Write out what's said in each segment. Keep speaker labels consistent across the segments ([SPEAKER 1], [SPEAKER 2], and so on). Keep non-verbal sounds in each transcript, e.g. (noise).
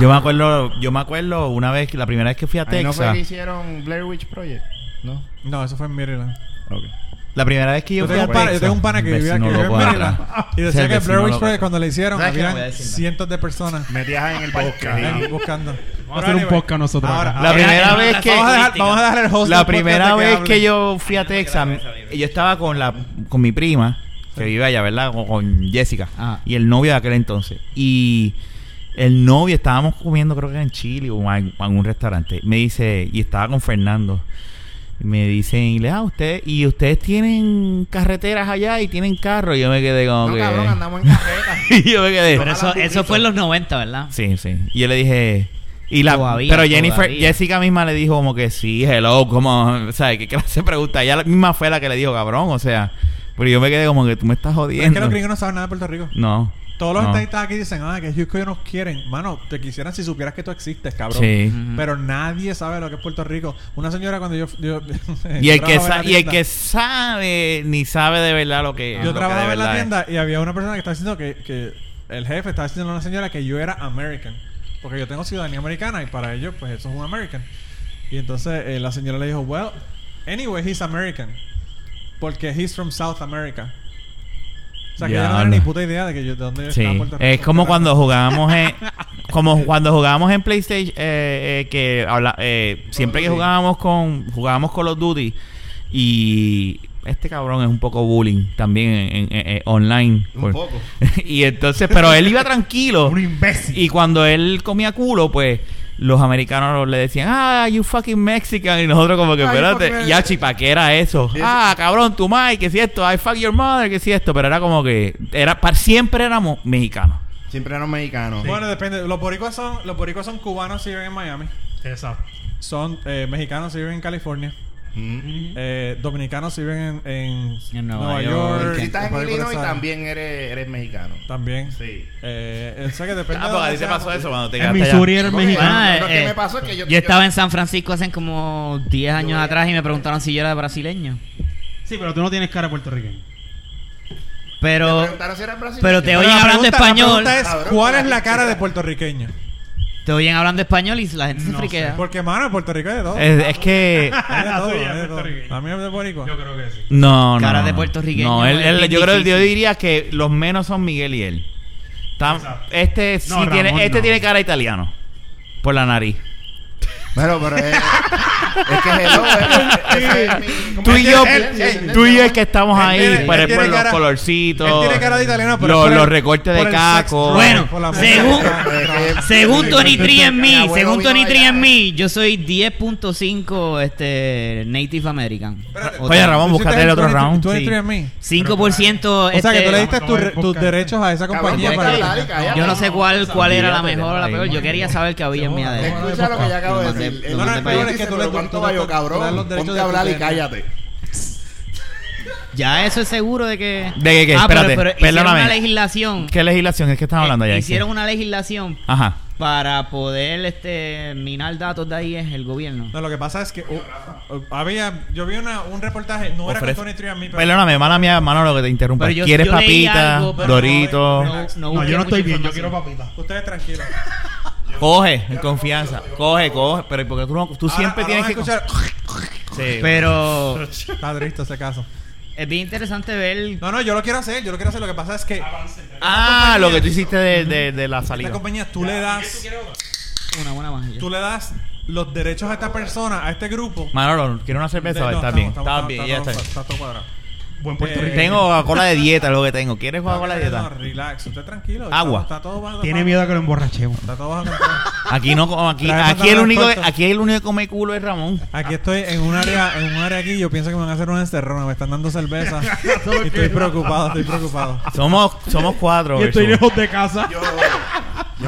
[SPEAKER 1] Yo me acuerdo, yo me acuerdo una vez, que- la primera vez que fui a
[SPEAKER 2] Ahí ¿No fue
[SPEAKER 1] Texas,
[SPEAKER 2] que hicieron Blair Witch Project? ¿No?
[SPEAKER 3] No, eso fue en Maryland.
[SPEAKER 2] Ok.
[SPEAKER 1] la primera vez que yo
[SPEAKER 3] Yo
[SPEAKER 1] fui
[SPEAKER 3] tengo,
[SPEAKER 1] a
[SPEAKER 3] un pana,
[SPEAKER 1] Texas,
[SPEAKER 3] yo tengo un pana que vivía, que
[SPEAKER 1] vecino
[SPEAKER 3] vivía en
[SPEAKER 1] loco de
[SPEAKER 3] Maryland (laughs)
[SPEAKER 1] atrás.
[SPEAKER 3] y
[SPEAKER 1] Sí,
[SPEAKER 3] decía
[SPEAKER 1] el
[SPEAKER 3] que
[SPEAKER 1] vecino
[SPEAKER 3] Blair Witch
[SPEAKER 1] loco de
[SPEAKER 3] Project
[SPEAKER 1] atrás.
[SPEAKER 3] cuando le hicieron
[SPEAKER 1] ¿Sabes qué? No voy a
[SPEAKER 3] había
[SPEAKER 1] decir nada.
[SPEAKER 3] cientos de personas
[SPEAKER 2] Metías en el
[SPEAKER 3] ahí
[SPEAKER 2] bosque.
[SPEAKER 3] buscando.
[SPEAKER 4] Vamos a hacer un podcast nosotros.
[SPEAKER 3] Ahora,
[SPEAKER 4] acá.
[SPEAKER 1] La
[SPEAKER 3] ahora,
[SPEAKER 1] primera
[SPEAKER 3] ahora,
[SPEAKER 1] vez que-
[SPEAKER 3] Vamos a dejar, vamos a dejar el host
[SPEAKER 1] La
[SPEAKER 3] del podcast
[SPEAKER 1] primera
[SPEAKER 3] de
[SPEAKER 1] vez
[SPEAKER 3] hable.
[SPEAKER 1] que yo fui a Texas, yo estaba con la con mi prima, que vive allá, ¿verdad? Con, con Jessica.
[SPEAKER 4] Ah.
[SPEAKER 1] Y el novio de aquel entonces. Y el novio, estábamos comiendo, creo que era en Chile o en algún restaurante. Me dice, y estaba con Fernando. Y Me dicen, y le ah, usted, y ustedes tienen carreteras allá y tienen carro. Y yo me quedé como
[SPEAKER 2] No,
[SPEAKER 1] que.
[SPEAKER 2] cabrón, andamos en (laughs) carreta.
[SPEAKER 1] (laughs) y yo me quedé.
[SPEAKER 5] Pero eso, eso fue en los 90, ¿verdad?
[SPEAKER 1] Sí, sí. Y yo le dije. Y la,
[SPEAKER 5] Todavía,
[SPEAKER 1] pero Jennifer,
[SPEAKER 5] todavía.
[SPEAKER 1] Jessica misma le dijo como que sí, hello, como, o sea, ¿qué clase de pregunta? Ella misma fue la que le dijo, cabrón, o sea, pero yo me quedé como que tú me estás
[SPEAKER 3] Pero es
[SPEAKER 1] jodiendo.
[SPEAKER 3] que los gringos no saben nada de Puerto Rico.
[SPEAKER 1] no.
[SPEAKER 3] Todos los
[SPEAKER 1] no.
[SPEAKER 3] estadistas aquí dicen, ah, que es que ellos nos quieren. Mano, te quisieran si supieras que tú existes, cabrón.
[SPEAKER 1] Sí.
[SPEAKER 5] Ujú.
[SPEAKER 3] Pero nadie sabe lo que es Puerto Rico. Una señora cuando yo... yo- (laughs)
[SPEAKER 1] Y
[SPEAKER 3] yo
[SPEAKER 1] el, que
[SPEAKER 3] trabajaba en la
[SPEAKER 1] sa- y el
[SPEAKER 3] tienda,
[SPEAKER 1] que sabe, ni sabe de verdad lo que
[SPEAKER 3] Yo
[SPEAKER 1] lo que de
[SPEAKER 3] trabajaba en la
[SPEAKER 1] verdad es.
[SPEAKER 3] tienda y había una persona que estaba diciendo que, que el jefe estaba diciendo a una señora que yo era American. Porque yo tengo ciudadanía americana y para ellos, pues eso es un American. Y entonces eh, la señora le dijo, well, anyway, he's American. Porque he's from South America. O sea, que
[SPEAKER 1] Ya
[SPEAKER 3] ella no
[SPEAKER 1] habla.
[SPEAKER 3] tenía ni puta idea de que yo de dónde yo estaba
[SPEAKER 1] Sí.
[SPEAKER 3] Puerto Rico.
[SPEAKER 1] Es como cuando jugábamos en como cuando jugábamos en PlayStation eh, eh, que habla, eh, siempre que jugábamos con jugábamos Call of Duty y este cabrón es un poco bullying también en- en- en- eh, online.
[SPEAKER 4] Un
[SPEAKER 1] Por-
[SPEAKER 4] poco.
[SPEAKER 1] (laughs) y entonces, pero él iba tranquilo
[SPEAKER 4] (laughs)
[SPEAKER 2] Un imbécil.
[SPEAKER 1] y cuando él comía culo, pues los americanos le decían, ah, you fucking Mexican. Y nosotros, como que,
[SPEAKER 3] Ah, you
[SPEAKER 1] espérate,
[SPEAKER 3] fucking
[SPEAKER 1] ya
[SPEAKER 4] eh.
[SPEAKER 3] Mexican.
[SPEAKER 1] chipa, ¿qué era eso? Ah, cabrón, tu madre, que si esto, I fuck your mother, que si esto. Pero era como que, era para siempre éramos mexicanos.
[SPEAKER 2] Siempre eran mexicanos.
[SPEAKER 3] (laughs) Bueno, depende. Los boricuas son, los boricuas son cubanos si viven en Miami.
[SPEAKER 4] Exacto.
[SPEAKER 3] Son eh, mexicanos si viven en California.
[SPEAKER 2] Mm.
[SPEAKER 3] Eh, dominicanos si viven en, en
[SPEAKER 5] En Nueva
[SPEAKER 3] Nueva
[SPEAKER 5] York.
[SPEAKER 3] York.
[SPEAKER 2] Si estás en
[SPEAKER 3] Puerto Rico,
[SPEAKER 2] Illinois
[SPEAKER 3] ¿sabes?
[SPEAKER 2] también eres, eres mexicano.
[SPEAKER 3] También.
[SPEAKER 2] Sí.
[SPEAKER 3] Eh, o sea que depende
[SPEAKER 1] Ah,
[SPEAKER 3] de
[SPEAKER 1] porque a
[SPEAKER 3] dónde
[SPEAKER 1] ti te
[SPEAKER 3] sea,
[SPEAKER 1] pasó eso cuando te
[SPEAKER 4] En
[SPEAKER 1] quedaste allá.
[SPEAKER 4] Missouri era el
[SPEAKER 2] Porque,
[SPEAKER 4] mexicano.
[SPEAKER 2] bueno,
[SPEAKER 5] Ah,
[SPEAKER 2] lo que
[SPEAKER 5] eh,
[SPEAKER 2] me pasó es que yo,
[SPEAKER 5] Yo estaba en San Francisco hace como 10 años
[SPEAKER 2] era-
[SPEAKER 5] atrás y me preguntaron si yo era brasileño.
[SPEAKER 4] Sí, pero tú no tienes cara puertorriqueño.
[SPEAKER 2] Me
[SPEAKER 5] Pero,
[SPEAKER 2] preguntaron si eras brasileño.
[SPEAKER 5] pero te
[SPEAKER 3] Pero
[SPEAKER 5] oyen
[SPEAKER 3] la
[SPEAKER 5] hablando
[SPEAKER 3] pregunta-
[SPEAKER 5] español.
[SPEAKER 3] La pregunta es,
[SPEAKER 2] Cabrón,
[SPEAKER 3] ¿cuál
[SPEAKER 2] la
[SPEAKER 3] es la cara
[SPEAKER 2] chica.
[SPEAKER 3] de puertorriqueño?
[SPEAKER 5] Te oyen hablando español y la gente se
[SPEAKER 4] No
[SPEAKER 5] friquea.
[SPEAKER 3] Porque, mano, Puerto Rico es de todo.
[SPEAKER 5] Eh,
[SPEAKER 3] Es
[SPEAKER 1] Es, es que,
[SPEAKER 3] de
[SPEAKER 4] la
[SPEAKER 3] todo, es
[SPEAKER 4] tuya
[SPEAKER 3] de
[SPEAKER 4] es
[SPEAKER 3] todo.
[SPEAKER 4] puertorriqueña.
[SPEAKER 3] La mía es de boricua.
[SPEAKER 4] Yo creo que sí.
[SPEAKER 1] no, no.
[SPEAKER 5] Cara
[SPEAKER 1] no,
[SPEAKER 5] de
[SPEAKER 1] no.
[SPEAKER 5] puertorriqueño,
[SPEAKER 1] No, él- él-
[SPEAKER 5] es
[SPEAKER 1] yo creo que yo
[SPEAKER 5] difícil.
[SPEAKER 1] diría que los menos son Miguel y él. Tam-
[SPEAKER 4] Exacto.
[SPEAKER 1] este sí
[SPEAKER 4] No,
[SPEAKER 1] tiene,
[SPEAKER 4] Ramón
[SPEAKER 1] este
[SPEAKER 4] no.
[SPEAKER 1] tiene cara de italiano. Por la nariz.
[SPEAKER 2] Bueno, pero es, (laughs) es que hello, es, es- es- es mi-
[SPEAKER 1] Tú y yo,
[SPEAKER 2] Él- él-
[SPEAKER 1] tú y yo es que estamos
[SPEAKER 3] Él
[SPEAKER 1] ahí,
[SPEAKER 3] tiene-
[SPEAKER 1] por,
[SPEAKER 3] él
[SPEAKER 1] el- por
[SPEAKER 3] tiene
[SPEAKER 1] los
[SPEAKER 3] cara-
[SPEAKER 1] colorcitos.
[SPEAKER 3] Él tiene cara de italiano, pero
[SPEAKER 1] los,
[SPEAKER 3] por el-
[SPEAKER 1] los recortes
[SPEAKER 3] por
[SPEAKER 1] de
[SPEAKER 3] el
[SPEAKER 1] caco.
[SPEAKER 3] sexo.
[SPEAKER 5] Bueno,
[SPEAKER 3] Por la
[SPEAKER 5] según-
[SPEAKER 3] música.
[SPEAKER 5] Según Tony Tree en
[SPEAKER 2] Mi
[SPEAKER 5] mí,
[SPEAKER 2] abuelo
[SPEAKER 5] según
[SPEAKER 2] vino
[SPEAKER 5] Tony
[SPEAKER 2] de
[SPEAKER 5] Tree
[SPEAKER 2] allá.
[SPEAKER 5] en mí, yo soy 10.5 este Native American.
[SPEAKER 3] Espérate.
[SPEAKER 1] Oye, Ramón,
[SPEAKER 3] ¿Tú hiciste
[SPEAKER 1] búscate el otro
[SPEAKER 3] 23
[SPEAKER 1] round.
[SPEAKER 3] 23
[SPEAKER 5] Sí.
[SPEAKER 3] en mí?
[SPEAKER 5] 5%
[SPEAKER 3] O sea, que tú le
[SPEAKER 5] este,
[SPEAKER 3] diste tu re- tus derechos a esa
[SPEAKER 2] Cabrón,
[SPEAKER 3] compañía
[SPEAKER 2] tienes que hablar y
[SPEAKER 3] para...
[SPEAKER 2] callar.
[SPEAKER 5] yo no sé cuál cuál era la
[SPEAKER 1] Olvídate,
[SPEAKER 5] mejor o la
[SPEAKER 1] ahí,
[SPEAKER 5] peor, yo
[SPEAKER 1] mano.
[SPEAKER 5] quería saber qué había en mi ADN.
[SPEAKER 2] Escucha lo que yo acabo de
[SPEAKER 5] Lo mandé-
[SPEAKER 2] decir.
[SPEAKER 5] lo
[SPEAKER 2] Él
[SPEAKER 5] mandé
[SPEAKER 2] dice,
[SPEAKER 5] para allá.
[SPEAKER 2] dice,
[SPEAKER 3] Es que tú
[SPEAKER 2] pero
[SPEAKER 3] le-
[SPEAKER 2] ¿cuánto
[SPEAKER 3] tú le-
[SPEAKER 2] valió,
[SPEAKER 3] tú le das los
[SPEAKER 2] cabrón?
[SPEAKER 3] derechos
[SPEAKER 2] Ponte
[SPEAKER 3] de
[SPEAKER 2] a hablar y
[SPEAKER 3] tu DNA.
[SPEAKER 2] cállate.
[SPEAKER 5] Ya eso es seguro de que
[SPEAKER 1] ¿De qué, qué?
[SPEAKER 5] Ah, pero-
[SPEAKER 1] Espérate,
[SPEAKER 5] pero hicieron
[SPEAKER 1] perdóname.
[SPEAKER 5] una legislación.
[SPEAKER 1] ¿Qué legislación es que estamos hablando
[SPEAKER 5] Eh,
[SPEAKER 1] allá?
[SPEAKER 5] Hicieron una legislación
[SPEAKER 1] Ajá.
[SPEAKER 5] para poder este minar datos de ahí es el gobierno.
[SPEAKER 3] No, lo que pasa es que uh, uh, había... Yo vi una, un reportaje, no era con
[SPEAKER 1] Ofrece-
[SPEAKER 3] Tony Tree en mí, pero...
[SPEAKER 1] Perdóname, mala mía, hermano, lo que te interrumpa.
[SPEAKER 5] Pero yo-
[SPEAKER 1] ¿Quieres
[SPEAKER 5] yo leí
[SPEAKER 1] papita,
[SPEAKER 5] algo, pero no- No,
[SPEAKER 1] dorito?
[SPEAKER 5] no
[SPEAKER 4] No,
[SPEAKER 5] busqué
[SPEAKER 4] yo no
[SPEAKER 5] mucha
[SPEAKER 4] estoy bien, yo
[SPEAKER 5] información.
[SPEAKER 4] quiero papita.
[SPEAKER 3] Ustedes tranquilos.
[SPEAKER 1] Coge, en confianza. Coge, coge. Pero porque tú, no, tú
[SPEAKER 3] Ahora-
[SPEAKER 1] siempre
[SPEAKER 3] ahora
[SPEAKER 1] tienes que...
[SPEAKER 3] van a escuchar...
[SPEAKER 1] Sí.
[SPEAKER 5] Pero
[SPEAKER 3] (laughs) Está triste ese caso.
[SPEAKER 5] es bien interesante ver
[SPEAKER 3] No, no, yo lo quiero hacer, yo lo quiero hacer. Lo que pasa es que
[SPEAKER 1] ah, lo que tú hiciste de, de, de la
[SPEAKER 3] esta
[SPEAKER 1] salida.
[SPEAKER 3] compañía tú le das
[SPEAKER 5] una buena más.
[SPEAKER 3] tú le das los derechos a esta persona, a este grupo.
[SPEAKER 1] Manolo, ¿quieres una cerveza?
[SPEAKER 3] No,
[SPEAKER 1] Está
[SPEAKER 3] estamos-
[SPEAKER 1] bien,
[SPEAKER 3] estamos-
[SPEAKER 1] está
[SPEAKER 3] estamos-
[SPEAKER 1] bien, ya está
[SPEAKER 3] estamos- Está todo cuadrado.
[SPEAKER 4] Buen
[SPEAKER 3] Eh,
[SPEAKER 4] puertorriqueño.
[SPEAKER 1] Tengo cola de dieta, lo que tengo. ¿Quieres jugar
[SPEAKER 3] No,
[SPEAKER 1] con la
[SPEAKER 3] no,
[SPEAKER 1] dieta?
[SPEAKER 3] relax, usted tranquilo.
[SPEAKER 1] Agua.
[SPEAKER 3] Está, está todo bajo.
[SPEAKER 4] Tiene miedo a que lo emborrachemos.
[SPEAKER 3] Está todo bajo control.
[SPEAKER 1] Aquí no, aquí,
[SPEAKER 3] Trae
[SPEAKER 1] aquí el
[SPEAKER 3] pantalones
[SPEAKER 1] único,
[SPEAKER 3] cortos.
[SPEAKER 1] aquí el único que come culo es Ramón.
[SPEAKER 3] Aquí estoy en un área, en un área aquí. Yo pienso que me van a hacer una encerrona. Me están dando
[SPEAKER 4] (laughs)
[SPEAKER 3] cerveza. y estoy preocupado, estoy preocupado.
[SPEAKER 1] Somos, somos cuatro.
[SPEAKER 4] Yo estoy
[SPEAKER 1] versus-
[SPEAKER 4] lejos de casa.
[SPEAKER 2] Yo...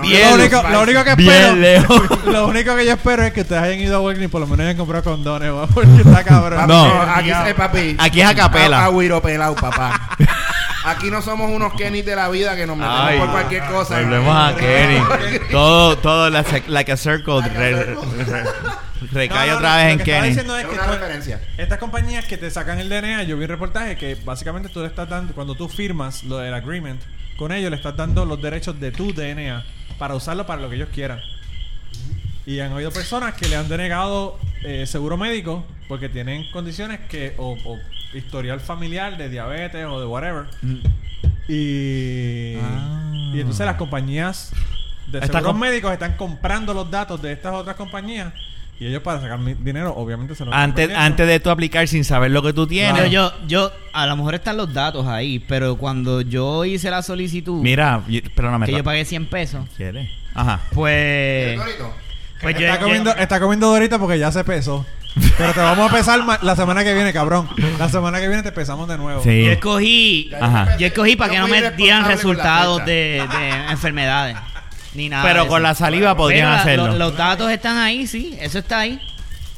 [SPEAKER 1] Bien,
[SPEAKER 3] lo, único, lo único que espero.
[SPEAKER 1] Bien, lejos.
[SPEAKER 3] Lo único que yo espero es que ustedes hayan ido a Walgreens y por lo menos hayan comprado condones, ¿va? porque está cabrón.
[SPEAKER 1] No.
[SPEAKER 2] eh, aquí es papi.
[SPEAKER 1] Aquí es a capela.
[SPEAKER 2] Agüiro pelado, papá. (laughs) Aquí no somos unos Kennys de la vida que nos metemos
[SPEAKER 1] Ay,
[SPEAKER 2] por cualquier cosa.
[SPEAKER 1] Volvemos a
[SPEAKER 2] (laughs)
[SPEAKER 1] Kenny. Todo, todo, la sec- like a circle. re- re- recae
[SPEAKER 3] No, no,
[SPEAKER 1] otra
[SPEAKER 3] no,
[SPEAKER 1] vez
[SPEAKER 3] lo
[SPEAKER 1] en
[SPEAKER 3] que estaba
[SPEAKER 1] Kenny.
[SPEAKER 3] diciendo es
[SPEAKER 2] Es
[SPEAKER 3] que
[SPEAKER 2] una
[SPEAKER 3] tú-
[SPEAKER 2] referencia.
[SPEAKER 3] Estas compañías que te sacan el DNA, yo vi un reportaje que básicamente tú le estás dando, cuando tú firmas lo del agreement, con ellos le estás dando los derechos de tu DNA para usarlo para lo que ellos quieran. Y han habido personas que le han denegado eh, seguro médico porque tienen condiciones que, o, o historial familiar de diabetes o de whatever. Y,
[SPEAKER 1] Mm. Ah.
[SPEAKER 3] y entonces las compañías de
[SPEAKER 1] Está
[SPEAKER 3] seguros
[SPEAKER 1] com-
[SPEAKER 3] médicos están comprando los datos de estas otras compañías y ellos para sacar mi- dinero obviamente se lo están
[SPEAKER 1] Antes,
[SPEAKER 3] vendiendo.
[SPEAKER 1] antes de tú aplicar sin saber lo que tú tienes.
[SPEAKER 5] Pero yo, yo, a lo mejor están los datos ahí, pero cuando yo hice la solicitud,
[SPEAKER 1] Mira, yo- perdóname.
[SPEAKER 5] que yo
[SPEAKER 1] Ra-
[SPEAKER 5] pagué 100 pesos,
[SPEAKER 1] ¿Quieres? Ajá.
[SPEAKER 5] pues.
[SPEAKER 1] Eh,
[SPEAKER 2] ¿El Dorito?
[SPEAKER 5] pues yo-
[SPEAKER 3] Está
[SPEAKER 5] yo-
[SPEAKER 3] comiendo, está comiendo Dorita porque ya se pesó. Pero te vamos a pesar ma- la semana que viene, cabrón. La semana que viene te pesamos de nuevo.
[SPEAKER 1] Sí.
[SPEAKER 5] yo escogí.
[SPEAKER 2] Ya,
[SPEAKER 1] Ajá.
[SPEAKER 5] Yo escogí para que no
[SPEAKER 2] fui
[SPEAKER 5] me dieran
[SPEAKER 2] irresponsable con la
[SPEAKER 5] resultados
[SPEAKER 2] fecha.
[SPEAKER 5] de, de (laughs) enfermedades. Ni nada. de
[SPEAKER 1] Pero
[SPEAKER 5] eso.
[SPEAKER 1] con la saliva
[SPEAKER 5] Pero
[SPEAKER 1] podrían
[SPEAKER 5] la-
[SPEAKER 1] hacerlo.
[SPEAKER 5] lo- los datos están ahí, sí. Eso está ahí.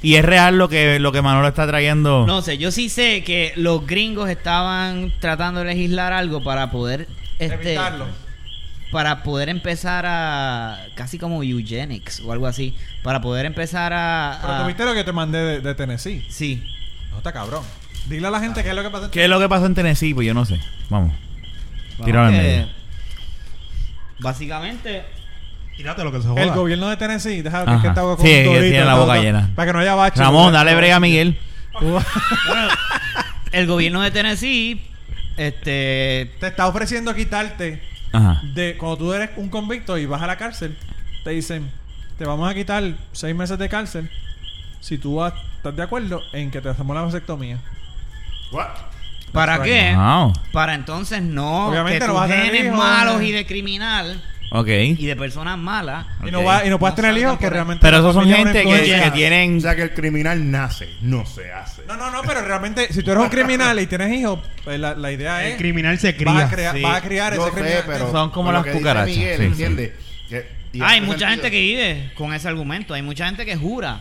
[SPEAKER 1] Y es real lo que, lo que Manolo está trayendo.
[SPEAKER 5] No sé, yo sí sé que los gringos estaban tratando de legislar algo para poder. Este,
[SPEAKER 3] Evitarlo.
[SPEAKER 5] para poder empezar a casi como eugenics o algo así para poder empezar a,
[SPEAKER 3] Pero
[SPEAKER 5] a-
[SPEAKER 3] tú viste lo que te mandé de, de Tennessee.
[SPEAKER 5] sí
[SPEAKER 3] No está cabrón. Dile a la gente qué es lo que pasa. en
[SPEAKER 1] ¿Qué es lo que pasó en Tennessee? Pues yo no sé. Vamos.
[SPEAKER 5] Vamos, Eh,
[SPEAKER 1] Tíralo en
[SPEAKER 5] que
[SPEAKER 1] medio.
[SPEAKER 5] básicamente
[SPEAKER 4] Tírate lo que se joda.
[SPEAKER 3] El gobierno de Tennessee, déjalo
[SPEAKER 1] Ajá.
[SPEAKER 3] que está con
[SPEAKER 1] Sí,
[SPEAKER 3] un
[SPEAKER 1] ella
[SPEAKER 3] dorito,
[SPEAKER 1] tiene la
[SPEAKER 3] todo,
[SPEAKER 1] boca
[SPEAKER 3] todo,
[SPEAKER 1] llena.
[SPEAKER 3] Para que no haya bache.
[SPEAKER 1] Ramón, dale brega a Miguel.
[SPEAKER 5] el gobierno de Tennessee este
[SPEAKER 3] Te está ofreciendo quitarte
[SPEAKER 1] Ajá.
[SPEAKER 3] de cuando tú eres un convicto y vas a la cárcel, te dicen, te vamos a quitar seis meses de cárcel si tú vas- estás de acuerdo en que te hacemos la vasectomía.
[SPEAKER 2] What?
[SPEAKER 5] para
[SPEAKER 3] That's
[SPEAKER 5] qué
[SPEAKER 1] Wow.
[SPEAKER 5] para entonces no
[SPEAKER 3] Obviamente
[SPEAKER 5] que
[SPEAKER 3] no
[SPEAKER 5] tus
[SPEAKER 3] vas a tener
[SPEAKER 5] genes
[SPEAKER 3] hijos,
[SPEAKER 5] malos
[SPEAKER 3] eh.
[SPEAKER 5] y de criminal
[SPEAKER 1] Ok.
[SPEAKER 5] y de personas malas
[SPEAKER 3] Y no
[SPEAKER 1] Ok.
[SPEAKER 3] va- y no puedas
[SPEAKER 5] No
[SPEAKER 3] tener
[SPEAKER 5] salgan
[SPEAKER 3] hijos
[SPEAKER 5] por
[SPEAKER 3] que
[SPEAKER 5] ahí.
[SPEAKER 3] realmente...
[SPEAKER 1] Pero
[SPEAKER 3] la
[SPEAKER 1] esos son
[SPEAKER 3] familia es una
[SPEAKER 1] gente que,
[SPEAKER 3] influencia.
[SPEAKER 1] que tienen.
[SPEAKER 2] O sea que el criminal nace, no se hace.
[SPEAKER 3] No, no, no, pero realmente si tú eres un criminal y tienes hijos, pues, la, la idea
[SPEAKER 4] El
[SPEAKER 3] es...
[SPEAKER 4] criminal se
[SPEAKER 3] vas a,
[SPEAKER 4] cría.
[SPEAKER 3] crea-
[SPEAKER 1] sí.
[SPEAKER 3] vas a criar
[SPEAKER 2] Yo
[SPEAKER 3] ese
[SPEAKER 2] sé,
[SPEAKER 3] criminal.
[SPEAKER 2] pero
[SPEAKER 1] Son como
[SPEAKER 2] por lo
[SPEAKER 1] las
[SPEAKER 2] que dice
[SPEAKER 1] cucarachas.
[SPEAKER 2] Miguel,
[SPEAKER 1] Sí, sí.
[SPEAKER 2] ¿entiendes? Que- y
[SPEAKER 5] hay
[SPEAKER 2] hace
[SPEAKER 5] mucha gente que
[SPEAKER 2] sentido.
[SPEAKER 5] vive con ese argumento hay mucha gente que jura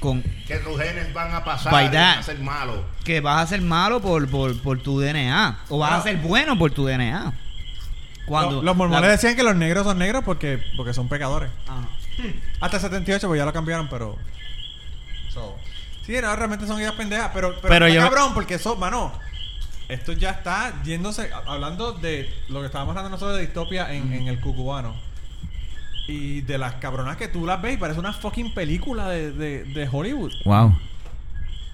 [SPEAKER 5] con
[SPEAKER 2] Que tus genes van a pasar
[SPEAKER 5] By
[SPEAKER 2] y
[SPEAKER 5] that.
[SPEAKER 2] van a ser malos.
[SPEAKER 5] que vas a ser malo por, por, por tu DNA o vas
[SPEAKER 3] Ah.
[SPEAKER 5] a ser bueno por tu DNA. Cuando
[SPEAKER 3] Lo- los mormones
[SPEAKER 5] la-
[SPEAKER 3] decían que los negros son negros porque, porque son pecadores.
[SPEAKER 5] Ajá.
[SPEAKER 3] Hasta el 78, pues ya lo cambiaron, pero. So. Sí, no, realmente son ideas pendejas, pero. Pero,
[SPEAKER 1] Pero
[SPEAKER 3] está
[SPEAKER 1] yo-
[SPEAKER 3] cabrón, porque eso, mano. Esto ya está yéndose. a- Hablando de lo que estábamos hablando nosotros de distopia en, en el cucubano. Y de las cabronas que tú las ves y parece una fucking película de, de, de Hollywood.
[SPEAKER 1] Wow.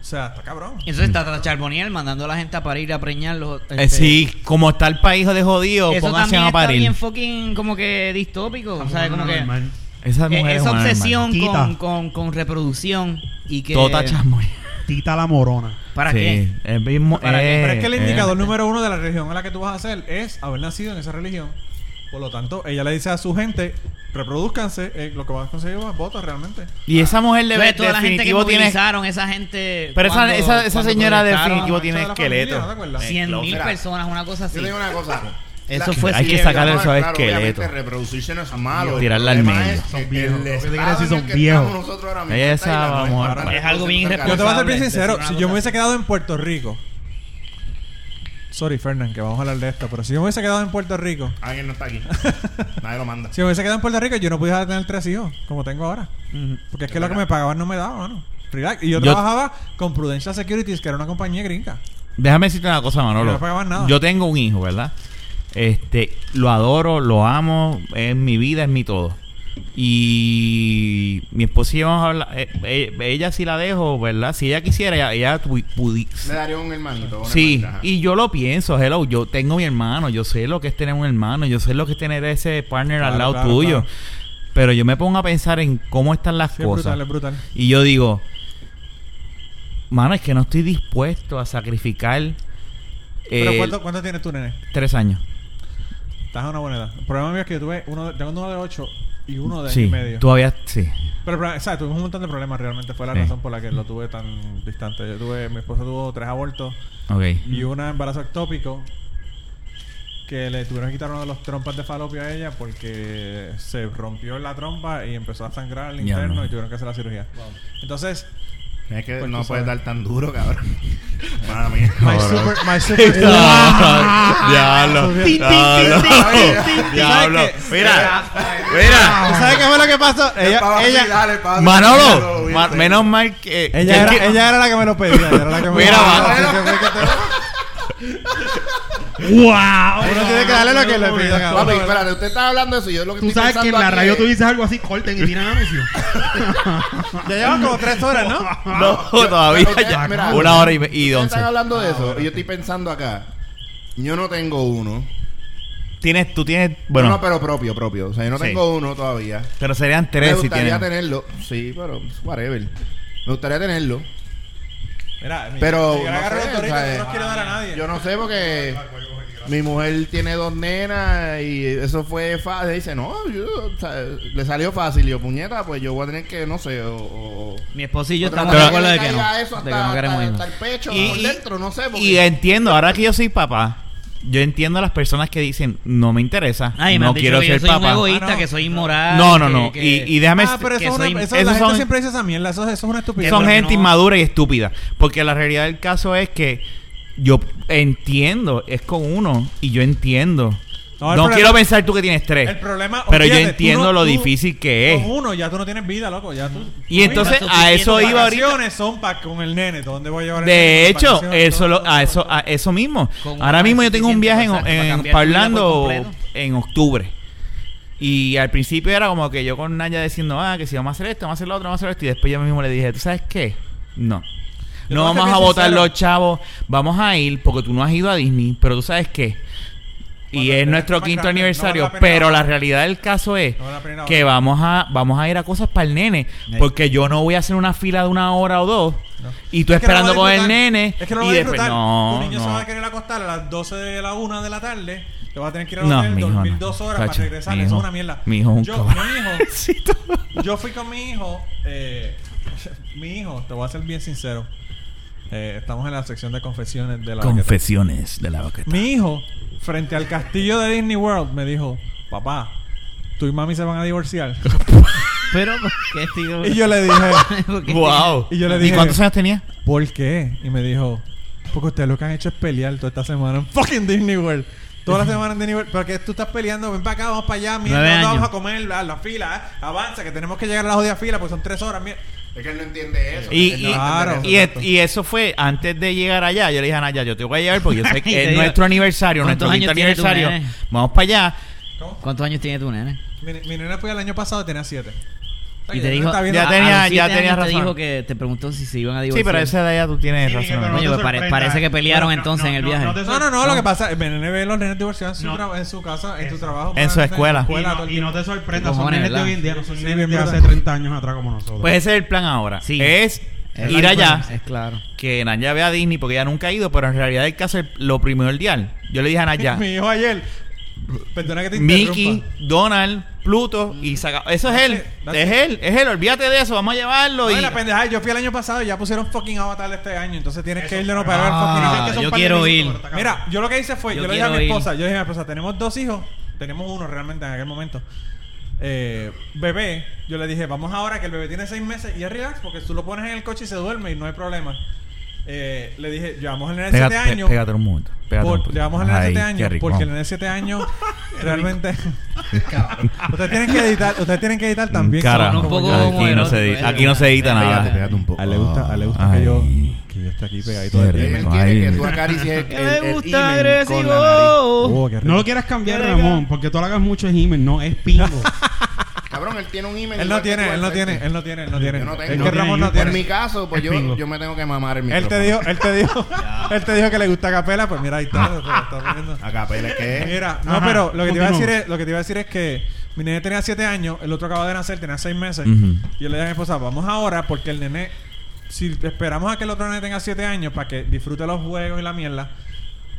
[SPEAKER 3] O sea, está cabrón.
[SPEAKER 5] Eso está Tata Charboniel mandando a la gente a parir a preñarlos.
[SPEAKER 1] Eh, sí, como está el país de jodido,
[SPEAKER 5] eso
[SPEAKER 1] pónganse
[SPEAKER 5] también
[SPEAKER 1] a
[SPEAKER 5] está
[SPEAKER 1] parir.
[SPEAKER 5] bien fucking como que distópico. O sea, como que eh,
[SPEAKER 4] Normal.
[SPEAKER 1] Esas mujeres
[SPEAKER 5] esa
[SPEAKER 1] son anormales.
[SPEAKER 5] obsesión
[SPEAKER 4] Quita.
[SPEAKER 5] con, con, con reproducción y que
[SPEAKER 1] Tota chamoy.
[SPEAKER 4] Tita la morona.
[SPEAKER 5] ¿Para
[SPEAKER 1] Sí,
[SPEAKER 5] qué?
[SPEAKER 1] Es mismo,
[SPEAKER 5] ¿Para qué?
[SPEAKER 1] eh,
[SPEAKER 3] Pero es que el
[SPEAKER 1] eh.
[SPEAKER 3] indicador número uno de la religión a la que tú vas a hacer es haber nacido en esa religión. Por lo tanto, ella le dice a su gente, reproduzcanse, eh, lo que vas a conseguir es votos realmente.
[SPEAKER 1] Y esa mujer de,
[SPEAKER 5] Entonces, toda la gente que
[SPEAKER 1] definitivo tiene...
[SPEAKER 5] movilizaron, esa gente.
[SPEAKER 1] Pero esa-
[SPEAKER 5] cuando-
[SPEAKER 1] esa- esa
[SPEAKER 5] cuando
[SPEAKER 1] señora
[SPEAKER 5] protestaron,
[SPEAKER 1] definitivo
[SPEAKER 3] Marcha
[SPEAKER 1] tiene
[SPEAKER 3] de la
[SPEAKER 1] esqueleto. Eh,
[SPEAKER 3] familia, ¿no te acuerdas?
[SPEAKER 5] 100 mil
[SPEAKER 2] Mira,
[SPEAKER 5] personas, una cosa así.
[SPEAKER 2] Yo te digo una cosa.
[SPEAKER 5] Eso fue
[SPEAKER 1] Hay que
[SPEAKER 5] cierto.
[SPEAKER 1] sacarle eso a
[SPEAKER 2] claro, obviamente,
[SPEAKER 1] esqueleto.
[SPEAKER 2] Reproducirse no es malo.
[SPEAKER 1] Tirarla al
[SPEAKER 2] El problema
[SPEAKER 1] medio.
[SPEAKER 2] es
[SPEAKER 4] Son
[SPEAKER 2] el
[SPEAKER 4] viejos. Lo que te
[SPEAKER 2] estado
[SPEAKER 4] quiero decir,
[SPEAKER 2] en el
[SPEAKER 4] son
[SPEAKER 2] que
[SPEAKER 4] viejos.
[SPEAKER 2] estamos nosotros ahora mismo,
[SPEAKER 1] Esa
[SPEAKER 2] esta isla no
[SPEAKER 1] vamos a-
[SPEAKER 2] para
[SPEAKER 5] Es algo bien
[SPEAKER 2] reproducirse,
[SPEAKER 3] Yo te voy a ser bien
[SPEAKER 5] Responsable,
[SPEAKER 3] sincero,
[SPEAKER 5] decir
[SPEAKER 3] si
[SPEAKER 5] una cosa.
[SPEAKER 3] yo me hubiese quedado en Puerto Rico. Sorry, Fernán, que vamos a hablar de esto, pero si yo me hubiese quedado en Puerto Rico,
[SPEAKER 2] Alguien no está aquí. Nadie lo manda.
[SPEAKER 3] si me hubiese quedado en Puerto Rico, yo no pudiera tener tres hijos, como tengo ahora. Porque es que lo que me pagaban no me daba, mano. Relax. Y yo,
[SPEAKER 1] Yo-
[SPEAKER 3] trabajaba con Prudential Securities, que era una compañía gringa.
[SPEAKER 1] Déjame decirte una cosa, Manolo.
[SPEAKER 3] No pagaban nada.
[SPEAKER 1] Yo tengo un hijo, ¿verdad? Este, lo adoro, lo amo, es mi vida, es mi todo. Y mi esposa y yo vamos a hablar- eh, eh, ella sí la dejo, ¿verdad? Si ella quisiera, ella, ella tu- pudi-
[SPEAKER 2] Le daría un hermanito. una
[SPEAKER 1] Sí,
[SPEAKER 2] hermanita, ajá.
[SPEAKER 1] y yo lo pienso, hello, yo tengo mi hermano, yo sé lo que es tener un hermano, yo sé lo que es tener ese partner
[SPEAKER 3] Claro,
[SPEAKER 1] al lado
[SPEAKER 3] claro,
[SPEAKER 1] tuyo.
[SPEAKER 3] claro.
[SPEAKER 1] Pero yo me pongo a pensar en cómo están las
[SPEAKER 3] Sí, es
[SPEAKER 1] cosas.
[SPEAKER 3] brutal, es brutal.
[SPEAKER 1] Y yo digo, mano, es que no estoy dispuesto a sacrificar
[SPEAKER 3] Pero
[SPEAKER 1] eh,
[SPEAKER 3] ¿cuánto, ¿cuánto tienes tú, nene?
[SPEAKER 1] tres años.
[SPEAKER 3] Estás a una buena edad. El problema mío es que yo tuve uno de, tengo uno de 8 y uno de año
[SPEAKER 1] Sí,
[SPEAKER 3] y medio.
[SPEAKER 1] todavía sí.
[SPEAKER 3] Pero, pero, o sea, tuvimos un montón de problemas realmente. Fue la
[SPEAKER 1] Sí.
[SPEAKER 3] razón por la que lo tuve tan distante. Yo tuve, mi esposa tuvo tres abortos
[SPEAKER 1] Ok.
[SPEAKER 3] y una embarazo ectópico que le tuvieron que quitar una de las trompas de falopio a ella porque se rompió la trompa y empezó a sangrar al
[SPEAKER 1] Ya,
[SPEAKER 3] interno
[SPEAKER 1] no.
[SPEAKER 3] y tuvieron que hacer la cirugía. Entonces,
[SPEAKER 2] Es que
[SPEAKER 3] Pues
[SPEAKER 2] no
[SPEAKER 3] tú
[SPEAKER 2] puedes
[SPEAKER 3] sabes.
[SPEAKER 2] dar tan duro, cabrón. (laughs) Mala mía.
[SPEAKER 3] my
[SPEAKER 1] Cabrón.
[SPEAKER 3] super, my super-
[SPEAKER 1] Diablo.
[SPEAKER 3] Tin, tin, tin,
[SPEAKER 1] Diablo.
[SPEAKER 3] ¿Sabes qué?
[SPEAKER 1] Mira,
[SPEAKER 3] ¿Tú
[SPEAKER 1] mira.
[SPEAKER 3] ¿Sabes qué fue lo que pasó?
[SPEAKER 2] Es pa'
[SPEAKER 3] Ella,
[SPEAKER 2] vacilar,
[SPEAKER 3] ella,
[SPEAKER 2] es pa' vacilar, lo
[SPEAKER 1] Manolo,
[SPEAKER 2] viste.
[SPEAKER 1] ma- menos mal que.
[SPEAKER 3] ella,
[SPEAKER 1] que-
[SPEAKER 3] era, ella era la que me lo pedía. Ella era la que me
[SPEAKER 1] Mira,
[SPEAKER 3] lo
[SPEAKER 1] va.
[SPEAKER 3] pedía. Así que fue que te-
[SPEAKER 4] ¡Wow!
[SPEAKER 2] Uno tiene que darle lo que le
[SPEAKER 3] Uy,
[SPEAKER 2] pida.
[SPEAKER 3] cabrón.
[SPEAKER 2] Papi, espérate, usted está hablando de eso. Yo lo que
[SPEAKER 4] Tú
[SPEAKER 2] estoy
[SPEAKER 4] sabes que en
[SPEAKER 2] pensando
[SPEAKER 4] la
[SPEAKER 2] aquí
[SPEAKER 4] radio
[SPEAKER 2] es-
[SPEAKER 4] tú dices algo así, corten y tiran
[SPEAKER 3] (laughs)
[SPEAKER 4] anuncios.
[SPEAKER 3] Ya llevan como tres horas, ¿no?
[SPEAKER 1] (laughs) No, todavía.
[SPEAKER 2] Ustedes-
[SPEAKER 1] ya.
[SPEAKER 2] mira,
[SPEAKER 1] una hora y, me- y
[SPEAKER 2] ustedes
[SPEAKER 1] once.
[SPEAKER 2] están hablando de
[SPEAKER 3] Ah,
[SPEAKER 2] eso. Y yo estoy pensando acá. Yo no tengo uno.
[SPEAKER 1] Tienes, tú tienes. Bueno,
[SPEAKER 2] Bueno. No, pero propio, propio. O sea, yo no
[SPEAKER 1] Sí.
[SPEAKER 2] tengo uno todavía.
[SPEAKER 1] pero serían
[SPEAKER 2] Me
[SPEAKER 1] tres si
[SPEAKER 2] gustaría
[SPEAKER 1] tienes.
[SPEAKER 2] tenerlo. Sí, pero whatever. Me gustaría tenerlo.
[SPEAKER 3] Mira, mi-
[SPEAKER 2] Pero,
[SPEAKER 3] si yo le
[SPEAKER 2] no
[SPEAKER 3] agarro
[SPEAKER 2] sé,
[SPEAKER 3] el torito,
[SPEAKER 2] o sea,
[SPEAKER 3] yo no quiero dar a nadie.
[SPEAKER 2] Yo no sé porque mi mujer tiene dos nenas y eso fue fácil. Dice, no, yo, o sea, le salió fácil. Y yo, puñeta, pues yo voy a tener que, no sé, o... o-
[SPEAKER 5] Mi esposo y yo
[SPEAKER 2] o
[SPEAKER 5] estamos
[SPEAKER 2] tratar
[SPEAKER 5] de acuerdo
[SPEAKER 2] le
[SPEAKER 5] de que
[SPEAKER 2] caiga
[SPEAKER 5] no.
[SPEAKER 2] eso
[SPEAKER 5] De
[SPEAKER 2] hasta,
[SPEAKER 5] que no queremos
[SPEAKER 2] hasta-
[SPEAKER 5] irnos.
[SPEAKER 2] hasta el pecho,
[SPEAKER 1] Y-
[SPEAKER 2] por
[SPEAKER 1] y-
[SPEAKER 2] dentro, no sé. Porque...
[SPEAKER 1] Y entiendo, ahora que yo soy papá, yo entiendo a las personas que dicen, no me interesa,
[SPEAKER 5] Ay, me
[SPEAKER 1] no
[SPEAKER 5] han dicho
[SPEAKER 1] quiero
[SPEAKER 5] que yo
[SPEAKER 1] ser
[SPEAKER 5] soy un
[SPEAKER 1] papá.
[SPEAKER 5] egoísta,
[SPEAKER 3] Ah, no.
[SPEAKER 5] que soy inmoral.
[SPEAKER 1] No, no,
[SPEAKER 5] que-
[SPEAKER 1] no.
[SPEAKER 5] que-
[SPEAKER 1] y, y déjame.
[SPEAKER 3] Ah, pero eso
[SPEAKER 5] que
[SPEAKER 3] es una,
[SPEAKER 5] soy-
[SPEAKER 3] eso, la
[SPEAKER 1] esos
[SPEAKER 3] gente
[SPEAKER 1] son-
[SPEAKER 3] siempre dice esa mierda. Eso, eso es una estupidez.
[SPEAKER 1] son
[SPEAKER 5] porque
[SPEAKER 1] gente
[SPEAKER 5] no-
[SPEAKER 1] inmadura y estúpida. Porque la realidad del caso es que yo entiendo, es con uno, y yo entiendo.
[SPEAKER 3] No,
[SPEAKER 1] No,
[SPEAKER 3] el problema-
[SPEAKER 1] quiero pensar tú que tienes tres.
[SPEAKER 3] El problema...
[SPEAKER 1] Eh, pero yo
[SPEAKER 3] olvídate, tú
[SPEAKER 1] entiendo
[SPEAKER 3] no-
[SPEAKER 1] lo
[SPEAKER 3] tú-
[SPEAKER 1] difícil que es.
[SPEAKER 3] Con uno ya tú no tienes vida, loco. Ya tú...
[SPEAKER 1] Y entonces
[SPEAKER 5] estás
[SPEAKER 1] a eso
[SPEAKER 5] sufriendo
[SPEAKER 1] iba
[SPEAKER 3] Las
[SPEAKER 1] ahorita.
[SPEAKER 3] vacaciones son para con el nene. ¿Dónde voy a llevar el nene?
[SPEAKER 1] De hecho,
[SPEAKER 3] Vacaciones,
[SPEAKER 1] eso
[SPEAKER 3] todo,
[SPEAKER 1] lo, a
[SPEAKER 3] todo,
[SPEAKER 1] eso
[SPEAKER 3] todo.
[SPEAKER 1] a eso mismo.
[SPEAKER 5] Con una
[SPEAKER 1] Ahora
[SPEAKER 5] es
[SPEAKER 1] mismo yo tengo un
[SPEAKER 5] suficiente,
[SPEAKER 1] viaje en,
[SPEAKER 5] exacto, para
[SPEAKER 1] en-
[SPEAKER 5] cambiar tu vida
[SPEAKER 1] Parlando
[SPEAKER 5] por completo.
[SPEAKER 1] en octubre. Y al principio era como que yo con Naya diciendo, ah, que si vamos a hacer esto, vamos a hacer lo otro, vamos a hacer esto. Y después yo mismo le dije, ¿tú sabes qué? No.
[SPEAKER 3] Yo
[SPEAKER 1] No
[SPEAKER 3] te voy a
[SPEAKER 1] vamos
[SPEAKER 3] ser
[SPEAKER 1] a
[SPEAKER 3] bien
[SPEAKER 1] votar
[SPEAKER 3] sincero.
[SPEAKER 1] los chavos, vamos a ir porque tú no has ido a Disney, pero tú sabes qué. Y
[SPEAKER 3] Cuando
[SPEAKER 1] es
[SPEAKER 3] te-
[SPEAKER 1] nuestro
[SPEAKER 3] más
[SPEAKER 1] quinto
[SPEAKER 3] grande, no vale
[SPEAKER 1] aniversario,
[SPEAKER 3] la pena
[SPEAKER 1] pero
[SPEAKER 3] ahora.
[SPEAKER 1] la realidad del caso es
[SPEAKER 3] No vale la pena
[SPEAKER 1] que
[SPEAKER 3] ahora.
[SPEAKER 1] vamos a vamos a ir a cosas para el nene,
[SPEAKER 5] Sí.
[SPEAKER 1] porque yo no voy a hacer una fila de una hora o dos
[SPEAKER 3] No.
[SPEAKER 1] y tú
[SPEAKER 3] Es que no
[SPEAKER 1] esperando
[SPEAKER 3] va
[SPEAKER 1] con
[SPEAKER 3] a
[SPEAKER 1] el
[SPEAKER 3] disfrutar.
[SPEAKER 1] nene.
[SPEAKER 3] Es que no
[SPEAKER 1] y
[SPEAKER 3] lo va a
[SPEAKER 1] después-
[SPEAKER 3] disfrutar.
[SPEAKER 1] No,
[SPEAKER 3] tu niño se
[SPEAKER 1] no.
[SPEAKER 3] va a querer acostar a las 12 de la 1 de la tarde. Te va a tener que ir al
[SPEAKER 1] No,
[SPEAKER 3] hotel,
[SPEAKER 1] mijo,
[SPEAKER 3] dormir
[SPEAKER 1] no.
[SPEAKER 3] dos horas
[SPEAKER 1] Tacho,
[SPEAKER 3] para regresar.
[SPEAKER 1] mijo.
[SPEAKER 3] eso es una mierda.
[SPEAKER 1] Mi hijo es un
[SPEAKER 3] yo,
[SPEAKER 1] cabrón. (laughs)
[SPEAKER 3] mi hijo, yo fui con mi hijo. eh, (laughs) mi hijo, te voy a ser bien sincero. Eh, estamos en la sección de confesiones de la baqueta.
[SPEAKER 1] Confesiones de la baqueta.
[SPEAKER 3] Mi hijo, frente al castillo de Disney World, me dijo: Papá, tú y mami se van a divorciar.
[SPEAKER 5] Pero, ¿por (laughs) qué,
[SPEAKER 1] (laughs)
[SPEAKER 5] tío?
[SPEAKER 3] y yo le dije.
[SPEAKER 5] ¿Por qué?
[SPEAKER 1] Wow.
[SPEAKER 3] Y yo le dije-
[SPEAKER 1] cuántos años tenía?
[SPEAKER 3] ¿Por qué? Y me dijo, porque ustedes lo que han hecho es pelear toda esta semana en fucking Disney World. Toda la semana en Disney World. Pero que tú estás peleando, ven para acá, vamos para allá, mira,
[SPEAKER 5] Nueve
[SPEAKER 3] ¿dónde
[SPEAKER 5] años.
[SPEAKER 3] vamos a comer, a la fila, eh? avanza, que tenemos que llegar a la jodida fila, pues son tres horas, mira.
[SPEAKER 2] Es que él no entiende eso.
[SPEAKER 1] Y,
[SPEAKER 2] Él
[SPEAKER 1] y-
[SPEAKER 2] no va a entender
[SPEAKER 1] y,
[SPEAKER 2] eso.
[SPEAKER 1] et- y eso fue antes de llegar allá. Yo le dije a Naya, yo te voy a llevar porque yo
[SPEAKER 3] (laughs)
[SPEAKER 1] sé
[SPEAKER 5] Y te
[SPEAKER 1] que es
[SPEAKER 5] digo,
[SPEAKER 1] nuestro aniversario,
[SPEAKER 5] ¿cuántos
[SPEAKER 1] nuestro quinto
[SPEAKER 5] años tiene tu
[SPEAKER 1] aniversario.
[SPEAKER 5] nene?
[SPEAKER 1] Vamos para allá.
[SPEAKER 3] ¿Cómo?
[SPEAKER 5] ¿Cuántos años tiene tu nene?
[SPEAKER 3] Mi, mi nena fue el año pasado, tenía siete.
[SPEAKER 5] Y te dijo,
[SPEAKER 3] Está bien, ah,
[SPEAKER 1] Ya
[SPEAKER 5] a- a
[SPEAKER 1] tenía-
[SPEAKER 5] los siete
[SPEAKER 1] ya
[SPEAKER 5] años
[SPEAKER 1] tenía
[SPEAKER 5] Te
[SPEAKER 1] razón.
[SPEAKER 5] dijo que te preguntó si se iban a
[SPEAKER 1] Sí,
[SPEAKER 5] divorciar.
[SPEAKER 1] pero a esa edad ya tú tienes
[SPEAKER 4] Sí,
[SPEAKER 1] razón.
[SPEAKER 4] pero
[SPEAKER 1] ¿no?
[SPEAKER 5] Oye,
[SPEAKER 4] te
[SPEAKER 5] pare-
[SPEAKER 4] sorprendas.
[SPEAKER 5] parece que pelearon
[SPEAKER 4] No, no,
[SPEAKER 5] entonces en el
[SPEAKER 4] no,
[SPEAKER 5] viaje.
[SPEAKER 4] te
[SPEAKER 3] No, no, no,
[SPEAKER 4] sorprendas.
[SPEAKER 3] lo que pasa, mi nene ve los nenes divorciados en su,
[SPEAKER 4] No.
[SPEAKER 3] tra- en su casa, en su
[SPEAKER 4] Eso.
[SPEAKER 3] trabajo.
[SPEAKER 1] En su escuela.
[SPEAKER 4] Y
[SPEAKER 3] todo
[SPEAKER 4] no,
[SPEAKER 3] el
[SPEAKER 4] y
[SPEAKER 3] tiempo.
[SPEAKER 4] no te sorprendas, son
[SPEAKER 5] Cojones,
[SPEAKER 4] nenes de
[SPEAKER 5] ¿verdad?
[SPEAKER 4] hoy en día, no son
[SPEAKER 3] Sí,
[SPEAKER 4] nenes
[SPEAKER 3] bien
[SPEAKER 4] de
[SPEAKER 3] verdad.
[SPEAKER 4] hace 30 años atrás como nosotros.
[SPEAKER 1] Pues ese es el plan ahora.
[SPEAKER 5] Sí.
[SPEAKER 1] Es
[SPEAKER 5] Es
[SPEAKER 1] ir
[SPEAKER 5] la
[SPEAKER 1] allá,
[SPEAKER 5] diferencia, Es claro.
[SPEAKER 1] que Naya vea a Disney porque ella nunca ha ido, pero en realidad el caso es lo primordial. Yo le dije a
[SPEAKER 3] (laughs)
[SPEAKER 1] Naya,
[SPEAKER 3] Mi hijo ayer, perdona que te interrumpa.
[SPEAKER 1] Mickey, Donald, Pluto y saca. Eso es él.
[SPEAKER 3] Mm. That's it.
[SPEAKER 1] Es él, es él. Olvídate de eso. Vamos a llevarlo.
[SPEAKER 3] Oye,
[SPEAKER 1] y...
[SPEAKER 3] la pendejada, yo fui el año pasado y ya pusieron fucking avatar este año, entonces tienes que ir de no para ver fucking
[SPEAKER 5] Ah,
[SPEAKER 3] avatar.
[SPEAKER 5] yo quiero ir.
[SPEAKER 3] Mira, yo lo que hice fue, yo,
[SPEAKER 5] Yo
[SPEAKER 3] le dije a mi
[SPEAKER 5] quiero ir.
[SPEAKER 3] esposa, yo le dije a mi esposa, tenemos dos hijos, tenemos uno realmente en aquel momento. Eh, bebé, yo le dije, vamos ahora que el bebé tiene seis meses y es relax porque tú lo pones en el coche y se duerme y no hay problema. Eh, le dije, llevamos al nene de
[SPEAKER 1] Pégate,
[SPEAKER 3] siete años.
[SPEAKER 1] pégate un momento. Pégate un
[SPEAKER 3] por-
[SPEAKER 1] poquito.
[SPEAKER 3] llevamos al nene de
[SPEAKER 1] Ay,
[SPEAKER 3] siete
[SPEAKER 1] qué
[SPEAKER 3] años
[SPEAKER 1] rico.
[SPEAKER 3] porque el nene de
[SPEAKER 2] (laughs)
[SPEAKER 3] siete años realmente... (laughs) ustedes tienen que editar, ustedes tienen que editar también.
[SPEAKER 1] Carajo.
[SPEAKER 5] son un poco
[SPEAKER 1] aquí, Mm, no
[SPEAKER 5] homoeróticos,
[SPEAKER 1] se, edita-
[SPEAKER 5] eh,
[SPEAKER 1] aquí no se edita
[SPEAKER 5] pégate,
[SPEAKER 1] nada.
[SPEAKER 2] Pégate, pégate un poco.
[SPEAKER 3] A él le gusta, a él le gusta
[SPEAKER 1] Ay.
[SPEAKER 3] que yo que yo esté aquí pegadito
[SPEAKER 1] Qué
[SPEAKER 3] del
[SPEAKER 2] Él no
[SPEAKER 1] rico.
[SPEAKER 3] tiempo.
[SPEAKER 2] entiende
[SPEAKER 1] Ay.
[SPEAKER 2] que tú acaricies el, el, el himen con la nariz.
[SPEAKER 5] agresivo.
[SPEAKER 3] Oh, qué rico.
[SPEAKER 4] No lo quieras cambiar,
[SPEAKER 5] Qué
[SPEAKER 4] Ramón, porque tú lo hagas mucho es himen, no es pingo.
[SPEAKER 2] Cabrón, él tiene un himen.
[SPEAKER 3] Él
[SPEAKER 2] igual que
[SPEAKER 3] no
[SPEAKER 2] tú,
[SPEAKER 3] tiene, él no
[SPEAKER 2] Alberto.
[SPEAKER 3] tiene, él no tiene, él no tiene.
[SPEAKER 2] Yo no tengo.
[SPEAKER 3] Es
[SPEAKER 4] No
[SPEAKER 3] que
[SPEAKER 4] tiene
[SPEAKER 3] Ramón no
[SPEAKER 4] YouTube.
[SPEAKER 2] En
[SPEAKER 3] tiene.
[SPEAKER 2] mi caso, pues
[SPEAKER 4] Es
[SPEAKER 2] yo,
[SPEAKER 4] pingo.
[SPEAKER 2] yo me tengo que mamar el
[SPEAKER 3] Él
[SPEAKER 2] micrófono.
[SPEAKER 3] te dijo, él te
[SPEAKER 2] (laughs)
[SPEAKER 3] dijo, él te dijo que le gusta capela, pues mira ahí
[SPEAKER 1] (laughs)
[SPEAKER 3] está, se lo está poniendo.
[SPEAKER 2] A capela pues,
[SPEAKER 3] (laughs)
[SPEAKER 2] que
[SPEAKER 3] Mira, no,
[SPEAKER 4] Ajá,
[SPEAKER 3] pero lo que te iba a
[SPEAKER 4] continúa.
[SPEAKER 3] decir es, lo que te iba a decir es que mi nene tenía 7 años, el otro acaba de nacer, tenía 6 meses.
[SPEAKER 1] Ujú.
[SPEAKER 3] Y yo le dije a mi esposa, vamos ahora porque el nene si esperamos a que el otro nene tenga 7 años para que disfrute los juegos y la mierda,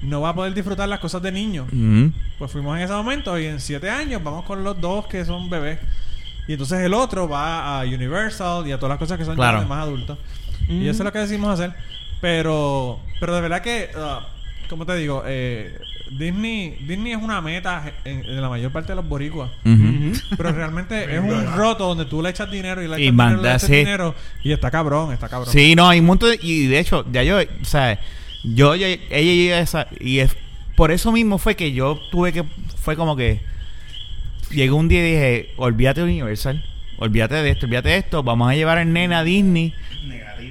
[SPEAKER 3] no va a poder disfrutar las cosas de niño.
[SPEAKER 1] Mm.
[SPEAKER 3] Pues fuimos en ese momento y en siete años vamos con los dos que son bebés. Y entonces el otro va a Universal y a todas las cosas que son ya
[SPEAKER 1] Claro.
[SPEAKER 3] de más adultos. Y eso es lo que decidimos hacer. Pero, pero de verdad que, ah, como te digo, eh, Disney, Disney es una meta en, en la mayor parte de los
[SPEAKER 1] (laughs)
[SPEAKER 3] boricuas.
[SPEAKER 1] Ujú.
[SPEAKER 3] Pero realmente es un roto donde tú le echas dinero y le
[SPEAKER 1] Y
[SPEAKER 3] echas dinero, le
[SPEAKER 1] manda,
[SPEAKER 3] echas
[SPEAKER 1] sí.
[SPEAKER 3] dinero. Y está cabrón, está cabrón.
[SPEAKER 1] Sí, no, hay un montón. de- y de hecho, ya yo, o sea, yo, yo- ella y esa. Y es, por eso mismo fue que yo tuve que. Fue como que. Llegó un día y dije: Olvídate de Universal. olvídate de esto, olvídate de esto, vamos a llevar al nene a Disney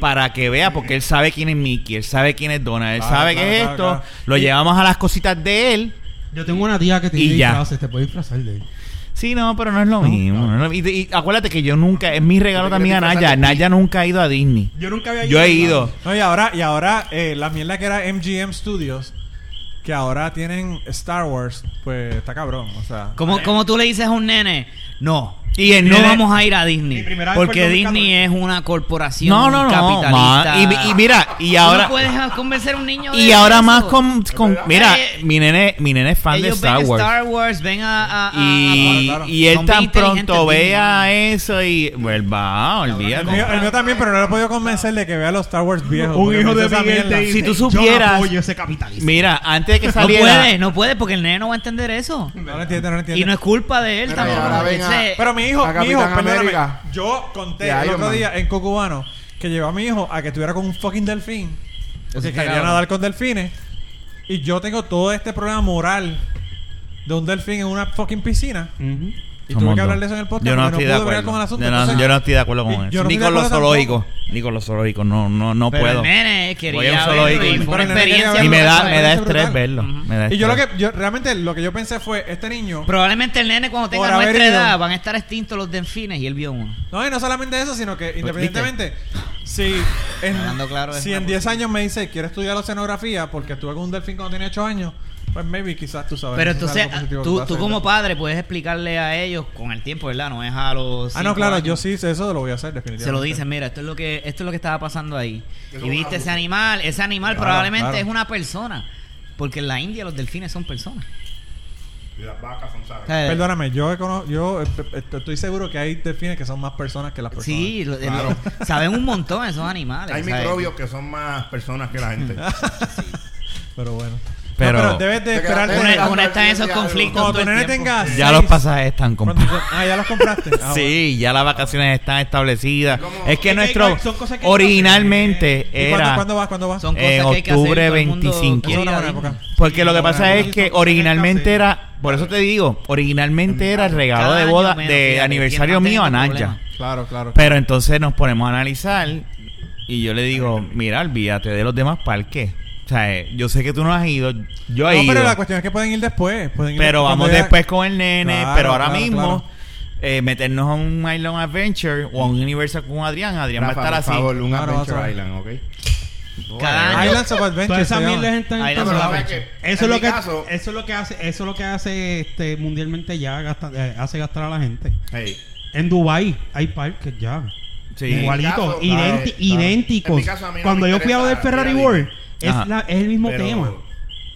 [SPEAKER 1] para que vea, porque él sabe quién es Mickey, él sabe quién es Donald, él
[SPEAKER 3] Claro,
[SPEAKER 1] sabe
[SPEAKER 3] claro,
[SPEAKER 1] qué es
[SPEAKER 3] claro,
[SPEAKER 1] esto,
[SPEAKER 3] claro.
[SPEAKER 1] lo llevamos a las cositas de él.
[SPEAKER 4] Yo tengo una tía que tiene
[SPEAKER 1] Y ya.
[SPEAKER 4] disfraces, te puedes disfrazar de él.
[SPEAKER 1] Sí, no, pero no es lo mismo. no es lo- y, y acuérdate que yo nunca, es mi regalo
[SPEAKER 2] Yo te
[SPEAKER 1] también a
[SPEAKER 2] quiero
[SPEAKER 1] Naya.
[SPEAKER 2] disfrazar de
[SPEAKER 1] Naya nunca ha ido a Disney.
[SPEAKER 4] Yo nunca había
[SPEAKER 1] Yo he ido.
[SPEAKER 3] No, y ahora, y ahora eh, la mierda que era MGM Studios, que ahora tienen Star Wars, pues está cabrón. O sea,
[SPEAKER 5] ¿Cómo, cómo tú le dices a un nene? No.
[SPEAKER 1] Y el
[SPEAKER 5] no
[SPEAKER 1] nene-
[SPEAKER 5] vamos a ir a Disney.
[SPEAKER 4] Mi primera vez
[SPEAKER 5] Porque
[SPEAKER 4] fue en
[SPEAKER 5] Disney
[SPEAKER 4] 2014.
[SPEAKER 5] es una corporación
[SPEAKER 1] No, no, no.
[SPEAKER 5] capitalista.
[SPEAKER 1] ma. Y, y mira, y ahora.
[SPEAKER 5] ¿Tú no puedes convencer a un niño de
[SPEAKER 1] Y ahora
[SPEAKER 5] eso?
[SPEAKER 1] más con, con-
[SPEAKER 2] verdad.
[SPEAKER 1] mira,
[SPEAKER 5] Eh,
[SPEAKER 1] mi nene, mi nene es fan
[SPEAKER 5] Ellos
[SPEAKER 1] de Star
[SPEAKER 5] ven
[SPEAKER 1] Wars.
[SPEAKER 5] a Star Wars, ven a... a- a-
[SPEAKER 1] y,
[SPEAKER 3] Ah, claro, claro.
[SPEAKER 1] y él
[SPEAKER 5] Son bien
[SPEAKER 1] tan
[SPEAKER 5] inteligentes,
[SPEAKER 1] pronto
[SPEAKER 5] bien.
[SPEAKER 1] vea eso y pues va,
[SPEAKER 3] el mío,
[SPEAKER 1] olvídate.
[SPEAKER 3] el mío también, pero no lo he podido convencer de que vea los Star Wars viejos.
[SPEAKER 4] Un
[SPEAKER 3] porque
[SPEAKER 4] hijo
[SPEAKER 3] me
[SPEAKER 4] de
[SPEAKER 3] hizo esa
[SPEAKER 4] Miguel
[SPEAKER 3] mierda.
[SPEAKER 4] te dice,
[SPEAKER 1] Si tú
[SPEAKER 4] Yo
[SPEAKER 1] supieras-
[SPEAKER 4] no apoyo ese capitalismo.
[SPEAKER 1] Mira, antes de que
[SPEAKER 5] No
[SPEAKER 1] saliera
[SPEAKER 5] puede, no puede, porque el nene no va a entender eso.
[SPEAKER 3] No lo entiendo, no lo entiendo.
[SPEAKER 5] Y no es culpa de él
[SPEAKER 2] Mira,
[SPEAKER 5] tampoco.
[SPEAKER 2] ahora ven a-
[SPEAKER 5] Ese-
[SPEAKER 3] Pero mi hijo,
[SPEAKER 2] A
[SPEAKER 3] mi hijo,
[SPEAKER 2] Capitán
[SPEAKER 3] perdóname.
[SPEAKER 2] América.
[SPEAKER 3] Yo conté
[SPEAKER 2] De
[SPEAKER 3] el
[SPEAKER 2] Iron
[SPEAKER 3] otro
[SPEAKER 2] Man.
[SPEAKER 3] día en Cocubano que llevó a mi hijo a que estuviera con un fucking delfín.
[SPEAKER 5] Eso
[SPEAKER 3] que
[SPEAKER 5] está
[SPEAKER 3] quería
[SPEAKER 5] cabrón.
[SPEAKER 3] nadar con delfines. Y yo tengo todo este problema moral de un delfín en una fucking piscina.
[SPEAKER 4] Ujú.
[SPEAKER 3] Y
[SPEAKER 1] Somos
[SPEAKER 3] tuve
[SPEAKER 1] dos.
[SPEAKER 3] que hablar de eso en el podcast
[SPEAKER 1] Yo no
[SPEAKER 3] porque
[SPEAKER 1] estoy
[SPEAKER 3] no
[SPEAKER 1] de
[SPEAKER 3] pude bregar
[SPEAKER 1] acuerdo.
[SPEAKER 3] con el asunto.
[SPEAKER 1] yo, no,
[SPEAKER 3] Entonces,
[SPEAKER 1] yo no estoy de acuerdo con
[SPEAKER 3] y yo
[SPEAKER 1] eso. ni
[SPEAKER 3] no estoy de
[SPEAKER 1] con los
[SPEAKER 3] acuerdo
[SPEAKER 1] zoológicos. Ni con los zoológicos. No, no, no
[SPEAKER 5] Pero
[SPEAKER 1] puedo.
[SPEAKER 5] el nene
[SPEAKER 1] Voy a un
[SPEAKER 5] quería
[SPEAKER 1] zoológico
[SPEAKER 5] verlo y fue
[SPEAKER 1] y-
[SPEAKER 3] Pero
[SPEAKER 5] una
[SPEAKER 3] el nene quería
[SPEAKER 5] experiencia
[SPEAKER 3] verlo.
[SPEAKER 1] Y me da, me da
[SPEAKER 3] Brutal.
[SPEAKER 1] estrés verlo.
[SPEAKER 5] Ujú.
[SPEAKER 1] me da
[SPEAKER 3] Y yo lo
[SPEAKER 1] estrés.
[SPEAKER 3] que yo realmente lo que yo pensé fue este niño.
[SPEAKER 5] Probablemente el nene cuando
[SPEAKER 3] Por
[SPEAKER 5] tenga
[SPEAKER 3] haber
[SPEAKER 5] nuestra
[SPEAKER 3] ido.
[SPEAKER 5] edad van a estar extintos los delfines y él vio uno.
[SPEAKER 3] No, y no solamente eso, sino que independientemente
[SPEAKER 1] (laughs)
[SPEAKER 3] si en,
[SPEAKER 5] Hablando claro, es
[SPEAKER 3] si
[SPEAKER 5] una
[SPEAKER 3] en 10 años me dice quiero estudiar oceanografía porque estuve con un delfín cuando tenía 8 años, pues maybe quizás tú sabes.
[SPEAKER 5] Pero
[SPEAKER 3] eso es
[SPEAKER 5] entonces,
[SPEAKER 3] algo positivo que
[SPEAKER 5] tú,
[SPEAKER 3] pueda
[SPEAKER 5] tú
[SPEAKER 3] hacer.
[SPEAKER 5] como padre puedes explicarle a ellos con el tiempo, ¿verdad? No es a los.
[SPEAKER 3] Ah, no,
[SPEAKER 5] cinco
[SPEAKER 3] claro,
[SPEAKER 5] años.
[SPEAKER 3] yo sí sé eso, lo voy a hacer definitivamente.
[SPEAKER 5] Se lo dicen, mira, esto es lo que esto es lo que estaba pasando ahí.
[SPEAKER 2] Eso
[SPEAKER 5] Y
[SPEAKER 2] es
[SPEAKER 5] viste
[SPEAKER 2] una-
[SPEAKER 5] ese animal, ese animal
[SPEAKER 3] Claro,
[SPEAKER 5] probablemente
[SPEAKER 3] claro.
[SPEAKER 5] es una persona, porque en la India los delfines son personas.
[SPEAKER 2] Y las vacas son
[SPEAKER 5] O
[SPEAKER 2] sagradas.
[SPEAKER 5] sea,
[SPEAKER 3] Perdóname, yo, cono- yo eh, pe- eh, estoy seguro que hay delfines que son más personas que las personas.
[SPEAKER 5] Sí, lo-
[SPEAKER 2] Claro.
[SPEAKER 5] lo- saben un montón esos animales.
[SPEAKER 2] Hay
[SPEAKER 5] o sea,
[SPEAKER 2] microbios que son más personas que la gente.
[SPEAKER 3] Pero bueno.
[SPEAKER 1] Pero-
[SPEAKER 3] No, pero debes de
[SPEAKER 2] Te
[SPEAKER 3] esperar.
[SPEAKER 2] quedaste-
[SPEAKER 5] Una,
[SPEAKER 2] Cuando
[SPEAKER 5] una está en
[SPEAKER 2] el
[SPEAKER 5] esos
[SPEAKER 2] diablo-
[SPEAKER 5] conflictos.
[SPEAKER 3] Cuando
[SPEAKER 5] todo
[SPEAKER 3] tu
[SPEAKER 5] el
[SPEAKER 3] nene
[SPEAKER 5] tiempo.
[SPEAKER 3] tenga
[SPEAKER 1] Ya
[SPEAKER 3] seis-
[SPEAKER 1] los pasajes están
[SPEAKER 3] cuando-
[SPEAKER 1] comprados.
[SPEAKER 3] Ah, ya los compraste. (laughs) Ah,
[SPEAKER 1] Sí, ya las vacaciones están establecidas.
[SPEAKER 2] ¿Cómo?
[SPEAKER 1] Es que
[SPEAKER 4] Es que hay-
[SPEAKER 1] nuestro
[SPEAKER 4] son cosas que hay que
[SPEAKER 1] originalmente
[SPEAKER 3] bueno. ¿Y
[SPEAKER 1] era
[SPEAKER 3] cuándo, cuándo vas? ¿Cuándo vas?
[SPEAKER 5] Son cosas
[SPEAKER 1] en
[SPEAKER 5] que hay que hacer. y
[SPEAKER 1] octubre
[SPEAKER 5] todo el mundo
[SPEAKER 1] 25.
[SPEAKER 5] quiere
[SPEAKER 3] Es una
[SPEAKER 5] ir a
[SPEAKER 3] buena
[SPEAKER 5] Disney.
[SPEAKER 3] época.
[SPEAKER 1] porque lo que pasa
[SPEAKER 3] Bueno,
[SPEAKER 1] es que
[SPEAKER 4] listo,
[SPEAKER 1] originalmente
[SPEAKER 4] sí.
[SPEAKER 1] era, por eso te digo, originalmente
[SPEAKER 3] Mm.
[SPEAKER 1] era el regalo
[SPEAKER 5] Cada
[SPEAKER 1] de
[SPEAKER 5] año
[SPEAKER 1] boda
[SPEAKER 5] menos,
[SPEAKER 1] de
[SPEAKER 5] fíjate,
[SPEAKER 1] aniversario
[SPEAKER 5] ¿quién
[SPEAKER 1] mío a
[SPEAKER 5] mantiene
[SPEAKER 1] Naya.
[SPEAKER 5] problema?
[SPEAKER 3] (laughs) Claro, claro.
[SPEAKER 1] Pero entonces nos ponemos a analizar y yo le digo, mira, olvídate de los demás parques. O sea, eh, yo sé que tú no has ido, yo he
[SPEAKER 3] No,
[SPEAKER 1] ido.
[SPEAKER 3] pero la cuestión es que pueden ir después. pueden ir
[SPEAKER 1] Pero
[SPEAKER 3] cuando
[SPEAKER 1] vamos
[SPEAKER 3] ya-
[SPEAKER 1] después con el nene,
[SPEAKER 3] Claro,
[SPEAKER 1] pero ahora
[SPEAKER 3] claro,
[SPEAKER 1] mismo
[SPEAKER 3] claro.
[SPEAKER 1] eh, meternos a un Island Adventure o a un Universal con Adrián. Adrián
[SPEAKER 2] Rafa,
[SPEAKER 1] va a estar
[SPEAKER 2] por
[SPEAKER 1] así.
[SPEAKER 2] favor, un
[SPEAKER 3] Claro, vas a
[SPEAKER 2] Adventure
[SPEAKER 3] ver.
[SPEAKER 2] Island, ¿ok?
[SPEAKER 5] Cada año.
[SPEAKER 3] Islands of Adventure.
[SPEAKER 4] Todas esas
[SPEAKER 3] se llama.
[SPEAKER 4] mierdas están
[SPEAKER 5] Ahí
[SPEAKER 4] en
[SPEAKER 5] la
[SPEAKER 4] todas
[SPEAKER 5] sola
[SPEAKER 4] partes.
[SPEAKER 2] fecha.
[SPEAKER 4] eso
[SPEAKER 2] En
[SPEAKER 4] es lo
[SPEAKER 2] mi
[SPEAKER 4] que
[SPEAKER 2] caso-
[SPEAKER 4] eso es lo que hace eso es lo que hace este mundialmente ya gasta- eh, hace gastar a la gente.
[SPEAKER 2] Hey.
[SPEAKER 4] En Dubai hay parques ya.
[SPEAKER 1] Sí.
[SPEAKER 4] Igualitos,
[SPEAKER 2] En mi caso,
[SPEAKER 4] identi-
[SPEAKER 2] claro, claro.
[SPEAKER 4] idénticos.
[SPEAKER 2] En mi caso, a mí no
[SPEAKER 4] cuando
[SPEAKER 2] me
[SPEAKER 4] yo fui a lo del
[SPEAKER 2] interesa
[SPEAKER 4] Ferrari
[SPEAKER 2] ir a
[SPEAKER 4] World, es,
[SPEAKER 1] Ajá.
[SPEAKER 4] la- es el mismo
[SPEAKER 2] Pero-
[SPEAKER 4] tema.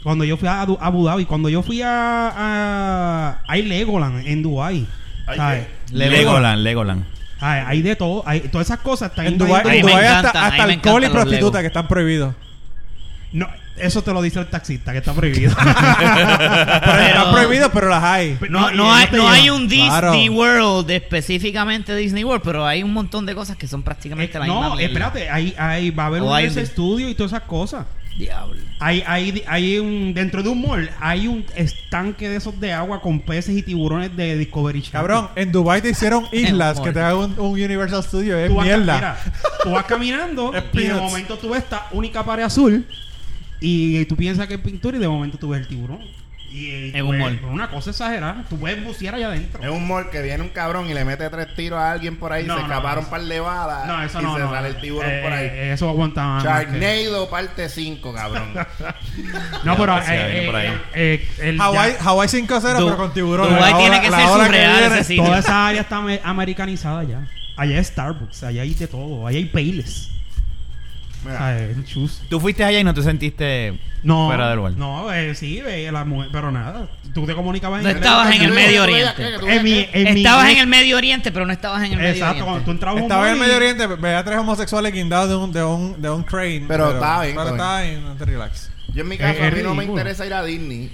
[SPEAKER 4] Cuando yo fui a Adu- Abu Dhabi, cuando yo fui a, a, a Legoland en Dubai.
[SPEAKER 2] Ay,
[SPEAKER 4] ¿sabes?
[SPEAKER 2] qué.
[SPEAKER 1] Legoland, Legoland.
[SPEAKER 4] Ay, Hay de todo, hay, todas esas cosas están
[SPEAKER 3] En
[SPEAKER 4] invadiendo
[SPEAKER 3] Dubái
[SPEAKER 5] Ahí
[SPEAKER 3] en
[SPEAKER 5] me
[SPEAKER 3] Dubái hasta,
[SPEAKER 5] encantan,
[SPEAKER 3] hasta
[SPEAKER 5] ahí me
[SPEAKER 3] alcohol y
[SPEAKER 5] encantan los
[SPEAKER 3] prostitutas
[SPEAKER 5] Lego.
[SPEAKER 3] que están prohibidos.
[SPEAKER 5] (laughs)
[SPEAKER 4] No, eso te lo dice el taxista que está prohibido.
[SPEAKER 3] Pero están
[SPEAKER 5] Pero-
[SPEAKER 3] prohibidos, pero las hay.
[SPEAKER 5] (laughs) No,
[SPEAKER 4] y
[SPEAKER 5] no, hay,
[SPEAKER 4] te
[SPEAKER 5] no
[SPEAKER 4] llevan.
[SPEAKER 5] hay un Disney
[SPEAKER 3] Claro.
[SPEAKER 5] World específicamente Disney World, pero hay un montón de cosas que son prácticamente
[SPEAKER 4] Eh,
[SPEAKER 5] la misma.
[SPEAKER 4] no,
[SPEAKER 5] mierda.
[SPEAKER 4] espérate, ahí, ahí va a haber
[SPEAKER 5] O
[SPEAKER 4] un
[SPEAKER 5] hay un
[SPEAKER 4] ese
[SPEAKER 5] dis-
[SPEAKER 4] estudio y todas esas cosas.
[SPEAKER 5] Diablo.
[SPEAKER 4] Hay, hay, hay un, dentro de un mall, hay un estanque de esos de agua con peces y tiburones de Discovery Channel.
[SPEAKER 3] Cabrón, en Dubai
[SPEAKER 5] (laughs)
[SPEAKER 3] te hicieron islas que te hagan un, un Universal Studio. Es
[SPEAKER 4] tú vas,
[SPEAKER 3] mierda.
[SPEAKER 4] mira, tú vas
[SPEAKER 2] (laughs)
[SPEAKER 4] caminando
[SPEAKER 3] Es
[SPEAKER 4] y de
[SPEAKER 3] peanuts.
[SPEAKER 4] momento tú ves esta única pared azul y tú piensas que es pintura y de momento tú ves el tiburón. Y, eh,
[SPEAKER 5] En un
[SPEAKER 4] pues,
[SPEAKER 5] mall.
[SPEAKER 4] por una cosa exagerada, tú puedes bucear allá adentro.
[SPEAKER 2] Es un mall que viene un cabrón y le mete tres tiros a alguien por ahí,
[SPEAKER 4] No,
[SPEAKER 2] se
[SPEAKER 4] no,
[SPEAKER 2] escaparon
[SPEAKER 4] no.
[SPEAKER 2] un par de balas
[SPEAKER 4] No, eso
[SPEAKER 2] y
[SPEAKER 4] no.
[SPEAKER 2] se
[SPEAKER 4] no.
[SPEAKER 2] sale el tiburón
[SPEAKER 4] Eh,
[SPEAKER 2] por ahí.
[SPEAKER 4] eh, Eso aguanta más. más que-
[SPEAKER 2] Sharknado parte 5,
[SPEAKER 4] (laughs)
[SPEAKER 2] cabrón.
[SPEAKER 4] No, pero.
[SPEAKER 1] Ya, que sí,
[SPEAKER 4] eh,
[SPEAKER 1] viene por ahí.
[SPEAKER 4] eh, eh, el-
[SPEAKER 3] Hawaii,
[SPEAKER 4] ya-
[SPEAKER 3] Hawaii 5-0, pero con tiburones.
[SPEAKER 5] Dubái
[SPEAKER 3] La
[SPEAKER 5] tiene
[SPEAKER 3] hora-
[SPEAKER 5] que
[SPEAKER 3] la
[SPEAKER 5] ser
[SPEAKER 3] hora
[SPEAKER 5] surreal
[SPEAKER 2] (laughs)
[SPEAKER 3] viene-
[SPEAKER 5] ese sitio.
[SPEAKER 4] Toda esa área está ame- americanizada ya. Allá es Starbucks, allá hay de todo, allá hay Payless.
[SPEAKER 2] Mira,
[SPEAKER 4] Ah, el chus.
[SPEAKER 1] Tú fuiste allá y no te sentiste
[SPEAKER 4] No,
[SPEAKER 1] fuera del lugar.
[SPEAKER 4] no, eh, sí, eh, la mujer, pero nada, tú te comunicabas
[SPEAKER 5] No
[SPEAKER 4] en
[SPEAKER 5] está- estabas en el
[SPEAKER 2] Tú
[SPEAKER 5] Medio Oriente.
[SPEAKER 2] veas, que tú veas
[SPEAKER 4] en mi,
[SPEAKER 2] que-
[SPEAKER 4] en mi-
[SPEAKER 5] estabas en el Medio Oriente, pero no estabas en el
[SPEAKER 4] Exacto,
[SPEAKER 5] Medio
[SPEAKER 4] cuando
[SPEAKER 5] Oriente.
[SPEAKER 4] tú entrabas a un
[SPEAKER 3] Estaba en el
[SPEAKER 4] mall
[SPEAKER 3] Medio
[SPEAKER 4] y-
[SPEAKER 3] Oriente, veía a tres homosexuales guindados de un, de un, de un crane.
[SPEAKER 2] Pero estaba bien,
[SPEAKER 3] Pero
[SPEAKER 2] coño.
[SPEAKER 3] estaba bien, no te relax.
[SPEAKER 2] Yo en mi caso,
[SPEAKER 4] Es-
[SPEAKER 2] a
[SPEAKER 4] es
[SPEAKER 2] mí no me
[SPEAKER 4] ridículo.
[SPEAKER 2] interesa ir a Disney.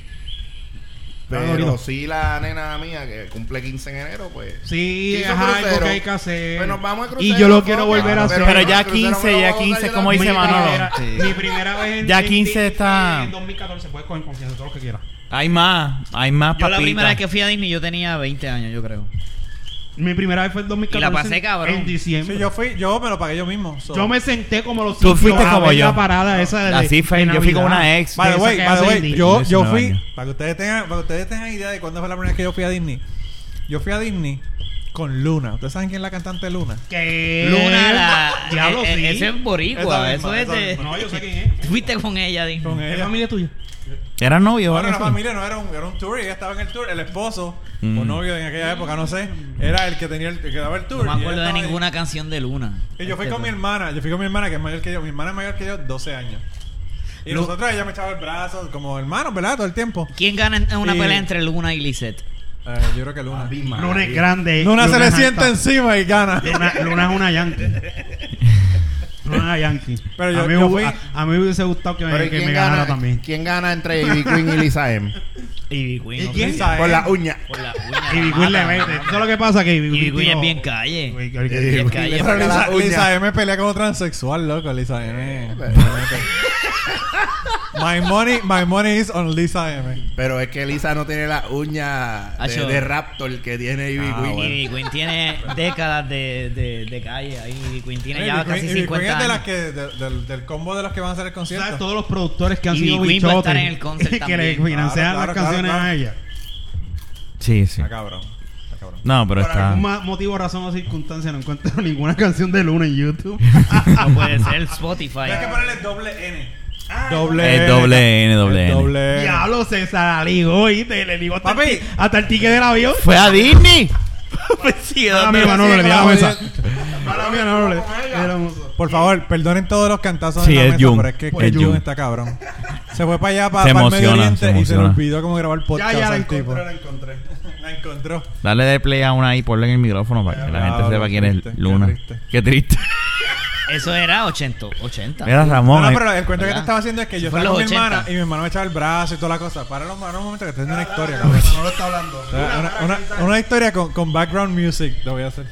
[SPEAKER 4] Ah,
[SPEAKER 2] Pero
[SPEAKER 4] eh, no.
[SPEAKER 2] sí la nena mía que cumple 15 en enero, pues...
[SPEAKER 4] Sí,
[SPEAKER 2] Quiso
[SPEAKER 4] ajá, algo
[SPEAKER 2] crucero.
[SPEAKER 4] que hay que hacer.
[SPEAKER 2] Pues nos vamos de
[SPEAKER 4] Y
[SPEAKER 2] crucero,
[SPEAKER 4] yo lo quiero
[SPEAKER 2] fuck,
[SPEAKER 4] volver a hacer.
[SPEAKER 1] Pero
[SPEAKER 2] no,
[SPEAKER 1] ya
[SPEAKER 2] el crucero
[SPEAKER 1] 15,
[SPEAKER 2] no lo
[SPEAKER 1] ya
[SPEAKER 2] vamos a
[SPEAKER 1] 15,
[SPEAKER 2] dar
[SPEAKER 1] como
[SPEAKER 2] la
[SPEAKER 1] dice
[SPEAKER 4] Mi
[SPEAKER 2] mitad.
[SPEAKER 1] Manolo.
[SPEAKER 4] primera-
[SPEAKER 1] Sí.
[SPEAKER 4] Mi primera vez en
[SPEAKER 1] Ya
[SPEAKER 4] en
[SPEAKER 1] 15
[SPEAKER 4] Disney
[SPEAKER 1] está-
[SPEAKER 4] fue En 2014 puedes coger confianza todo lo que quieras.
[SPEAKER 1] Hay más, hay
[SPEAKER 5] Yo
[SPEAKER 1] más
[SPEAKER 5] la
[SPEAKER 1] papitas.
[SPEAKER 5] primera vez que fui a Disney yo tenía 20 años, yo creo.
[SPEAKER 4] Mi primera vez fue en 2014.
[SPEAKER 5] Y la pasé,
[SPEAKER 4] en-
[SPEAKER 5] cabrón.
[SPEAKER 4] En diciembre.
[SPEAKER 3] Sí, yo fui, yo me lo pagué yo mismo. so.
[SPEAKER 4] Yo me senté como los
[SPEAKER 1] Tú
[SPEAKER 4] indios
[SPEAKER 1] fuiste
[SPEAKER 4] a
[SPEAKER 1] como
[SPEAKER 4] ver
[SPEAKER 1] yo.
[SPEAKER 4] La parada esa de,
[SPEAKER 1] Así fue,
[SPEAKER 4] de
[SPEAKER 1] yo fui con
[SPEAKER 4] Navidad.
[SPEAKER 1] una ex.
[SPEAKER 3] By the
[SPEAKER 4] esa
[SPEAKER 3] way,
[SPEAKER 4] que
[SPEAKER 3] by the
[SPEAKER 4] hace
[SPEAKER 3] way,
[SPEAKER 4] Disney.
[SPEAKER 3] yo, yo
[SPEAKER 1] 19
[SPEAKER 3] fui,
[SPEAKER 1] años.
[SPEAKER 3] para que ustedes tengan, para que ustedes tengan idea de cuándo fue la primera vez que yo fui a Disney. Yo fui a Disney con Luna. ¿Ustedes saben quién es la cantante de Luna?
[SPEAKER 4] Que
[SPEAKER 5] Luna, la.
[SPEAKER 4] Diablo,
[SPEAKER 5] e-
[SPEAKER 4] sí.
[SPEAKER 5] e- Ese es boricua,
[SPEAKER 3] Esa
[SPEAKER 5] eso
[SPEAKER 3] misma,
[SPEAKER 5] es
[SPEAKER 3] esa
[SPEAKER 5] de.
[SPEAKER 3] misma.
[SPEAKER 4] No, yo sé quién es.
[SPEAKER 5] (laughs) Fuiste con ella, dime.
[SPEAKER 3] Con
[SPEAKER 4] ¿Es
[SPEAKER 3] ella.
[SPEAKER 4] familia tuya?
[SPEAKER 1] ¿Eran novios?
[SPEAKER 3] Bueno,
[SPEAKER 1] ahora
[SPEAKER 3] la familia no era un, era un tour, ella estaba en el tour. El esposo, o novio en aquella época, no sé, era el que tenía el, el que daba el tour.
[SPEAKER 5] No me
[SPEAKER 3] y
[SPEAKER 5] acuerdo
[SPEAKER 3] ella
[SPEAKER 5] de
[SPEAKER 3] estaba ahí.
[SPEAKER 5] ninguna canción de Luna.
[SPEAKER 3] Y yo fui
[SPEAKER 5] Este,
[SPEAKER 3] con mi hermana, yo fui con mi hermana que es mayor que yo. Mi hermana es mayor que yo, 12 años. Y
[SPEAKER 5] Lu-
[SPEAKER 3] nosotros, ella me echaba el brazo, como hermanos, ¿verdad? Todo el tiempo.
[SPEAKER 5] ¿Quién gana en en una
[SPEAKER 3] Y-
[SPEAKER 5] pelea entre Luna y Lisette?
[SPEAKER 3] Eh, yo creo que Luna.
[SPEAKER 4] Luna es grande.
[SPEAKER 3] Ah, Luna se le
[SPEAKER 4] es
[SPEAKER 3] sienta
[SPEAKER 4] alta.
[SPEAKER 3] encima y gana.
[SPEAKER 4] Luna, Luna es una yankee. Luna es una yankee.
[SPEAKER 3] Pero yo-
[SPEAKER 4] a, mí,
[SPEAKER 3] yo
[SPEAKER 4] hu-
[SPEAKER 3] fui-
[SPEAKER 4] a, a mí me hubiese gustado que
[SPEAKER 2] Pero ¿y
[SPEAKER 4] me, que
[SPEAKER 2] ¿quién,
[SPEAKER 4] me ganara
[SPEAKER 2] gana,
[SPEAKER 4] también.
[SPEAKER 2] ¿quién gana entre Ivy Queen y Lisa M?
[SPEAKER 5] Y Queen.
[SPEAKER 3] ¿Y
[SPEAKER 5] no
[SPEAKER 3] quién
[SPEAKER 5] sé.
[SPEAKER 3] sabe?
[SPEAKER 2] Por la uña.
[SPEAKER 5] Por la uña,
[SPEAKER 4] Y
[SPEAKER 5] la
[SPEAKER 4] Bigwin le
[SPEAKER 5] mata,
[SPEAKER 4] mete.
[SPEAKER 5] la mata.
[SPEAKER 4] Eso es lo que pasa que
[SPEAKER 5] Y ah, Queen es bien
[SPEAKER 4] caro.
[SPEAKER 5] calle.
[SPEAKER 2] Ivy
[SPEAKER 5] Bien
[SPEAKER 2] (laughs) Queen le
[SPEAKER 5] calle.
[SPEAKER 3] Pero
[SPEAKER 2] saca
[SPEAKER 3] Lisa,
[SPEAKER 2] la
[SPEAKER 3] Lisa
[SPEAKER 2] uña.
[SPEAKER 3] M pelea con un transexual, loco. Lisa M. my, money, my money is on Lisa M.
[SPEAKER 2] Pero es que Lisa no tiene la uña de,
[SPEAKER 5] Acho.
[SPEAKER 2] de Raptor que tiene Ivy
[SPEAKER 3] Ah,
[SPEAKER 2] Queen.
[SPEAKER 5] Y Ivy Queen tiene décadas de, de, de calle. ahí. Ivy Queen tiene ya
[SPEAKER 3] Ivy
[SPEAKER 5] casi
[SPEAKER 3] Eh, Queen- Ivy Queen
[SPEAKER 5] 50
[SPEAKER 3] es de las
[SPEAKER 5] años.
[SPEAKER 3] que, de- del, del combo de los que van a hacer el concierto.
[SPEAKER 4] ¿Sabes? Todos los productores que han
[SPEAKER 5] Y
[SPEAKER 4] sido
[SPEAKER 5] Bigwin va a estar
[SPEAKER 4] bichotes.
[SPEAKER 5] en el concert
[SPEAKER 4] (laughs) Que le
[SPEAKER 5] también.
[SPEAKER 4] financian
[SPEAKER 3] Claro, claro,
[SPEAKER 4] las
[SPEAKER 3] claro,
[SPEAKER 4] canciones
[SPEAKER 3] claro.
[SPEAKER 4] a ella.
[SPEAKER 1] Sí, sí.
[SPEAKER 3] Está cabrón. Está cabrón.
[SPEAKER 1] No, pero
[SPEAKER 4] Por
[SPEAKER 1] está...
[SPEAKER 4] algún ma- motivo, razón o circunstancia no encuentro (laughs) ninguna canción de Luna en YouTube.
[SPEAKER 5] No puede ser el Spotify.
[SPEAKER 3] Tienes que ponerle doble N.
[SPEAKER 1] Es
[SPEAKER 3] N.
[SPEAKER 1] doble N, doble
[SPEAKER 3] Es
[SPEAKER 1] N.
[SPEAKER 3] doble N.
[SPEAKER 4] Diablo, César, la ligó, oíste, le ligó hasta, el
[SPEAKER 3] Papi.
[SPEAKER 4] ti- hasta el ticket del avión.
[SPEAKER 1] ¡Fue a Disney! (laughs) Pues sí, ¿a
[SPEAKER 4] Mala
[SPEAKER 3] Ah,
[SPEAKER 1] dónde va?
[SPEAKER 4] mía, Manolo, le di a la
[SPEAKER 3] Vamos
[SPEAKER 4] mesa.
[SPEAKER 3] bien.
[SPEAKER 4] Mala mía, no, le era un-
[SPEAKER 3] Por favor, perdonen todos los cantazos
[SPEAKER 1] Sí,
[SPEAKER 3] en la
[SPEAKER 1] es
[SPEAKER 3] mesa,
[SPEAKER 1] Jung.
[SPEAKER 3] pero es que
[SPEAKER 1] Pues
[SPEAKER 3] Jung
[SPEAKER 1] Jung.
[SPEAKER 3] está cabrón. Se fue para allá, para,
[SPEAKER 1] Se
[SPEAKER 3] para el Medio
[SPEAKER 1] emociona,
[SPEAKER 3] Oriente,
[SPEAKER 1] se
[SPEAKER 3] y se le
[SPEAKER 1] emociona.
[SPEAKER 3] olvidó cómo grabar
[SPEAKER 4] Ya,
[SPEAKER 3] podcast
[SPEAKER 4] ya la
[SPEAKER 3] al tipo.
[SPEAKER 4] encontré, la encontré.
[SPEAKER 3] La encontró.
[SPEAKER 1] Dale de play a una ahí, ponle en el micrófono para que la gente
[SPEAKER 3] Diablo,
[SPEAKER 1] sepa quién
[SPEAKER 3] triste,
[SPEAKER 1] es
[SPEAKER 3] qué
[SPEAKER 1] Luna.
[SPEAKER 3] triste.
[SPEAKER 1] Qué triste.
[SPEAKER 5] Eso era 80. 80.
[SPEAKER 1] Mira,
[SPEAKER 3] No,
[SPEAKER 1] Ramón.
[SPEAKER 3] no,
[SPEAKER 1] eh.
[SPEAKER 3] pero el cuento que te
[SPEAKER 5] ¿Verdad?
[SPEAKER 3] estaba haciendo es que yo
[SPEAKER 5] Fue
[SPEAKER 3] estaba con mi
[SPEAKER 5] los 80.
[SPEAKER 3] hermana y mi hermana me echaba el brazo y toda la cosa. Para los para un momento que estoy haciendo una historia,
[SPEAKER 4] No,
[SPEAKER 3] cabrón.
[SPEAKER 4] no lo está hablando.
[SPEAKER 3] O sea, Una, una- una historia con, con background music, lo voy a hacer.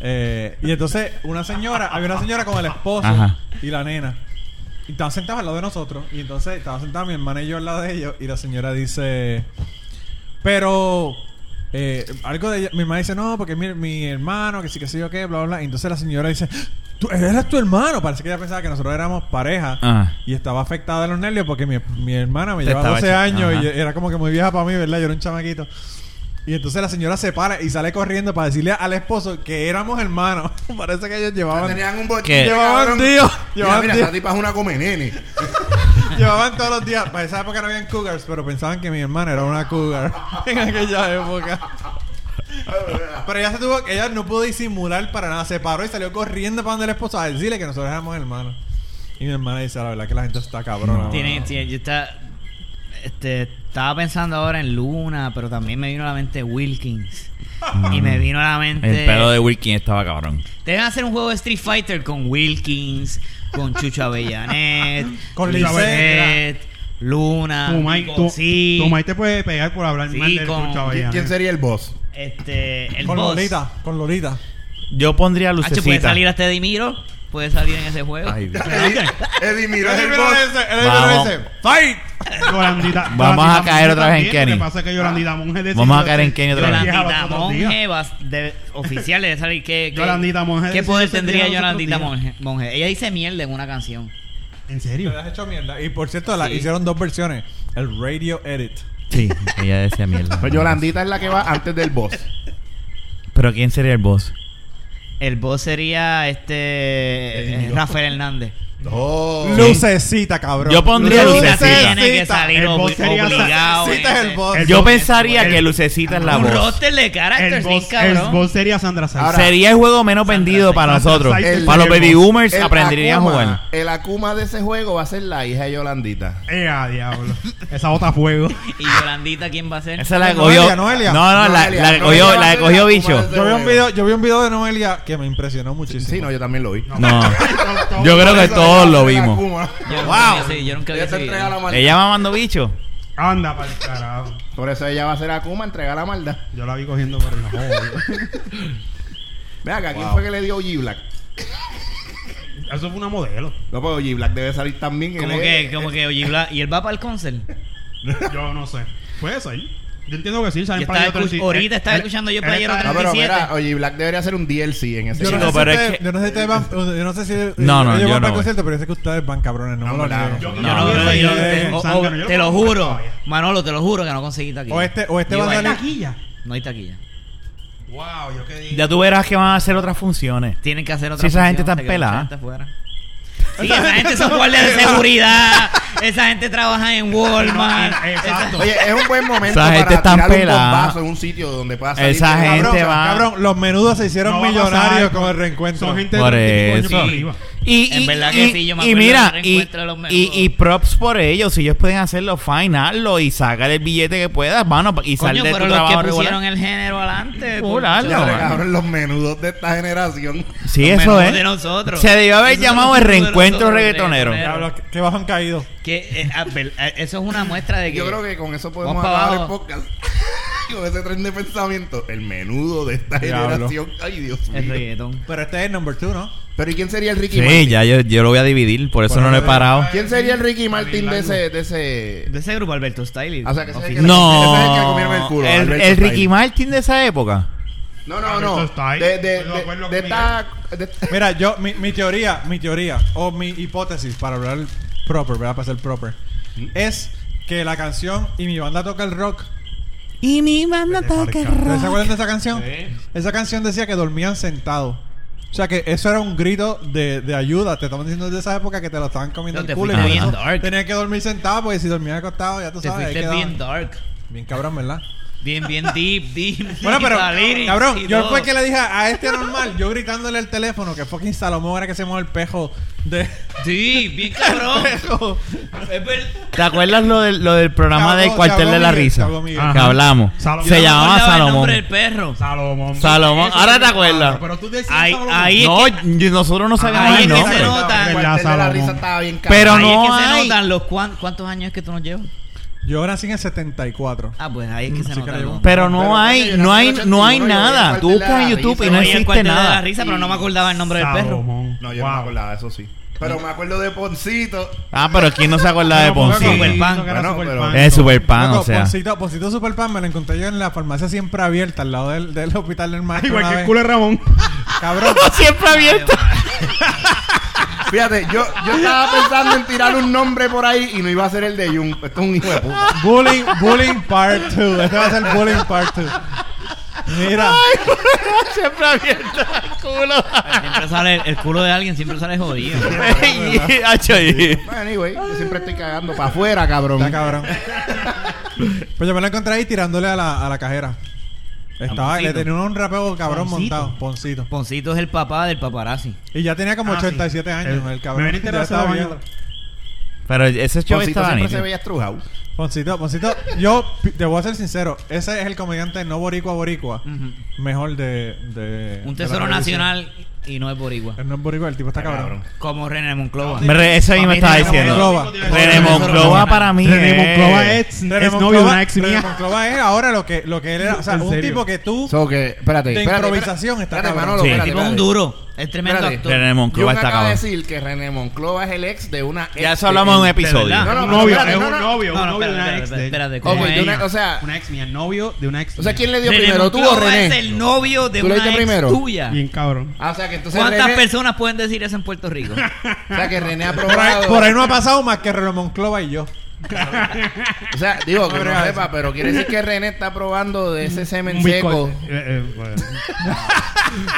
[SPEAKER 3] Eh, y entonces, una señora, había una señora con el esposo
[SPEAKER 1] Ajá.
[SPEAKER 3] y la nena. Y estaban sentados al lado de nosotros. Y entonces estaba sentada mi hermana y yo al lado de ellos. Y la señora dice. Pero. eh, algo de ella- mi hermana dice no porque mi, mi hermano que sí que sé yo qué bla bla bla y entonces la señora dice tú eres tu hermano parece que ella pensaba que nosotros éramos pareja
[SPEAKER 1] Ah.
[SPEAKER 3] y estaba afectada de los nervios porque mi, mi hermana me
[SPEAKER 1] Te
[SPEAKER 3] llevaba
[SPEAKER 1] estaba
[SPEAKER 3] 12
[SPEAKER 1] echando,
[SPEAKER 3] años y
[SPEAKER 1] ajá.
[SPEAKER 3] era como que muy vieja para mí verdad yo era un chamaquito y entonces la señora se para y sale corriendo para decirle al esposo que éramos hermanos. (laughs) Parece que ellos llevaban,
[SPEAKER 2] Tenían un bochín.
[SPEAKER 1] ¿Qué?
[SPEAKER 3] Llevaban tío,
[SPEAKER 2] Mira,
[SPEAKER 3] llevaban
[SPEAKER 2] mira,
[SPEAKER 3] tío.
[SPEAKER 2] esa tipa es una comenene.
[SPEAKER 3] llevaban todos los días. Para esa época no habían cougars, pero pensaban que mi hermana era una cougar (laughs) en aquella época. Pero ella se tuvo, ella no pudo disimular para nada. Se paró y salió corriendo para donde el esposo a decirle que nosotros éramos hermanos. Y mi hermana dice, "Ah, la verdad que la gente está cabrona.
[SPEAKER 5] Tiene,
[SPEAKER 3] mano".
[SPEAKER 5] tiene- yo está, este, estaba pensando ahora en Luna, pero también me vino a la mente Wilkins. Y me vino a la mente.
[SPEAKER 1] Mm. El pelo de Wilkin estaba cabrón.
[SPEAKER 5] Deben hacer un juego de Street Fighter con Wilkins, con Chucho Avellanet,
[SPEAKER 3] (laughs) Con
[SPEAKER 5] Luis
[SPEAKER 3] Lisette.
[SPEAKER 5] Lisette, Luna,
[SPEAKER 4] Tu Mike, tu,
[SPEAKER 5] Ah, sí,
[SPEAKER 4] tu Mike te puede pegar por hablar
[SPEAKER 5] Sí,
[SPEAKER 4] mal del
[SPEAKER 5] con-
[SPEAKER 4] Chucho Avellanet.
[SPEAKER 2] ¿Quién sería el boss?
[SPEAKER 5] este, el
[SPEAKER 3] Con
[SPEAKER 5] boss.
[SPEAKER 3] Lolita, con Lolita.
[SPEAKER 1] Yo pondría
[SPEAKER 5] Hacho, puede
[SPEAKER 1] lucecita.
[SPEAKER 5] salir hasta Edimiro, puede salir en ese juego.
[SPEAKER 1] Ay, Dios.
[SPEAKER 2] Eddie, Eddie Miro es
[SPEAKER 3] Él
[SPEAKER 2] el
[SPEAKER 3] vino
[SPEAKER 2] boss.
[SPEAKER 3] ese, él vino
[SPEAKER 1] Vamos.
[SPEAKER 3] ese. ¡Fight!
[SPEAKER 1] (laughs)
[SPEAKER 4] Yolandita-
[SPEAKER 1] Vamos
[SPEAKER 4] Yolandita
[SPEAKER 1] a caer
[SPEAKER 4] Monge
[SPEAKER 1] otra vez en
[SPEAKER 4] también,
[SPEAKER 1] Kenny.
[SPEAKER 4] Lo que pasa es que Yolandita Monge decidió
[SPEAKER 1] Vamos a caer en
[SPEAKER 4] ser-
[SPEAKER 1] Kenny otra vez.
[SPEAKER 4] Yolandita
[SPEAKER 5] Yolandita
[SPEAKER 4] los otros días.
[SPEAKER 5] Monge va- debe- oficial debe salir ¿qué, qué,
[SPEAKER 4] Yolandita Monge
[SPEAKER 5] ¿qué
[SPEAKER 4] decidió
[SPEAKER 5] poder
[SPEAKER 4] ser
[SPEAKER 5] tendría
[SPEAKER 4] día los otros
[SPEAKER 5] Yolandita
[SPEAKER 4] días.
[SPEAKER 5] Monge, Monge? Ella dice mierda en una canción.
[SPEAKER 4] ¿En
[SPEAKER 5] (laughs)
[SPEAKER 3] Te
[SPEAKER 4] serio?
[SPEAKER 3] la has hecho mierda. Y por cierto, la
[SPEAKER 5] Sí.
[SPEAKER 3] hicieron dos versiones. El radio edit.
[SPEAKER 1] Sí, ella decía mierda.
[SPEAKER 2] Pues Yolandita es la que va antes del boss.
[SPEAKER 1] Pero ¿quién sería el boss?
[SPEAKER 5] El voz sería este eh, Rafael Hernández.
[SPEAKER 2] Oh.
[SPEAKER 3] Lucecita, cabrón.
[SPEAKER 1] Yo pondría
[SPEAKER 5] Lucecita
[SPEAKER 1] Lucecita.
[SPEAKER 5] tiene que salir
[SPEAKER 4] El boss
[SPEAKER 5] obli-
[SPEAKER 4] sería
[SPEAKER 5] obligado.
[SPEAKER 3] Lucecita es el
[SPEAKER 5] ¿eh?
[SPEAKER 3] boss.
[SPEAKER 4] El
[SPEAKER 1] Yo
[SPEAKER 4] boss-
[SPEAKER 1] pensaría
[SPEAKER 4] el-
[SPEAKER 1] que lucecita es la
[SPEAKER 5] un
[SPEAKER 1] voz.
[SPEAKER 5] roster de
[SPEAKER 4] El
[SPEAKER 5] characters, bien
[SPEAKER 4] boss, el
[SPEAKER 5] cabrón.
[SPEAKER 4] boss sería Sandra Sáenz.
[SPEAKER 2] Ahora-
[SPEAKER 1] Sería el juego menos vendido para
[SPEAKER 4] Sandra
[SPEAKER 1] nosotros.
[SPEAKER 4] Saiz
[SPEAKER 2] sería
[SPEAKER 1] Para los
[SPEAKER 2] el
[SPEAKER 1] baby
[SPEAKER 4] boss.
[SPEAKER 1] boomers aprenderían a
[SPEAKER 2] Akuma-
[SPEAKER 1] jugar.
[SPEAKER 2] El Akuma de ese juego va a ser la hija de Yolandita.
[SPEAKER 4] Eh, ah, diablo. Esa bota a fuego.
[SPEAKER 5] Y Yolandita, ¿quién va a ser?
[SPEAKER 1] Esa la que
[SPEAKER 3] Noelia,
[SPEAKER 1] cogió. No,
[SPEAKER 3] Noelia.
[SPEAKER 1] no, la-
[SPEAKER 2] Noelia,
[SPEAKER 1] la que
[SPEAKER 2] Noelia
[SPEAKER 1] cogió,
[SPEAKER 2] va a
[SPEAKER 1] la que
[SPEAKER 2] ser
[SPEAKER 1] cogió
[SPEAKER 2] Akuma
[SPEAKER 1] bicho.
[SPEAKER 2] de-
[SPEAKER 3] Yo vi, un video, yo vi un video de Noelia que me impresionó muchísimo.
[SPEAKER 2] Sí, no, yo también lo vi.
[SPEAKER 4] (laughs)
[SPEAKER 1] No. Yo creo que todos lo vimos.
[SPEAKER 5] Yo nunca
[SPEAKER 2] Wow.
[SPEAKER 5] vi ese- yo nunca vi
[SPEAKER 2] Ella
[SPEAKER 5] ese
[SPEAKER 2] te entrega
[SPEAKER 5] video.
[SPEAKER 2] la maldad.
[SPEAKER 1] Ella mamando bicho.
[SPEAKER 4] Anda para el carajo.
[SPEAKER 2] Por eso ella va a ser Akuma, entrega la maldad.
[SPEAKER 4] Yo la vi cogiendo por el ojo.
[SPEAKER 2] Vea acá, ¿quién fue que le dio G Black?
[SPEAKER 4] (laughs) Eso fue una modelo.
[SPEAKER 2] No, pues G Black debe salir también.
[SPEAKER 5] Como
[SPEAKER 2] él
[SPEAKER 5] que,
[SPEAKER 2] es-
[SPEAKER 5] como que, oye, bla- y él va para el concert.
[SPEAKER 4] Yo no sé. Puede ser. Yo entiendo que sí, salen
[SPEAKER 5] Yo
[SPEAKER 4] para
[SPEAKER 5] estaba escu- ahorita estaba escuchando yo para ayer
[SPEAKER 2] Ah, pero
[SPEAKER 5] 37.
[SPEAKER 1] este-
[SPEAKER 2] mira, oye, Black debería hacer un DLC en ese
[SPEAKER 3] Yo,
[SPEAKER 1] Chico,
[SPEAKER 3] no
[SPEAKER 2] caso.
[SPEAKER 1] pero
[SPEAKER 3] sé si
[SPEAKER 1] es
[SPEAKER 3] ustedes-
[SPEAKER 1] que-
[SPEAKER 3] yo no sé si ustedes van, o sea, yo no sé si
[SPEAKER 1] No, no,
[SPEAKER 3] ellos
[SPEAKER 1] yo
[SPEAKER 3] van para
[SPEAKER 1] no
[SPEAKER 3] el concierto, pero yo sé que ustedes van cabrones, no,
[SPEAKER 2] No,
[SPEAKER 3] me lo
[SPEAKER 2] claro.
[SPEAKER 3] nieguen.
[SPEAKER 2] Yo-
[SPEAKER 1] No,
[SPEAKER 5] No,
[SPEAKER 4] yo-
[SPEAKER 5] no, yo-
[SPEAKER 4] yo-
[SPEAKER 5] o-
[SPEAKER 4] Sangre, yo
[SPEAKER 5] o-
[SPEAKER 4] lo
[SPEAKER 5] te lo
[SPEAKER 4] compro
[SPEAKER 5] juro,
[SPEAKER 4] todavía.
[SPEAKER 5] Manolo, te lo juro que no conseguí taquilla.
[SPEAKER 3] O este, o este
[SPEAKER 5] Digo,
[SPEAKER 3] va a
[SPEAKER 5] ahí.
[SPEAKER 3] salir.
[SPEAKER 4] taquilla.
[SPEAKER 5] No hay taquilla.
[SPEAKER 2] Wow, yo qué digo.
[SPEAKER 1] Ya tú verás que van a hacer otras funciones.
[SPEAKER 5] Tienen que hacer otra
[SPEAKER 1] Si esa gente
[SPEAKER 5] función,
[SPEAKER 1] está
[SPEAKER 5] se quedó
[SPEAKER 1] pelada.
[SPEAKER 5] mucha gente afuera. Sí, esa gente son guardias de seguridad. Esa gente trabaja en Walmart.
[SPEAKER 4] No, eh, exacto.
[SPEAKER 2] Oye, es un buen momento
[SPEAKER 1] Esa gente
[SPEAKER 2] para
[SPEAKER 1] está
[SPEAKER 2] tirar
[SPEAKER 1] pelada.
[SPEAKER 2] un bombazo en un sitio donde pueda salir.
[SPEAKER 1] Esa
[SPEAKER 2] bien.
[SPEAKER 1] gente-
[SPEAKER 3] Cabrón,
[SPEAKER 1] va-
[SPEAKER 3] cabrón, los menudos se hicieron
[SPEAKER 4] No va a pasar,
[SPEAKER 3] millonarios
[SPEAKER 4] co-
[SPEAKER 3] con el reencuentro.
[SPEAKER 4] Son gente
[SPEAKER 1] Por
[SPEAKER 4] de 25 años
[SPEAKER 1] eso.
[SPEAKER 4] para arriba.
[SPEAKER 1] Y,
[SPEAKER 5] En
[SPEAKER 1] y-
[SPEAKER 5] verdad
[SPEAKER 1] y-
[SPEAKER 5] que sí, yo me
[SPEAKER 1] y
[SPEAKER 5] acuerdo
[SPEAKER 1] mira,
[SPEAKER 5] del
[SPEAKER 1] y,
[SPEAKER 5] reencuentro de los
[SPEAKER 1] y,
[SPEAKER 5] menudos.
[SPEAKER 1] y props por ellos. Si ellos pueden hacerlo, fine, hazlo y sacar el billete que puedas, mano, y salir
[SPEAKER 5] Coño,
[SPEAKER 1] de tu
[SPEAKER 5] fueron los
[SPEAKER 1] trabajo
[SPEAKER 5] que
[SPEAKER 1] regular.
[SPEAKER 5] pusieron el género adelante.
[SPEAKER 1] Full,
[SPEAKER 5] por-
[SPEAKER 1] hazlo,
[SPEAKER 2] Ya,
[SPEAKER 1] mano.
[SPEAKER 2] cabrón, los menudos de esta generación.
[SPEAKER 1] Sí,
[SPEAKER 5] los
[SPEAKER 1] eso
[SPEAKER 5] menudos
[SPEAKER 1] es.
[SPEAKER 5] de nosotros.
[SPEAKER 1] Se debió haber
[SPEAKER 5] Esos
[SPEAKER 1] llamado
[SPEAKER 5] son
[SPEAKER 1] el
[SPEAKER 5] los menudos de
[SPEAKER 1] reencuentro
[SPEAKER 5] nosotros,
[SPEAKER 1] reggaetonero.
[SPEAKER 5] reggaetonero.
[SPEAKER 3] Diablo, que bajan caídos.
[SPEAKER 5] Que, eh, a ver, a- eso es una muestra de que.
[SPEAKER 2] Yo creo que con eso podemos
[SPEAKER 5] Vamos pa'
[SPEAKER 2] acabar el
[SPEAKER 5] abajo.
[SPEAKER 2] podcast. (laughs) con ese tren de pensamiento. El menudo de esta
[SPEAKER 3] Diablo.
[SPEAKER 2] generación. Ay, Dios
[SPEAKER 5] El
[SPEAKER 2] mío.
[SPEAKER 5] reggaetón.
[SPEAKER 3] Pero este es el number two, ¿no?
[SPEAKER 2] Pero ¿y quién sería el Ricky
[SPEAKER 1] Sí,
[SPEAKER 2] Martin?
[SPEAKER 1] ya yo, yo lo voy a dividir, por eso
[SPEAKER 3] Bueno,
[SPEAKER 1] no lo he
[SPEAKER 3] eh,
[SPEAKER 1] parado.
[SPEAKER 2] ¿Quién sería el Ricky Martin de ese, de ese?
[SPEAKER 5] De ese grupo, Alberto Stiley.
[SPEAKER 2] O sea, que ese es el que- ese es el eh, que le
[SPEAKER 1] No,
[SPEAKER 2] comieron el culo.
[SPEAKER 1] el,
[SPEAKER 2] Alberto
[SPEAKER 1] el Ricky
[SPEAKER 2] Stein.
[SPEAKER 1] Martin de esa época.
[SPEAKER 2] No, no,
[SPEAKER 4] Alberto
[SPEAKER 2] no.
[SPEAKER 4] Stein.
[SPEAKER 2] De, de,
[SPEAKER 4] Estoy de
[SPEAKER 2] de-
[SPEAKER 4] acuerdo
[SPEAKER 2] de
[SPEAKER 4] con
[SPEAKER 2] esta- de esta-
[SPEAKER 3] Mira, yo, mi, mi teoría, mi teoría, o mi hipótesis, para hablar proper, ¿verdad? Para ser proper, es que la canción y mi banda toca el rock.
[SPEAKER 1] Y mi banda toca
[SPEAKER 3] ¿Ustedes ¿Se acuerdan de esa canción?
[SPEAKER 4] Sí.
[SPEAKER 3] Esa canción decía que dormían sentados. O sea que eso era un grito de, de ayuda. Te estaban diciendo desde esa época que te lo estaban comiendo
[SPEAKER 5] No,
[SPEAKER 3] el
[SPEAKER 5] te
[SPEAKER 3] culo. Y
[SPEAKER 5] fuiste
[SPEAKER 3] por
[SPEAKER 5] bien
[SPEAKER 3] eso
[SPEAKER 5] dark.
[SPEAKER 3] tenías que dormir sentado porque si dormías acostado ya tú
[SPEAKER 5] te
[SPEAKER 3] sabes. ahí
[SPEAKER 5] fuiste
[SPEAKER 3] quedaban.
[SPEAKER 5] bien dark.
[SPEAKER 3] Bien cabrón, ¿verdad?
[SPEAKER 5] Bien, bien deep, deep.
[SPEAKER 3] Bueno, pero
[SPEAKER 5] la lyrics
[SPEAKER 3] cabrón,
[SPEAKER 5] y
[SPEAKER 3] yo
[SPEAKER 5] todo.
[SPEAKER 3] fue que le dije a este normal, yo gritándole el teléfono que fucking Salomón era que se mueve el pejo de
[SPEAKER 5] Sí, bien
[SPEAKER 2] (laughs)
[SPEAKER 5] cabrón. Es verdad.
[SPEAKER 1] ¿Te acuerdas lo del, lo del programa
[SPEAKER 3] Cagó-
[SPEAKER 1] del cuartel
[SPEAKER 3] cagó
[SPEAKER 1] de la
[SPEAKER 3] Miguel,
[SPEAKER 1] risa?
[SPEAKER 3] cagó Miguel.
[SPEAKER 1] Que
[SPEAKER 4] Ajá.
[SPEAKER 1] hablamos.
[SPEAKER 4] Salomón.
[SPEAKER 1] Se
[SPEAKER 4] Yo no
[SPEAKER 1] llamaba
[SPEAKER 5] Acordaba el
[SPEAKER 1] Salomón.
[SPEAKER 5] nombre del perro.
[SPEAKER 4] Salomón.
[SPEAKER 1] Salomón. Ahora te acuerdas.
[SPEAKER 4] Pero tú decías
[SPEAKER 5] Ahí,
[SPEAKER 4] Salomón.
[SPEAKER 5] ahí
[SPEAKER 1] No,
[SPEAKER 5] es que,
[SPEAKER 1] yo- nosotros no
[SPEAKER 5] Ahí
[SPEAKER 1] sabíamos
[SPEAKER 5] es
[SPEAKER 1] el
[SPEAKER 5] que
[SPEAKER 1] nombre.
[SPEAKER 5] se nota.
[SPEAKER 2] el cuartel de
[SPEAKER 4] Verdad,
[SPEAKER 2] la
[SPEAKER 4] Salomón.
[SPEAKER 2] risa estaba bien
[SPEAKER 1] Pero
[SPEAKER 5] ahí
[SPEAKER 1] no
[SPEAKER 5] es que
[SPEAKER 1] hay.
[SPEAKER 5] se notan los cuan- cuántos años es que tú nos llevas.
[SPEAKER 3] Yo nací en el 74.
[SPEAKER 5] Ah, pues ahí
[SPEAKER 2] Mm,
[SPEAKER 5] es que se
[SPEAKER 3] Sí,
[SPEAKER 5] nota.
[SPEAKER 3] creo.
[SPEAKER 5] ¿no?
[SPEAKER 1] Pero no
[SPEAKER 2] Pero,
[SPEAKER 1] hay,
[SPEAKER 2] coño, yo
[SPEAKER 1] no
[SPEAKER 2] nací
[SPEAKER 1] hay,
[SPEAKER 2] en el
[SPEAKER 1] no hay
[SPEAKER 2] 81, yo
[SPEAKER 1] nada.
[SPEAKER 2] era
[SPEAKER 1] Tú
[SPEAKER 2] el cuartel de
[SPEAKER 1] buscas
[SPEAKER 2] la
[SPEAKER 1] en YouTube y
[SPEAKER 2] risa.
[SPEAKER 1] no
[SPEAKER 5] Oye, el
[SPEAKER 1] existe
[SPEAKER 5] cuartel de la
[SPEAKER 1] nada.
[SPEAKER 5] risa, pero no me acordaba el nombre del perro.
[SPEAKER 4] Salomón.
[SPEAKER 2] No, yo no me acordaba de eso sí. Pero me acuerdo de Poncito.
[SPEAKER 1] Ah, pero ¿quién no se acuerda de Poncito?
[SPEAKER 5] Superpan.
[SPEAKER 2] Bueno, pero-
[SPEAKER 1] Es Superpan,
[SPEAKER 3] Loco,
[SPEAKER 1] o sea.
[SPEAKER 3] Pocito, Pocito Superpan me lo encontré yo en la farmacia siempre abierta, al lado del, del hospital del maestro.
[SPEAKER 4] Igual
[SPEAKER 3] una
[SPEAKER 4] que el
[SPEAKER 3] vez.
[SPEAKER 4] culo de Ramón.
[SPEAKER 3] Cabrón.
[SPEAKER 1] (laughs) Siempre abierto.
[SPEAKER 2] Fíjate, yo, yo estaba pensando en tirar un nombre por ahí y no iba a ser el de Jun. Esto es un hijo de puta.
[SPEAKER 3] bullying, bullying
[SPEAKER 2] (laughs)
[SPEAKER 3] part 2. Este va a ser bullying part 2. Mira,
[SPEAKER 1] (laughs) Siempre abierto el culo.
[SPEAKER 5] Siempre sale el culo de alguien, siempre sale jodido.
[SPEAKER 1] Hacho, y-
[SPEAKER 2] Bueno, anyway, yo siempre estoy cagando para afuera, cabrón.
[SPEAKER 3] está cabrón. Pues yo me lo encontré ahí tirándole a la, a la cajera. Estaba, le
[SPEAKER 5] Poncito.
[SPEAKER 3] tenía un rapeo cabrón
[SPEAKER 4] Poncito.
[SPEAKER 3] montado, Poncito.
[SPEAKER 5] Poncito es el papá del paparazzi.
[SPEAKER 3] Y ya tenía como
[SPEAKER 4] Ah, sí.
[SPEAKER 3] 87 años
[SPEAKER 4] El-
[SPEAKER 3] el cabrón.
[SPEAKER 4] me viene
[SPEAKER 3] Ya
[SPEAKER 4] interesado
[SPEAKER 3] estaba
[SPEAKER 4] bañarlo.
[SPEAKER 3] viendo.
[SPEAKER 1] Pero ese show
[SPEAKER 2] Poncito
[SPEAKER 1] estaba
[SPEAKER 2] siempre se
[SPEAKER 1] nítido.
[SPEAKER 2] veía estrujado.
[SPEAKER 3] Poncito, Poncito, yo pi- te voy a ser sincero, ese es el comediante no boricua boricua, mejor de, de-
[SPEAKER 5] Un
[SPEAKER 3] de
[SPEAKER 5] tesoro
[SPEAKER 3] la televisión.
[SPEAKER 5] nacional y no es boricua.
[SPEAKER 3] Él no es boricua, el tipo está cabrón.
[SPEAKER 5] Como René Monclova.
[SPEAKER 1] Me re- Ese mismo
[SPEAKER 5] Para mí
[SPEAKER 1] estaba
[SPEAKER 5] René
[SPEAKER 1] diciendo.
[SPEAKER 3] Monclova.
[SPEAKER 1] René Monclova para mí.
[SPEAKER 4] René
[SPEAKER 1] es-
[SPEAKER 4] Monclova es, es
[SPEAKER 3] René
[SPEAKER 4] novio de
[SPEAKER 3] Monclova-
[SPEAKER 4] una ex
[SPEAKER 3] René
[SPEAKER 4] mía.
[SPEAKER 3] Monclova es ahora lo que, lo que él era. O sea,
[SPEAKER 4] ¿En
[SPEAKER 3] un
[SPEAKER 4] serio?
[SPEAKER 3] tipo que tú.
[SPEAKER 2] So que, espérate,
[SPEAKER 3] De
[SPEAKER 2] espérate,
[SPEAKER 3] improvisación
[SPEAKER 2] espérate,
[SPEAKER 3] está
[SPEAKER 2] espérate,
[SPEAKER 3] cabrón.
[SPEAKER 2] Manolo,
[SPEAKER 1] Sí.
[SPEAKER 2] espérate,
[SPEAKER 5] Tipo es un
[SPEAKER 2] espérate.
[SPEAKER 5] duro. Es tremendo
[SPEAKER 2] Espérate.
[SPEAKER 5] actor.
[SPEAKER 1] René
[SPEAKER 2] Yo
[SPEAKER 1] Monclova está
[SPEAKER 2] acabo de
[SPEAKER 1] cabrón.
[SPEAKER 2] decir que René Monclova es el ex de una ex
[SPEAKER 1] Ya eso
[SPEAKER 2] de
[SPEAKER 1] hablamos en un
[SPEAKER 2] él.
[SPEAKER 1] episodio.
[SPEAKER 5] verdad.
[SPEAKER 2] No, no,
[SPEAKER 4] Un novio,
[SPEAKER 2] espérate,
[SPEAKER 4] es
[SPEAKER 2] no,
[SPEAKER 4] un
[SPEAKER 2] no.
[SPEAKER 4] novio,
[SPEAKER 5] No,
[SPEAKER 4] un
[SPEAKER 5] no,
[SPEAKER 4] novio de una
[SPEAKER 5] espérate,
[SPEAKER 4] ex.
[SPEAKER 5] espérate, espérate,
[SPEAKER 2] Ok,
[SPEAKER 5] ¿cómo
[SPEAKER 2] de
[SPEAKER 5] es
[SPEAKER 2] una-
[SPEAKER 5] ella?
[SPEAKER 2] o sea,
[SPEAKER 4] Una ex mía, novio de una ex.
[SPEAKER 2] o sea, ¿quién le dio
[SPEAKER 5] René
[SPEAKER 2] primero? ¿Tú o
[SPEAKER 5] Monclova
[SPEAKER 2] René?
[SPEAKER 5] es el novio de
[SPEAKER 2] ¿Tú lo
[SPEAKER 5] una
[SPEAKER 2] dijiste
[SPEAKER 5] ex
[SPEAKER 2] primero?
[SPEAKER 5] tuya.
[SPEAKER 4] Bien cabrón.
[SPEAKER 2] Ah, o sea, que entonces
[SPEAKER 5] ¿Cuántas
[SPEAKER 2] René,
[SPEAKER 5] personas pueden decir eso en Puerto
[SPEAKER 4] (laughs)
[SPEAKER 5] Rico?
[SPEAKER 2] o sea, que René ha
[SPEAKER 3] Por ahí,
[SPEAKER 2] probado.
[SPEAKER 3] por ahí no ha pasado más que René Monclova y yo.
[SPEAKER 2] O sea, digo que
[SPEAKER 3] No,
[SPEAKER 2] no
[SPEAKER 3] no,
[SPEAKER 2] sepa,
[SPEAKER 3] eso.
[SPEAKER 2] pero quiere decir que René está probando de ese semen
[SPEAKER 4] Un
[SPEAKER 2] seco
[SPEAKER 4] bizcocho. Eh, eh, bueno.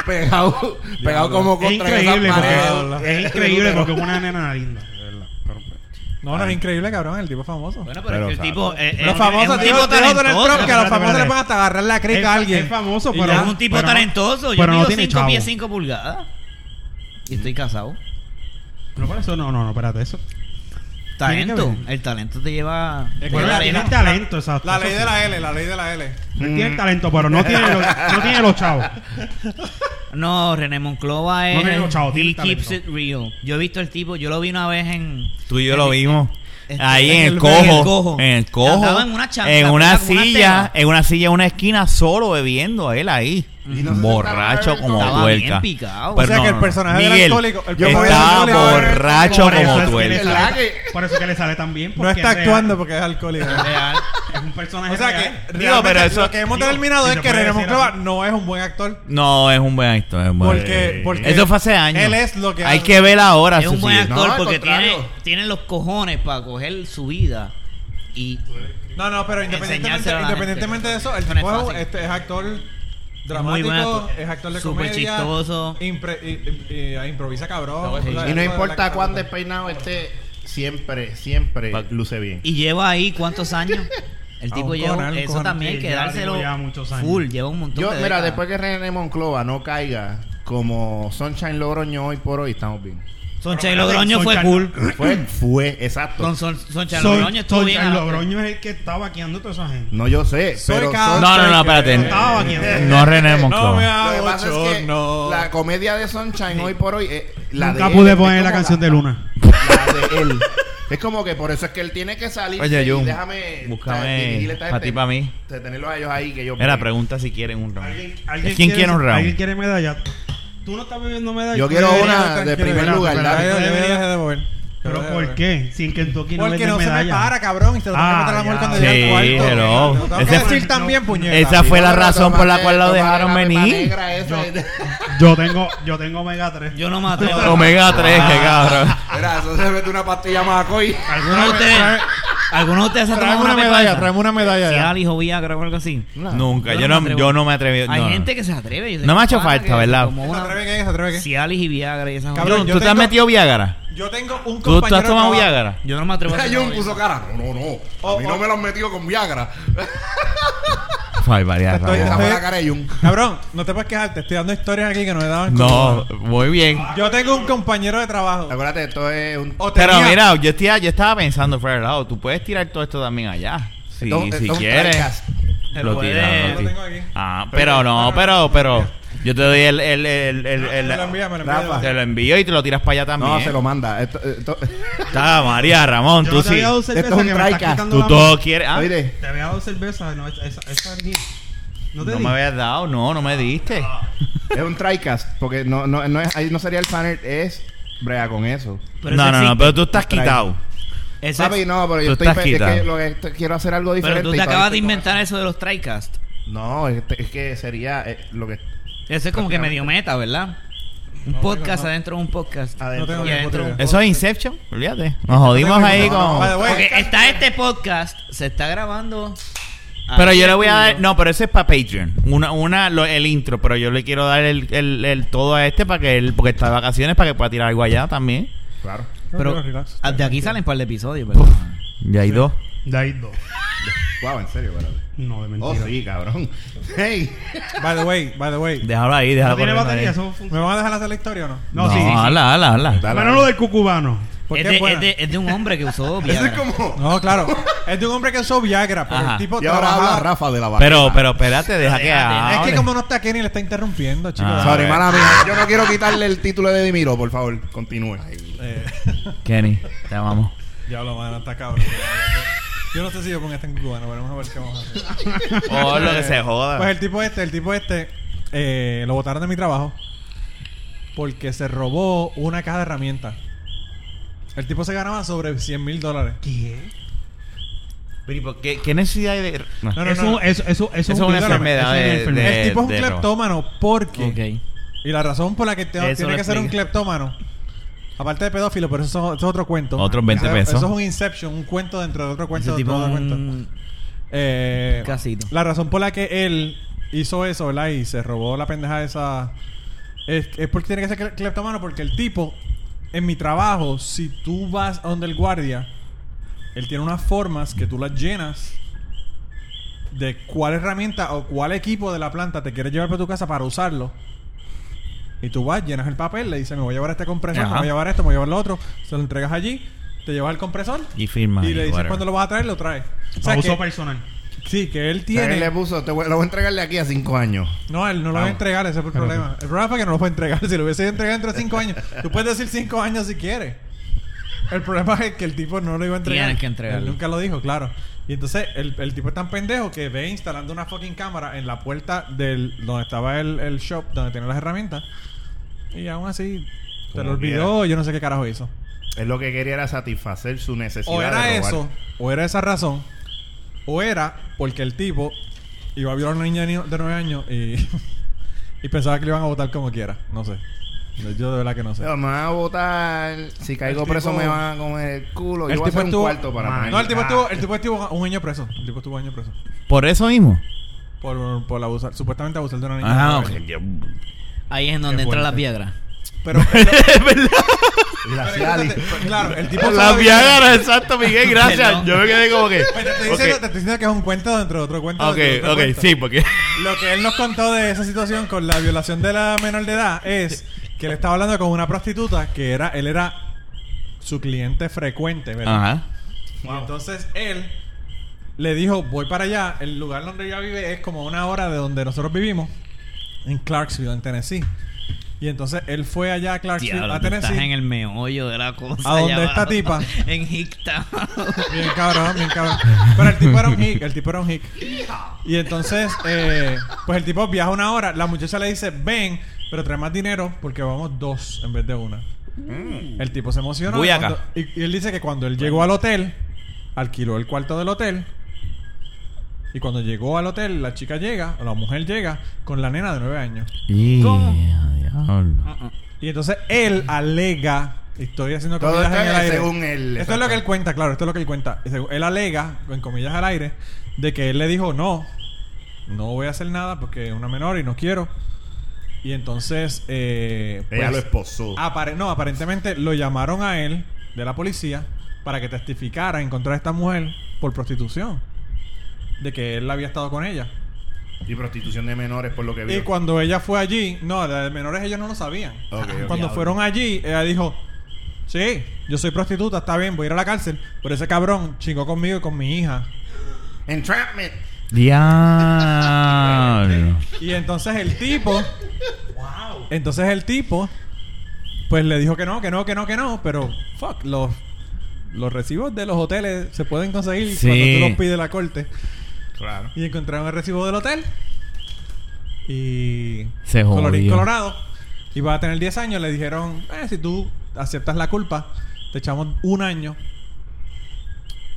[SPEAKER 2] pegado, pegado como
[SPEAKER 4] Es
[SPEAKER 2] contra esas
[SPEAKER 4] increíble,
[SPEAKER 2] paredes.
[SPEAKER 3] pared.
[SPEAKER 4] porque, es increíble porque es una nena linda. de verdad. Pero,
[SPEAKER 3] No, no, es increíble, cabrón, el tipo es famoso.
[SPEAKER 5] Bueno, pero,
[SPEAKER 2] Pero,
[SPEAKER 5] es que el tipo. eh, eh,
[SPEAKER 3] los
[SPEAKER 5] es
[SPEAKER 3] famosos,
[SPEAKER 5] un
[SPEAKER 3] dijo,
[SPEAKER 5] tipo
[SPEAKER 3] dijo Donald
[SPEAKER 5] talentoso.
[SPEAKER 3] Trump que a los
[SPEAKER 4] Espérate,
[SPEAKER 3] famosos le
[SPEAKER 4] espérate.
[SPEAKER 3] van hasta agarrar la
[SPEAKER 4] Es,
[SPEAKER 3] crica a alguien.
[SPEAKER 4] es famoso,
[SPEAKER 3] Y
[SPEAKER 4] pero
[SPEAKER 3] ya.
[SPEAKER 5] es un tipo
[SPEAKER 4] pero no-
[SPEAKER 5] talentoso. Yo
[SPEAKER 4] pero no
[SPEAKER 5] mido
[SPEAKER 4] tiene
[SPEAKER 5] 5 pies
[SPEAKER 4] chavo.
[SPEAKER 5] 5 pulgadas. Y estoy casado.
[SPEAKER 4] No, por eso no, no, no, espérate, eso.
[SPEAKER 5] Talento.
[SPEAKER 4] Tiene que
[SPEAKER 5] El talento te lleva.
[SPEAKER 3] Es que
[SPEAKER 5] te lleva
[SPEAKER 4] Bueno,
[SPEAKER 3] la-
[SPEAKER 4] tiene
[SPEAKER 5] arena.
[SPEAKER 3] la-
[SPEAKER 4] talento, exacto.
[SPEAKER 3] La ley
[SPEAKER 4] eso
[SPEAKER 3] de
[SPEAKER 4] sí.
[SPEAKER 3] la L, la ley de la L.
[SPEAKER 4] Él tiene el talento, pero no tiene los, no tiene los chavos.
[SPEAKER 5] No, René Monclova es.
[SPEAKER 4] No tiene los chavos, tiene
[SPEAKER 5] he keeps
[SPEAKER 4] talento.
[SPEAKER 5] it real. Yo he visto el tipo, yo lo vi una vez en.
[SPEAKER 1] Tú y yo lo vimos.
[SPEAKER 5] Este,
[SPEAKER 1] Ahí en
[SPEAKER 5] en
[SPEAKER 1] el
[SPEAKER 5] el-
[SPEAKER 1] cojo.
[SPEAKER 5] en el cojo.
[SPEAKER 1] En el cojo.
[SPEAKER 5] Andaba en una chancla,
[SPEAKER 1] en una
[SPEAKER 5] andaba con una
[SPEAKER 1] silla.
[SPEAKER 5] tela.
[SPEAKER 1] En una silla, en una esquina, solo bebiendo él ahí.
[SPEAKER 2] Y no se
[SPEAKER 1] borracho
[SPEAKER 2] sentaba
[SPEAKER 1] como
[SPEAKER 5] Estaba
[SPEAKER 1] tuerca.
[SPEAKER 5] bien picado.
[SPEAKER 1] Pero
[SPEAKER 3] O sea que el personaje del
[SPEAKER 1] Miguel,
[SPEAKER 3] alcohólico- el
[SPEAKER 1] Yo
[SPEAKER 3] personaje
[SPEAKER 1] estaba
[SPEAKER 3] del alcohólico-
[SPEAKER 1] borracho
[SPEAKER 4] Por eso
[SPEAKER 1] como
[SPEAKER 4] es que le
[SPEAKER 1] tuerca.
[SPEAKER 4] sale,
[SPEAKER 2] Lague.
[SPEAKER 4] por eso es que le sale tan bien.
[SPEAKER 3] No
[SPEAKER 4] porque
[SPEAKER 3] está
[SPEAKER 4] es real.
[SPEAKER 3] actuando porque es alcohólico.
[SPEAKER 5] Real.
[SPEAKER 4] es un personaje
[SPEAKER 3] O sea
[SPEAKER 4] real.
[SPEAKER 1] Digo,
[SPEAKER 3] que, realmente
[SPEAKER 1] pero eso-
[SPEAKER 3] lo que hemos
[SPEAKER 4] digo,
[SPEAKER 3] determinado
[SPEAKER 4] si
[SPEAKER 3] es
[SPEAKER 4] se
[SPEAKER 3] que
[SPEAKER 4] puede
[SPEAKER 3] René
[SPEAKER 4] decir
[SPEAKER 3] Monclova
[SPEAKER 4] así.
[SPEAKER 3] no es un buen actor.
[SPEAKER 1] No, es un buen actor. es un buen
[SPEAKER 3] Porque,
[SPEAKER 1] actor.
[SPEAKER 3] porque
[SPEAKER 1] Eso fue hace años.
[SPEAKER 3] Él es lo que
[SPEAKER 1] Hay
[SPEAKER 3] hace.
[SPEAKER 1] que ver ahora.
[SPEAKER 5] es un
[SPEAKER 1] Susi.
[SPEAKER 5] buen
[SPEAKER 2] No,
[SPEAKER 5] actor
[SPEAKER 2] al
[SPEAKER 5] porque tiene,
[SPEAKER 2] contrario.
[SPEAKER 5] tiene los cojones para coger su vida y
[SPEAKER 3] No, no, pero independientemente,
[SPEAKER 5] Enseñárselo a la
[SPEAKER 3] independientemente de
[SPEAKER 5] gente.
[SPEAKER 3] eso, el
[SPEAKER 5] Eso no es
[SPEAKER 3] tipo es,
[SPEAKER 5] fácil.
[SPEAKER 3] este, es actor
[SPEAKER 5] muy
[SPEAKER 3] dramático,
[SPEAKER 5] buen
[SPEAKER 3] es,
[SPEAKER 5] actor.
[SPEAKER 3] actor de
[SPEAKER 5] Súper
[SPEAKER 3] comedia,
[SPEAKER 5] chistoso.
[SPEAKER 3] impre- i- i- i- ah, improvisa cabrón.
[SPEAKER 5] Sí.
[SPEAKER 3] o sea,
[SPEAKER 2] Y no
[SPEAKER 3] eso es la
[SPEAKER 2] importa
[SPEAKER 3] que-
[SPEAKER 2] cuán despeinado esté, siempre, siempre
[SPEAKER 1] Pa-
[SPEAKER 2] luce bien.
[SPEAKER 5] y lleva ahí cuántos años. El
[SPEAKER 3] Ah,
[SPEAKER 5] tipo
[SPEAKER 3] un
[SPEAKER 5] lleva
[SPEAKER 3] cojonal, un
[SPEAKER 5] eso
[SPEAKER 3] cojonal.
[SPEAKER 5] también
[SPEAKER 4] Sí, ya,
[SPEAKER 5] quedárselo
[SPEAKER 4] tipo, lleva muchos años.
[SPEAKER 5] full, lleva un montón
[SPEAKER 2] Yo,
[SPEAKER 5] de
[SPEAKER 2] mira,
[SPEAKER 5] décadas.
[SPEAKER 2] después que René Monclova no caiga como Sunshine Logroño hoy por hoy, estamos bien.
[SPEAKER 5] Soncha y Logroño fue
[SPEAKER 4] Soncha-
[SPEAKER 5] cool.
[SPEAKER 2] Fue, fue, exacto.
[SPEAKER 5] Con Son- Soncha y
[SPEAKER 4] Son-
[SPEAKER 5] Logroño estuvo
[SPEAKER 4] Son-
[SPEAKER 5] bien.
[SPEAKER 4] el
[SPEAKER 5] a la-
[SPEAKER 4] Logroño es el que está vaqueando a toda esa gente.
[SPEAKER 2] No, yo sé,
[SPEAKER 3] Soy
[SPEAKER 2] pero Sunshine-
[SPEAKER 3] cada-
[SPEAKER 1] No, no, no, espérate.
[SPEAKER 4] Estaba aquí.
[SPEAKER 1] No René
[SPEAKER 3] No me
[SPEAKER 1] Monclova.
[SPEAKER 2] Lo que
[SPEAKER 3] hago
[SPEAKER 2] pasa es que
[SPEAKER 3] no.
[SPEAKER 2] la comedia de Sunshine hoy por hoy es la
[SPEAKER 4] Nunca
[SPEAKER 2] de él,
[SPEAKER 4] pude
[SPEAKER 2] es
[SPEAKER 4] poner
[SPEAKER 2] como
[SPEAKER 4] la canción de Luna.
[SPEAKER 2] La de él. Es como que por eso es que él tiene que salir.
[SPEAKER 1] Oye,
[SPEAKER 2] y
[SPEAKER 1] Jun,
[SPEAKER 2] déjame
[SPEAKER 1] búscame
[SPEAKER 2] eh, dirigirle esta
[SPEAKER 1] pa'
[SPEAKER 2] gente,
[SPEAKER 1] ti, pa' mí.
[SPEAKER 2] De tenerlos a ellos ahí que yo.
[SPEAKER 1] Mira, pregunta si quieren un round.
[SPEAKER 4] ¿Alguien, alguien
[SPEAKER 1] ¿Quién quiere un round?
[SPEAKER 4] ¿Alguien quiere medalla? Tú no estás bebiendo medalla.
[SPEAKER 2] Yo quiero
[SPEAKER 4] Pero-
[SPEAKER 2] una de primer
[SPEAKER 3] Tranquilo,
[SPEAKER 2] lugar,
[SPEAKER 3] espera,
[SPEAKER 2] dale.
[SPEAKER 3] Yo yo dejé de beber. Yo
[SPEAKER 4] ¿Pero
[SPEAKER 3] dejé de
[SPEAKER 4] por
[SPEAKER 3] beber.
[SPEAKER 4] qué? Si en Kentucky no le
[SPEAKER 3] eh, Porque
[SPEAKER 4] den
[SPEAKER 3] no se me
[SPEAKER 4] medalla.
[SPEAKER 3] para, cabrón. Y se lo tengo que
[SPEAKER 4] Ah,
[SPEAKER 3] meter a la mujer
[SPEAKER 4] ya.
[SPEAKER 3] cuando llegue
[SPEAKER 1] Sí,
[SPEAKER 3] al cuarto.
[SPEAKER 1] hello.
[SPEAKER 3] Te lo tengo
[SPEAKER 1] Ese
[SPEAKER 3] que decir
[SPEAKER 1] fue-
[SPEAKER 3] también, puñeta.
[SPEAKER 1] Esa fue la razón por la cual lo dejaron venir.
[SPEAKER 4] Yo-
[SPEAKER 1] (laughs)
[SPEAKER 4] Yo tengo, yo tengo omega 3.
[SPEAKER 5] Yo no me atrevo.
[SPEAKER 1] Omega 3, que cabrón.
[SPEAKER 2] Mira, eso se mete una pastilla más hoy.
[SPEAKER 5] ¿Alguno
[SPEAKER 1] Ah,
[SPEAKER 5] de ustedes, ¿alguno de ustedes se ha tomado
[SPEAKER 3] Traeme
[SPEAKER 5] una
[SPEAKER 3] una medalla,
[SPEAKER 5] pepaza?
[SPEAKER 3] traeme una medalla. ya.
[SPEAKER 5] Cialis o Viagra o algo así.
[SPEAKER 1] Nunca,
[SPEAKER 5] Yo
[SPEAKER 1] yo
[SPEAKER 5] no
[SPEAKER 1] no,
[SPEAKER 5] me atrevo.
[SPEAKER 1] yo no me atreví.
[SPEAKER 5] Hay
[SPEAKER 1] no, no.
[SPEAKER 5] gente que se atreve. yo
[SPEAKER 1] No me ha
[SPEAKER 5] tengo
[SPEAKER 1] hecho
[SPEAKER 5] pana
[SPEAKER 1] falta,
[SPEAKER 5] que se
[SPEAKER 1] ¿verdad?
[SPEAKER 5] tomó
[SPEAKER 3] ¿Se
[SPEAKER 5] una-
[SPEAKER 3] atreve qué? ¿Se atreve qué?
[SPEAKER 5] Cialis y Viagra y esas
[SPEAKER 1] Cabrón,
[SPEAKER 3] Yo
[SPEAKER 1] ¿tú te has
[SPEAKER 3] tengo-
[SPEAKER 1] metido Viagra?
[SPEAKER 3] Yo tengo un
[SPEAKER 1] ¿Tú,
[SPEAKER 3] compañero...
[SPEAKER 1] tú has
[SPEAKER 3] de
[SPEAKER 1] tomado
[SPEAKER 3] trabajo-
[SPEAKER 1] Viagra?
[SPEAKER 5] Yo no me
[SPEAKER 2] (laughs)
[SPEAKER 5] atrevo a hacer
[SPEAKER 2] Jun
[SPEAKER 5] nada.
[SPEAKER 2] puso cara. No, no, no.
[SPEAKER 3] Oh,
[SPEAKER 2] A mí no
[SPEAKER 3] oh.
[SPEAKER 2] me lo han metido con Viagra.
[SPEAKER 1] Ay, varias
[SPEAKER 3] Estoy-
[SPEAKER 2] Esa
[SPEAKER 1] razones.
[SPEAKER 2] fue la cara de Jun.
[SPEAKER 3] Cabrón, no te puedes quejar. Te estoy dando historias aquí que no me daban...
[SPEAKER 1] No, muy bien.
[SPEAKER 3] Yo tengo un compañero de trabajo.
[SPEAKER 2] Acuérdate, esto es un.
[SPEAKER 3] Ah, O
[SPEAKER 1] Pero
[SPEAKER 3] tenía-
[SPEAKER 1] mira, yo, estoy- yo estaba pensando fuera del lado. Tú puedes tirar todo esto también allá. Si,
[SPEAKER 2] esto- esto
[SPEAKER 1] si
[SPEAKER 2] es un
[SPEAKER 1] quieres.
[SPEAKER 2] tricast.
[SPEAKER 5] Se
[SPEAKER 1] Lo
[SPEAKER 5] puede-
[SPEAKER 1] tiramos,
[SPEAKER 3] Lo
[SPEAKER 1] sí.
[SPEAKER 3] tengo aquí.
[SPEAKER 1] Ah, pero no, pero, pero. Yo te doy el. el, el, el- el-
[SPEAKER 3] Me lo envía, me lo
[SPEAKER 2] Rafa.
[SPEAKER 3] envía.
[SPEAKER 1] te lo envío y te lo tiras para allá también.
[SPEAKER 2] No, se lo manda. Esto, esto- (laughs)
[SPEAKER 1] Está María Ramón,
[SPEAKER 4] Yo
[SPEAKER 1] tú
[SPEAKER 4] no te
[SPEAKER 1] sí.
[SPEAKER 4] había dado cerveza
[SPEAKER 2] Esto es un
[SPEAKER 4] que me estás
[SPEAKER 2] tricast.
[SPEAKER 4] quitando
[SPEAKER 1] Tú
[SPEAKER 4] la-
[SPEAKER 1] todo quieres. Ah,
[SPEAKER 2] Oye,
[SPEAKER 4] Te había dado cerveza. No, esa, esa, esa es mi- No te
[SPEAKER 1] no
[SPEAKER 4] di.
[SPEAKER 1] me habías dado, no, no me diste.
[SPEAKER 2] es un tricast. Porque no, no, no es, ahí no sería el panel, es brea con eso.
[SPEAKER 5] Pero
[SPEAKER 1] no,
[SPEAKER 5] ese
[SPEAKER 1] no, no,
[SPEAKER 5] existe.
[SPEAKER 1] pero tú estás
[SPEAKER 2] Trae.
[SPEAKER 1] quitado.
[SPEAKER 5] Ese
[SPEAKER 2] Papi,
[SPEAKER 5] ex-
[SPEAKER 2] no, pero yo
[SPEAKER 1] Tú
[SPEAKER 2] estoy
[SPEAKER 1] estás
[SPEAKER 2] pe- es que
[SPEAKER 1] quitado.
[SPEAKER 2] lo que esto- quiero hacer algo diferente.
[SPEAKER 5] Pero tú
[SPEAKER 2] y
[SPEAKER 5] te
[SPEAKER 2] todavía
[SPEAKER 5] acabas de
[SPEAKER 2] estoy con
[SPEAKER 5] inventar eso de los tricast.
[SPEAKER 2] eso. No, es, es que sería eh, lo que
[SPEAKER 5] Eso es como que medio meta, ¿verdad? Un
[SPEAKER 3] No,
[SPEAKER 5] podcast
[SPEAKER 3] no.
[SPEAKER 5] adentro de un podcast.
[SPEAKER 2] adentro.
[SPEAKER 3] tengo
[SPEAKER 5] Y
[SPEAKER 3] ni
[SPEAKER 5] adentro
[SPEAKER 3] puta
[SPEAKER 5] un
[SPEAKER 1] Eso es Inception, olvídate. Nos jodimos ahí
[SPEAKER 2] No, no,
[SPEAKER 1] con.
[SPEAKER 3] By the way,
[SPEAKER 5] Porque está este podcast, se está grabando.
[SPEAKER 1] Pero
[SPEAKER 5] aquí
[SPEAKER 1] yo le voy a
[SPEAKER 5] en
[SPEAKER 1] dar.
[SPEAKER 5] estudio.
[SPEAKER 1] No, pero ese es para Patreon. Una, una, lo- el intro, pero yo le quiero dar el, el, el todo a este para que él, porque está de vacaciones, para que pueda tirar algo allá también.
[SPEAKER 2] Claro.
[SPEAKER 5] Pero
[SPEAKER 3] Relax.
[SPEAKER 5] ah, de aquí salen un par de episodios, ¿verdad?
[SPEAKER 1] Ya hay dos.
[SPEAKER 4] De ahí dos.
[SPEAKER 2] Wow, en serio, espérate.
[SPEAKER 4] No, de
[SPEAKER 2] Oh,
[SPEAKER 4] mentira.
[SPEAKER 2] sí, cabrón. (laughs) Hey.
[SPEAKER 3] By the way, by the way.
[SPEAKER 1] Déjalo ahí, déjalo
[SPEAKER 4] No tiene
[SPEAKER 1] corriendo
[SPEAKER 4] batería,
[SPEAKER 1] ahí.
[SPEAKER 4] eso funciona.
[SPEAKER 3] ¿Me van a dejar hacer la historia o no?
[SPEAKER 1] No,
[SPEAKER 4] No, sí, sí, sí.
[SPEAKER 1] Hala, hala, hala.
[SPEAKER 2] Dale.
[SPEAKER 4] Pero lo del cucubano.
[SPEAKER 3] ¿Por
[SPEAKER 5] Es
[SPEAKER 3] qué
[SPEAKER 5] de,
[SPEAKER 3] es buena?
[SPEAKER 5] es de- es de un hombre que
[SPEAKER 3] (laughs)
[SPEAKER 5] usó
[SPEAKER 2] Eso
[SPEAKER 5] Viagra.
[SPEAKER 2] es como.
[SPEAKER 3] No, claro. Es de un hombre que usó Viagra, pero
[SPEAKER 1] Ajá.
[SPEAKER 3] el tipo
[SPEAKER 2] Y ahora habla
[SPEAKER 3] trabajaba-
[SPEAKER 2] Rafa de la vaca.
[SPEAKER 1] Pero, pero espérate, deja que
[SPEAKER 3] Es
[SPEAKER 1] hable.
[SPEAKER 3] que como no está Kenny, le está interrumpiendo, chicos.
[SPEAKER 1] Ah.
[SPEAKER 2] Sorry, mala mía. Yo no quiero quitarle el título de Dimiro, por favor. Continúe.
[SPEAKER 3] Eh,
[SPEAKER 1] Kenny, te
[SPEAKER 3] (laughs)
[SPEAKER 1] amamos.
[SPEAKER 3] ya lo van a estar cabrón. Yo no sé si yo pongo este en cubano, pero vamos a ver qué vamos a hacer.
[SPEAKER 1] Oh, lo que se
[SPEAKER 3] Pues
[SPEAKER 1] joda.
[SPEAKER 3] el tipo este, el tipo este, eh, lo botaron de mi trabajo porque se robó una caja de herramientas. El tipo se ganaba sobre 100 mil dólares.
[SPEAKER 4] ¿Qué?
[SPEAKER 1] Pero, ¿y por ¿Qué, qué necesidad hay de.?
[SPEAKER 3] No, no,
[SPEAKER 4] eso,
[SPEAKER 3] no.
[SPEAKER 4] Eso, eso, eso,
[SPEAKER 1] Eso es una
[SPEAKER 4] eso-
[SPEAKER 1] enfermedad
[SPEAKER 4] eso es una
[SPEAKER 1] de-
[SPEAKER 4] enfermedad.
[SPEAKER 1] de-
[SPEAKER 3] el tipo es un
[SPEAKER 1] robo.
[SPEAKER 3] cleptómano porque...
[SPEAKER 5] Ok.
[SPEAKER 3] Y la razón por la que te-
[SPEAKER 5] Eso
[SPEAKER 3] tiene
[SPEAKER 5] lo
[SPEAKER 3] que ser un
[SPEAKER 5] explica.
[SPEAKER 3] cleptómano. Aparte de pedófilo, pero eso, eso es otro cuento.
[SPEAKER 1] Otros 20
[SPEAKER 3] Eso-
[SPEAKER 1] pesos.
[SPEAKER 3] Eso es un Inception, un cuento dentro de otro cuento.
[SPEAKER 5] Ese
[SPEAKER 3] dentro
[SPEAKER 5] tipo
[SPEAKER 3] de otro cuento.
[SPEAKER 5] un...
[SPEAKER 3] Eh,
[SPEAKER 5] (laughs) Casito.
[SPEAKER 3] La razón por la que él hizo eso, ¿verdad? Y se robó la pendeja esa. Es, es porque tiene que ser cle- cleptómano, porque el tipo, en mi trabajo, si tú vas a donde el guardia, él tiene unas formas que tú las llenas de cuál herramienta o cuál equipo de la planta te quieres llevar para tu casa para usarlo. Y tú vas, llenas el papel, le dices, me voy a llevar este compresor,
[SPEAKER 1] Ajá.
[SPEAKER 3] me voy a llevar esto, me voy a llevar lo otro. Se lo entregas allí, te llevas el compresor
[SPEAKER 1] Y firma.
[SPEAKER 3] y le dices
[SPEAKER 1] whatever.
[SPEAKER 3] cuándo lo vas a traer, lo traes. O sea,
[SPEAKER 4] Abuso
[SPEAKER 3] que-
[SPEAKER 4] personal.
[SPEAKER 3] Sí, que él
[SPEAKER 2] Tiene.
[SPEAKER 3] tiene.
[SPEAKER 2] le puso, te voy- lo voy a entregarle aquí a cinco años.
[SPEAKER 3] No, él no lo va a entregar, ese es el problema.
[SPEAKER 5] pues.
[SPEAKER 3] El problema fue que no lo puede entregar. (laughs) Si lo hubiese entregado dentro de 5 años, tú puedes decir 5 años si quieres. El problema es que el tipo no lo iba a entregar.
[SPEAKER 5] Tienes que entregarlo.
[SPEAKER 3] Él nunca lo dijo, claro. Y entonces el, el tipo es tan pendejo que ve instalando una fucking cámara en la puerta del donde estaba el, el shop, donde tenía las herramientas. Y aún así, se
[SPEAKER 2] Como
[SPEAKER 3] lo olvidó. Yo no sé qué carajo hizo.
[SPEAKER 2] Es lo que quería era satisfacer su necesidad.
[SPEAKER 3] O
[SPEAKER 2] de
[SPEAKER 3] era
[SPEAKER 2] robar.
[SPEAKER 3] eso, o era esa razón. O era porque el tipo iba a violar a una niña de ni- de 9 años y, (laughs) y pensaba que le iban a votar como quiera. No sé. Yo de verdad que no sé.
[SPEAKER 2] Pero me van a votar. Si caigo
[SPEAKER 3] El
[SPEAKER 2] preso,
[SPEAKER 3] tipo-
[SPEAKER 2] me van a comer el culo.
[SPEAKER 3] El
[SPEAKER 2] Yo voy a
[SPEAKER 3] tipo
[SPEAKER 2] hacer un
[SPEAKER 3] estuvo-
[SPEAKER 2] cuarto para
[SPEAKER 4] Man,
[SPEAKER 2] poner. Ah.
[SPEAKER 3] No, el tipo, estuvo, el tipo estuvo un año preso. El tipo estuvo un año preso.
[SPEAKER 1] Por eso mismo.
[SPEAKER 3] Por, por abusar, supuestamente abusar de una niña.
[SPEAKER 1] Ajá,
[SPEAKER 3] de nueve
[SPEAKER 1] Ah, ok. (laughs)
[SPEAKER 3] años.
[SPEAKER 5] Ahí es en donde
[SPEAKER 3] Qué
[SPEAKER 5] entra la
[SPEAKER 3] fuerte.
[SPEAKER 5] Viagra.
[SPEAKER 3] Pero,
[SPEAKER 2] Y la
[SPEAKER 3] pero
[SPEAKER 2] Cialis.
[SPEAKER 3] fíjate, claro, el tipo.
[SPEAKER 1] La
[SPEAKER 3] sabe-
[SPEAKER 1] Viagra, exacto,
[SPEAKER 3] (laughs)
[SPEAKER 1] Miguel, gracias.
[SPEAKER 5] Perdón.
[SPEAKER 1] Yo me quedé como que.
[SPEAKER 3] Pero Te estoy,
[SPEAKER 1] Ok.
[SPEAKER 3] diciendo, te estoy diciendo que es un cuento dentro de otro cuento.
[SPEAKER 1] Ok,
[SPEAKER 3] dentro de otro
[SPEAKER 1] ok,
[SPEAKER 3] cuento.
[SPEAKER 1] sí, porque.
[SPEAKER 3] Lo que él nos contó de esa situación con la violación de la menor de edad es que él estaba hablando con una prostituta que era, él era su cliente frecuente, ¿verdad?
[SPEAKER 1] Ajá.
[SPEAKER 3] Y entonces él le dijo, voy para allá. El lugar donde ella vive es como una hora de donde nosotros vivimos, en Clarksville, en Tennessee. Y entonces él fue allá a Clarksville,
[SPEAKER 5] Diablo,
[SPEAKER 3] a
[SPEAKER 5] tú estás
[SPEAKER 3] Tennessee.
[SPEAKER 5] en el meollo de la cosa.
[SPEAKER 3] ¿A dónde
[SPEAKER 5] allá
[SPEAKER 3] esta
[SPEAKER 5] abajo.
[SPEAKER 3] tipa?
[SPEAKER 5] (laughs) En Hicktown.
[SPEAKER 3] Bien cabrón, bien cabrón. Pero el tipo era un hick, el tipo era un hick. Y entonces, eh, pues el tipo viaja una hora, la muchacha le dice, ven, pero trae más dinero porque vamos dos en vez de una. El tipo se emocionó.
[SPEAKER 1] Mm. Voy
[SPEAKER 3] y
[SPEAKER 1] acá.
[SPEAKER 3] cuando- y, y él dice que cuando él llegó al hotel, alquiló el cuarto del hotel. Y cuando llegó al hotel, la chica llega, o la mujer llega, con la nena de nueve años.
[SPEAKER 5] ¿Cómo?
[SPEAKER 3] Ah,
[SPEAKER 1] Diablo.
[SPEAKER 3] Y entonces él alega, y estoy haciendo
[SPEAKER 2] Todo
[SPEAKER 3] comillas
[SPEAKER 2] esto
[SPEAKER 3] en el
[SPEAKER 2] es
[SPEAKER 3] aire.
[SPEAKER 2] según él,
[SPEAKER 3] Esto es lo que él cuenta, claro, esto es lo que él cuenta. Según- Él alega, en comillas al aire, de que él le dijo, no, no voy a hacer nada porque es una menor y no quiero. Y entonces... Eh,
[SPEAKER 2] Ella
[SPEAKER 3] pues,
[SPEAKER 2] lo esposó.
[SPEAKER 3] apare- no, aparentemente lo llamaron a él de la policía para que testificara en contra de esta mujer por prostitución. De que él había estado con ella.
[SPEAKER 2] Y prostitución de menores, por lo que
[SPEAKER 3] Y
[SPEAKER 2] veo.
[SPEAKER 3] cuando ella fue allí, no, la de menores ellos no lo sabían.
[SPEAKER 2] Ok, ok.
[SPEAKER 3] Cuando fueron allí, ella dijo, sí, yo soy prostituta, está bien, voy a ir a la cárcel, pero ese cabrón chingó conmigo y con mi hija.
[SPEAKER 2] Entrapment.
[SPEAKER 3] ah.
[SPEAKER 1] Diablo.
[SPEAKER 3] Y entonces el tipo, entonces el tipo, pues le dijo que no, que no, que no, que no, pero fuck, los, los recibos de los hoteles se pueden conseguir
[SPEAKER 1] Sí.
[SPEAKER 3] cuando tú los pide la corte.
[SPEAKER 2] Claro.
[SPEAKER 3] Y encontraron el recibo del hotel. Y.
[SPEAKER 1] Se
[SPEAKER 3] Colorín
[SPEAKER 1] jodió.
[SPEAKER 3] Colorado. Y va a tener 10 años. Le dijeron: eh, si tú aceptas la culpa, te echamos un año.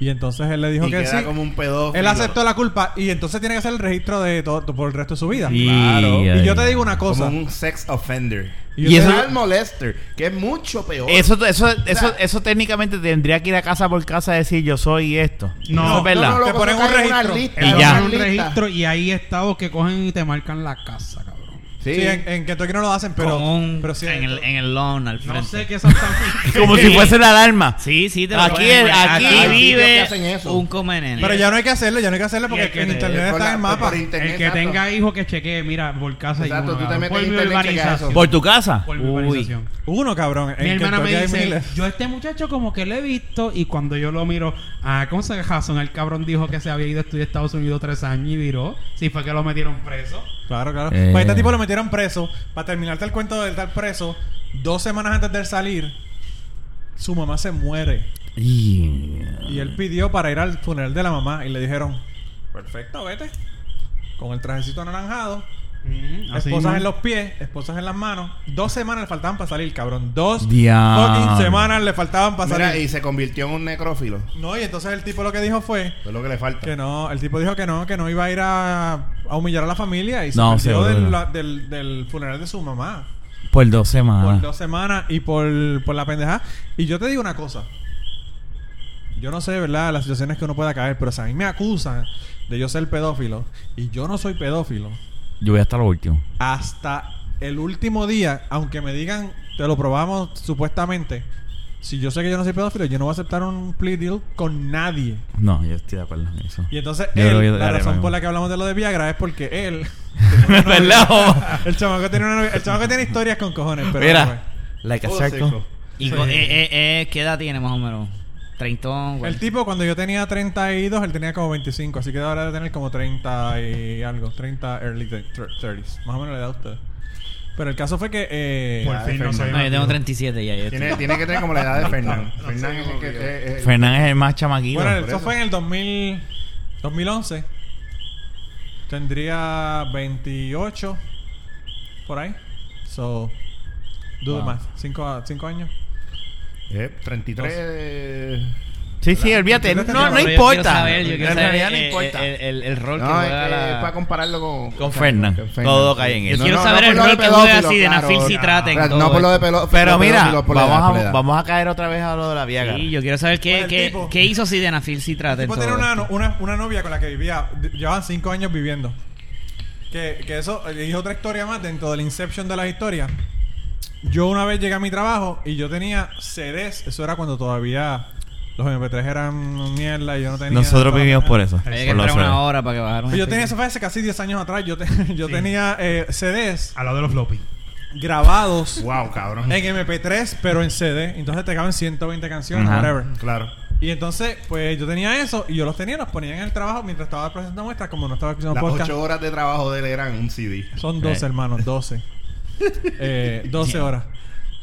[SPEAKER 3] Y entonces él le dijo
[SPEAKER 2] y
[SPEAKER 3] que sí.
[SPEAKER 2] queda como un pedófilo.
[SPEAKER 3] Él aceptó la culpa y entonces tiene que hacer el registro de todo todo por el resto de su vida.
[SPEAKER 1] Claro.
[SPEAKER 3] Y yo te digo una
[SPEAKER 2] Como
[SPEAKER 3] cosa.
[SPEAKER 2] un sex offender.
[SPEAKER 3] Y
[SPEAKER 2] Y
[SPEAKER 1] eso-
[SPEAKER 2] eso es molester, que es mucho peor.
[SPEAKER 1] Eso, eso, eso, eso técnicamente tendría que ir a casa por casa a decir yo soy esto.
[SPEAKER 4] No,
[SPEAKER 1] Eso es verdad.
[SPEAKER 3] no, no, Te ponen un registro.
[SPEAKER 1] Y
[SPEAKER 4] Te
[SPEAKER 1] ya.
[SPEAKER 4] hacen un registro y hay estados que cogen y te marcan la casa, cabrón.
[SPEAKER 2] Sí.
[SPEAKER 3] Sí, en, en Kentucky no lo hacen, pero.
[SPEAKER 5] Con un-
[SPEAKER 3] pero sí,
[SPEAKER 5] en, el, en el lawn al frente.
[SPEAKER 4] No sé
[SPEAKER 1] (laughs)
[SPEAKER 4] qué exactamente.
[SPEAKER 1] Como si fuese la alarma.
[SPEAKER 5] Sí, sí, te lo
[SPEAKER 1] Aquí
[SPEAKER 5] pueden-
[SPEAKER 1] es- aquí- Hay sitios
[SPEAKER 5] vive
[SPEAKER 2] que hacen eso.
[SPEAKER 5] un comenene.
[SPEAKER 3] Pero ya no hay que hacerlo, ya no hay que hacerlo
[SPEAKER 4] Y
[SPEAKER 3] porque
[SPEAKER 4] el que
[SPEAKER 3] en
[SPEAKER 4] te-
[SPEAKER 3] internet
[SPEAKER 2] por
[SPEAKER 3] está
[SPEAKER 2] la-
[SPEAKER 3] en mapa.
[SPEAKER 2] por internet,
[SPEAKER 4] El que
[SPEAKER 2] exacto.
[SPEAKER 4] tenga hijos que chequee, mira, por casa y
[SPEAKER 2] Exacto,
[SPEAKER 4] uno,
[SPEAKER 2] tú te
[SPEAKER 4] cabrón.
[SPEAKER 2] metes en
[SPEAKER 4] por mi
[SPEAKER 2] internet, chequea
[SPEAKER 4] urbanización.
[SPEAKER 2] eso.
[SPEAKER 1] Por tu casa.
[SPEAKER 4] Por mi
[SPEAKER 1] Uy.
[SPEAKER 4] urbanización.
[SPEAKER 3] Uno, cabrón. En
[SPEAKER 4] Mi hermana
[SPEAKER 3] Kentucky
[SPEAKER 4] me
[SPEAKER 3] hay
[SPEAKER 4] dice,
[SPEAKER 3] miles.
[SPEAKER 4] yo a este muchacho como que lo he visto y cuando yo lo miro, ah, ¿cómo se Jason? El cabrón dijo que se había ido a estudiar a Estados Unidos tres años y viró. Sí, fue que lo metieron preso.
[SPEAKER 3] Claro, claro.
[SPEAKER 1] Eh.
[SPEAKER 3] Pues este tipo lo metieron preso. Para terminarte el cuento del tal preso, dos semanas antes de él salir, su mamá se muere.
[SPEAKER 1] Y-
[SPEAKER 3] Y él pidió para ir al funeral de la mamá y le dijeron, perfecto, vete. Con el trajecito anaranjado,
[SPEAKER 4] Mm, Así
[SPEAKER 3] esposas
[SPEAKER 4] mismo.
[SPEAKER 3] en los pies, esposas en las manos. Dos semanas le faltaban para salir, cabrón. Dos
[SPEAKER 1] Diablo.
[SPEAKER 3] fucking semanas le faltaban para
[SPEAKER 2] Mira,
[SPEAKER 3] salir.
[SPEAKER 2] y se convirtió en un necrófilo.
[SPEAKER 3] No, y entonces el tipo lo que dijo fue
[SPEAKER 2] Eso es lo que le falta.
[SPEAKER 3] que no, el tipo dijo que no, que no iba a ir a, a humillar a la familia y se
[SPEAKER 1] No,
[SPEAKER 3] perdió
[SPEAKER 1] seguro
[SPEAKER 3] del-
[SPEAKER 1] no.
[SPEAKER 3] la- del- del funeral de su mamá.
[SPEAKER 1] Por dos
[SPEAKER 3] por
[SPEAKER 1] semanas.
[SPEAKER 3] dos semanas y por, por la pendejada. Y yo te digo una cosa. Yo no sé, ¿verdad? Las situaciones que uno pueda caer, pero si a mí me acusan de yo ser pedófilo y yo no soy pedófilo,
[SPEAKER 1] Yo voy hasta lo último.
[SPEAKER 3] hasta el último día, aunque me digan, te lo probamos supuestamente, si yo sé que yo no soy pedófilo, yo no voy a aceptar un plea deal con nadie.
[SPEAKER 1] No, yo estoy de acuerdo en eso.
[SPEAKER 3] Y entonces
[SPEAKER 1] Yo creo
[SPEAKER 3] él,
[SPEAKER 1] que yo
[SPEAKER 3] la
[SPEAKER 1] haré
[SPEAKER 3] razón
[SPEAKER 1] mismo.
[SPEAKER 3] por la que hablamos de lo de Viagra es porque él... (laughs)
[SPEAKER 1] ¿Verdad? Omar?
[SPEAKER 3] El chamaco tiene, una novia- el chamaco tiene historias con cojones, pero... anyway.
[SPEAKER 1] Mira, like a
[SPEAKER 2] Todo
[SPEAKER 1] circle.
[SPEAKER 2] seco.
[SPEAKER 5] Y co- eh, eh, eh, ¿Qué edad tiene más o menos? Treintón. güey.
[SPEAKER 3] El tipo cuando yo tenía 32, él tenía como 25, así que ahora debe tener como 30 y algo, 30 early thir- thir- 30s, más o menos la edad a usted. Pero el caso fue que... eh,
[SPEAKER 4] Por fin no soy
[SPEAKER 5] No, yo tengo 37 ya. yo estoy-
[SPEAKER 2] Tiene, tiene que tener como la edad de Fernán. Fernán es el que... eh, eh,
[SPEAKER 1] Fernán es el más chamaquito.
[SPEAKER 3] Bueno,
[SPEAKER 2] por
[SPEAKER 3] eso
[SPEAKER 2] eso.
[SPEAKER 3] fue en el 2000, 2011. Tendría 28, por ahí. So, do the
[SPEAKER 5] Wow.
[SPEAKER 3] math, 5 años.
[SPEAKER 2] eh, 33...
[SPEAKER 1] Sí, sí, olvídate. No, no
[SPEAKER 5] Pero yo quiero
[SPEAKER 1] importa.
[SPEAKER 5] saber, yo quiero
[SPEAKER 1] en
[SPEAKER 5] saber eh,
[SPEAKER 1] realidad no
[SPEAKER 5] el-
[SPEAKER 1] importa.
[SPEAKER 5] El, el- el rol que
[SPEAKER 2] No, es,
[SPEAKER 5] juega
[SPEAKER 2] que
[SPEAKER 5] la-
[SPEAKER 2] es para compararlo con...
[SPEAKER 1] Con Fernan. Todo cae en
[SPEAKER 2] sí.
[SPEAKER 1] eso.
[SPEAKER 5] Yo quiero saber
[SPEAKER 2] por
[SPEAKER 5] el
[SPEAKER 2] lo
[SPEAKER 5] rol
[SPEAKER 2] de
[SPEAKER 5] que juega
[SPEAKER 2] pedófilo,
[SPEAKER 5] así de Nafil Citrate en
[SPEAKER 2] Claro,
[SPEAKER 5] todo
[SPEAKER 2] No por lo de
[SPEAKER 5] esto.
[SPEAKER 2] pelo-
[SPEAKER 1] Pero
[SPEAKER 2] por
[SPEAKER 1] mira,
[SPEAKER 2] pedófilo, por la edad, por
[SPEAKER 1] vamos
[SPEAKER 2] la
[SPEAKER 1] a,
[SPEAKER 2] edad.
[SPEAKER 1] vamos a caer otra vez a lo de la Viagra.
[SPEAKER 5] Sí, yo quiero saber qué,
[SPEAKER 3] Pues el
[SPEAKER 5] qué,
[SPEAKER 3] tipo-
[SPEAKER 5] qué hizo Sidenafil Citrate. en
[SPEAKER 3] tipo tenía
[SPEAKER 5] todo
[SPEAKER 3] una,
[SPEAKER 5] esto.
[SPEAKER 3] no- una, una novia con la que vivía, de- llevaban cinco años viviendo. Que, que eso, eh, y es otra historia más dentro del Inception de las historias. Yo una vez llegué a mi trabajo y yo tenía CDs, eso era cuando todavía los MP3 eran mierda y yo no tenía.
[SPEAKER 1] Nosotros
[SPEAKER 3] estaba-
[SPEAKER 1] vivimos por eso.
[SPEAKER 5] Había que
[SPEAKER 1] por los
[SPEAKER 5] esperar una
[SPEAKER 1] suelos.
[SPEAKER 5] hora para que bajaran.
[SPEAKER 3] Pero Pues yo tenía, eso fue hace casi 10 años atrás, yo, te- (laughs) yo
[SPEAKER 4] Sí.
[SPEAKER 3] tenía eh, CDs
[SPEAKER 4] Al lado de los floppy.
[SPEAKER 3] grabados
[SPEAKER 2] Wow, cabrón.
[SPEAKER 3] en MP3, pero en CD. Entonces te caben 120 canciones,
[SPEAKER 1] Ajá.
[SPEAKER 3] whatever.
[SPEAKER 2] Claro.
[SPEAKER 3] Y entonces, pues yo tenía eso y yo los tenía, los ponía en el trabajo mientras estaba presentando muestras, como no estaba escuchando
[SPEAKER 2] Las
[SPEAKER 3] podcast.
[SPEAKER 2] ocho horas de trabajo de él eran un CD.
[SPEAKER 3] Son
[SPEAKER 1] Eh.
[SPEAKER 3] 12,
[SPEAKER 1] (laughs)
[SPEAKER 3] hermanos, 12. eh, 12 horas.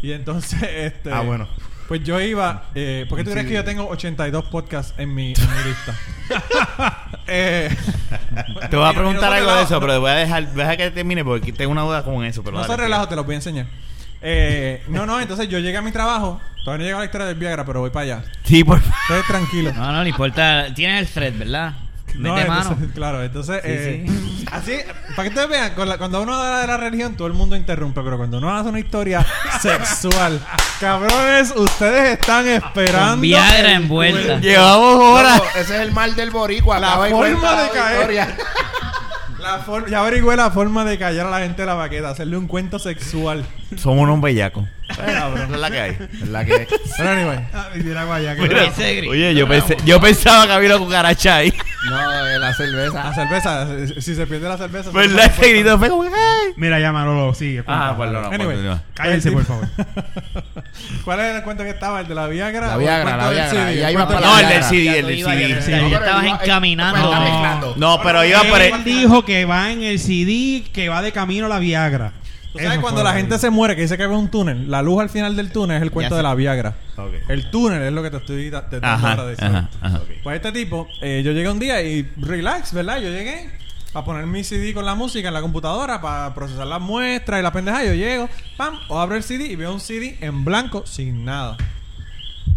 [SPEAKER 3] Y entonces, (laughs) este.
[SPEAKER 2] Ah, bueno.
[SPEAKER 3] Pues yo iba. Eh, ¿Por qué tú
[SPEAKER 2] Sí.
[SPEAKER 3] crees que yo tengo 82 podcasts en mi,
[SPEAKER 1] (laughs)
[SPEAKER 3] en mi lista? (laughs) eh,
[SPEAKER 1] Te voy
[SPEAKER 3] y-
[SPEAKER 1] a
[SPEAKER 3] y
[SPEAKER 1] preguntar
[SPEAKER 3] no se
[SPEAKER 1] algo de
[SPEAKER 3] relajo,
[SPEAKER 1] eso,
[SPEAKER 3] no-
[SPEAKER 1] pero te voy a dejar, voy a dejar que termine porque aquí tengo una duda con eso. Pero
[SPEAKER 3] No
[SPEAKER 1] dale,
[SPEAKER 3] se relajo, te los voy a enseñar. Eh, no, no, entonces yo llegué a mi trabajo. Todavía no llega la historia del Viagra, pero voy para allá.
[SPEAKER 1] sigue. Sí, por
[SPEAKER 3] (laughs)
[SPEAKER 1] favor.
[SPEAKER 3] Entonces, tranquilo.
[SPEAKER 5] No, no, no importa. Tienes el thread, ¿verdad? Mete
[SPEAKER 3] entonces, (laughs)
[SPEAKER 5] mano.
[SPEAKER 3] Claro, entonces.
[SPEAKER 5] Sí,
[SPEAKER 3] eh, (laughs) Así, para que ustedes vean, con la- cuando uno habla de la religión, todo el mundo interrumpe, pero cuando uno hace una
[SPEAKER 5] (laughs)
[SPEAKER 3] historia sexual, cabrones, ustedes están esperando.
[SPEAKER 5] Con Viagra
[SPEAKER 3] el-
[SPEAKER 5] envuelta.
[SPEAKER 1] Llevamos horas.
[SPEAKER 2] Loco, ese es el mal del boricua.
[SPEAKER 3] La
[SPEAKER 2] acaba y
[SPEAKER 3] forma
[SPEAKER 2] cuenta
[SPEAKER 3] de
[SPEAKER 2] la
[SPEAKER 3] caer.
[SPEAKER 2] historia.
[SPEAKER 3] La for- ya averigüé la forma de callar a la gente de la baqueta, hacerle un cuento sexual.
[SPEAKER 1] Somos unos bellacos.
[SPEAKER 3] Cabrón.
[SPEAKER 1] Esa es la que hay.
[SPEAKER 2] ¿Verdad que
[SPEAKER 3] Pero anyway, (laughs)
[SPEAKER 5] Mira, Segri.
[SPEAKER 1] Oye, yo, pensé- yo pensaba que había una cucaracha ahí. (laughs)
[SPEAKER 2] No, de la cerveza.
[SPEAKER 3] la cerveza, si- si se pierde la cerveza.
[SPEAKER 5] Pues
[SPEAKER 3] se
[SPEAKER 1] ¿Verdad?
[SPEAKER 3] puede-
[SPEAKER 1] Ese grito fue como. ¡Ay!
[SPEAKER 4] Mira, ya Manolo, sigue.
[SPEAKER 1] Ah,
[SPEAKER 4] cuenta.
[SPEAKER 1] perdón.
[SPEAKER 3] Anyway.
[SPEAKER 1] continúa.
[SPEAKER 4] Cállense,
[SPEAKER 3] (laughs)
[SPEAKER 4] por favor.
[SPEAKER 3] ¿Cuál era el cuento que estaba? ¿El de la Viagra?
[SPEAKER 2] La
[SPEAKER 3] o el
[SPEAKER 2] Viagra,
[SPEAKER 3] cuento
[SPEAKER 2] la
[SPEAKER 3] del
[SPEAKER 2] Viagra,
[SPEAKER 3] CD?
[SPEAKER 2] y ahí va
[SPEAKER 3] Cuento-
[SPEAKER 2] para la
[SPEAKER 1] No, el del
[SPEAKER 2] Viagra.
[SPEAKER 1] CD, el del
[SPEAKER 5] Ya tú ibas,
[SPEAKER 1] CD.
[SPEAKER 5] ya
[SPEAKER 2] No, pero
[SPEAKER 5] estabas
[SPEAKER 2] iba-
[SPEAKER 5] encaminando.
[SPEAKER 2] pues, está
[SPEAKER 5] No.
[SPEAKER 2] mezclando.
[SPEAKER 1] No, pero iba por
[SPEAKER 4] Él
[SPEAKER 1] el.
[SPEAKER 4] dijo que va en el CD, que va de camino a la Viagra.
[SPEAKER 3] ¿Tú sabes cuando la gente se muere que dice que hay un túnel? La luz al final del túnel es el cuento
[SPEAKER 5] sé.
[SPEAKER 3] de la Viagra.
[SPEAKER 2] Ok.
[SPEAKER 3] El túnel es lo que te estoy da- te dando ahora
[SPEAKER 1] Ajá,
[SPEAKER 3] de eso.
[SPEAKER 1] ajá, ajá.
[SPEAKER 3] Pues este tipo, eh, yo llegué un día y relax, ¿verdad? Yo llegué a poner mi CD con la música en la computadora para procesar las muestras y la pendeja. Yo llego, pam, o abro el CD y veo un CD en blanco sin nada.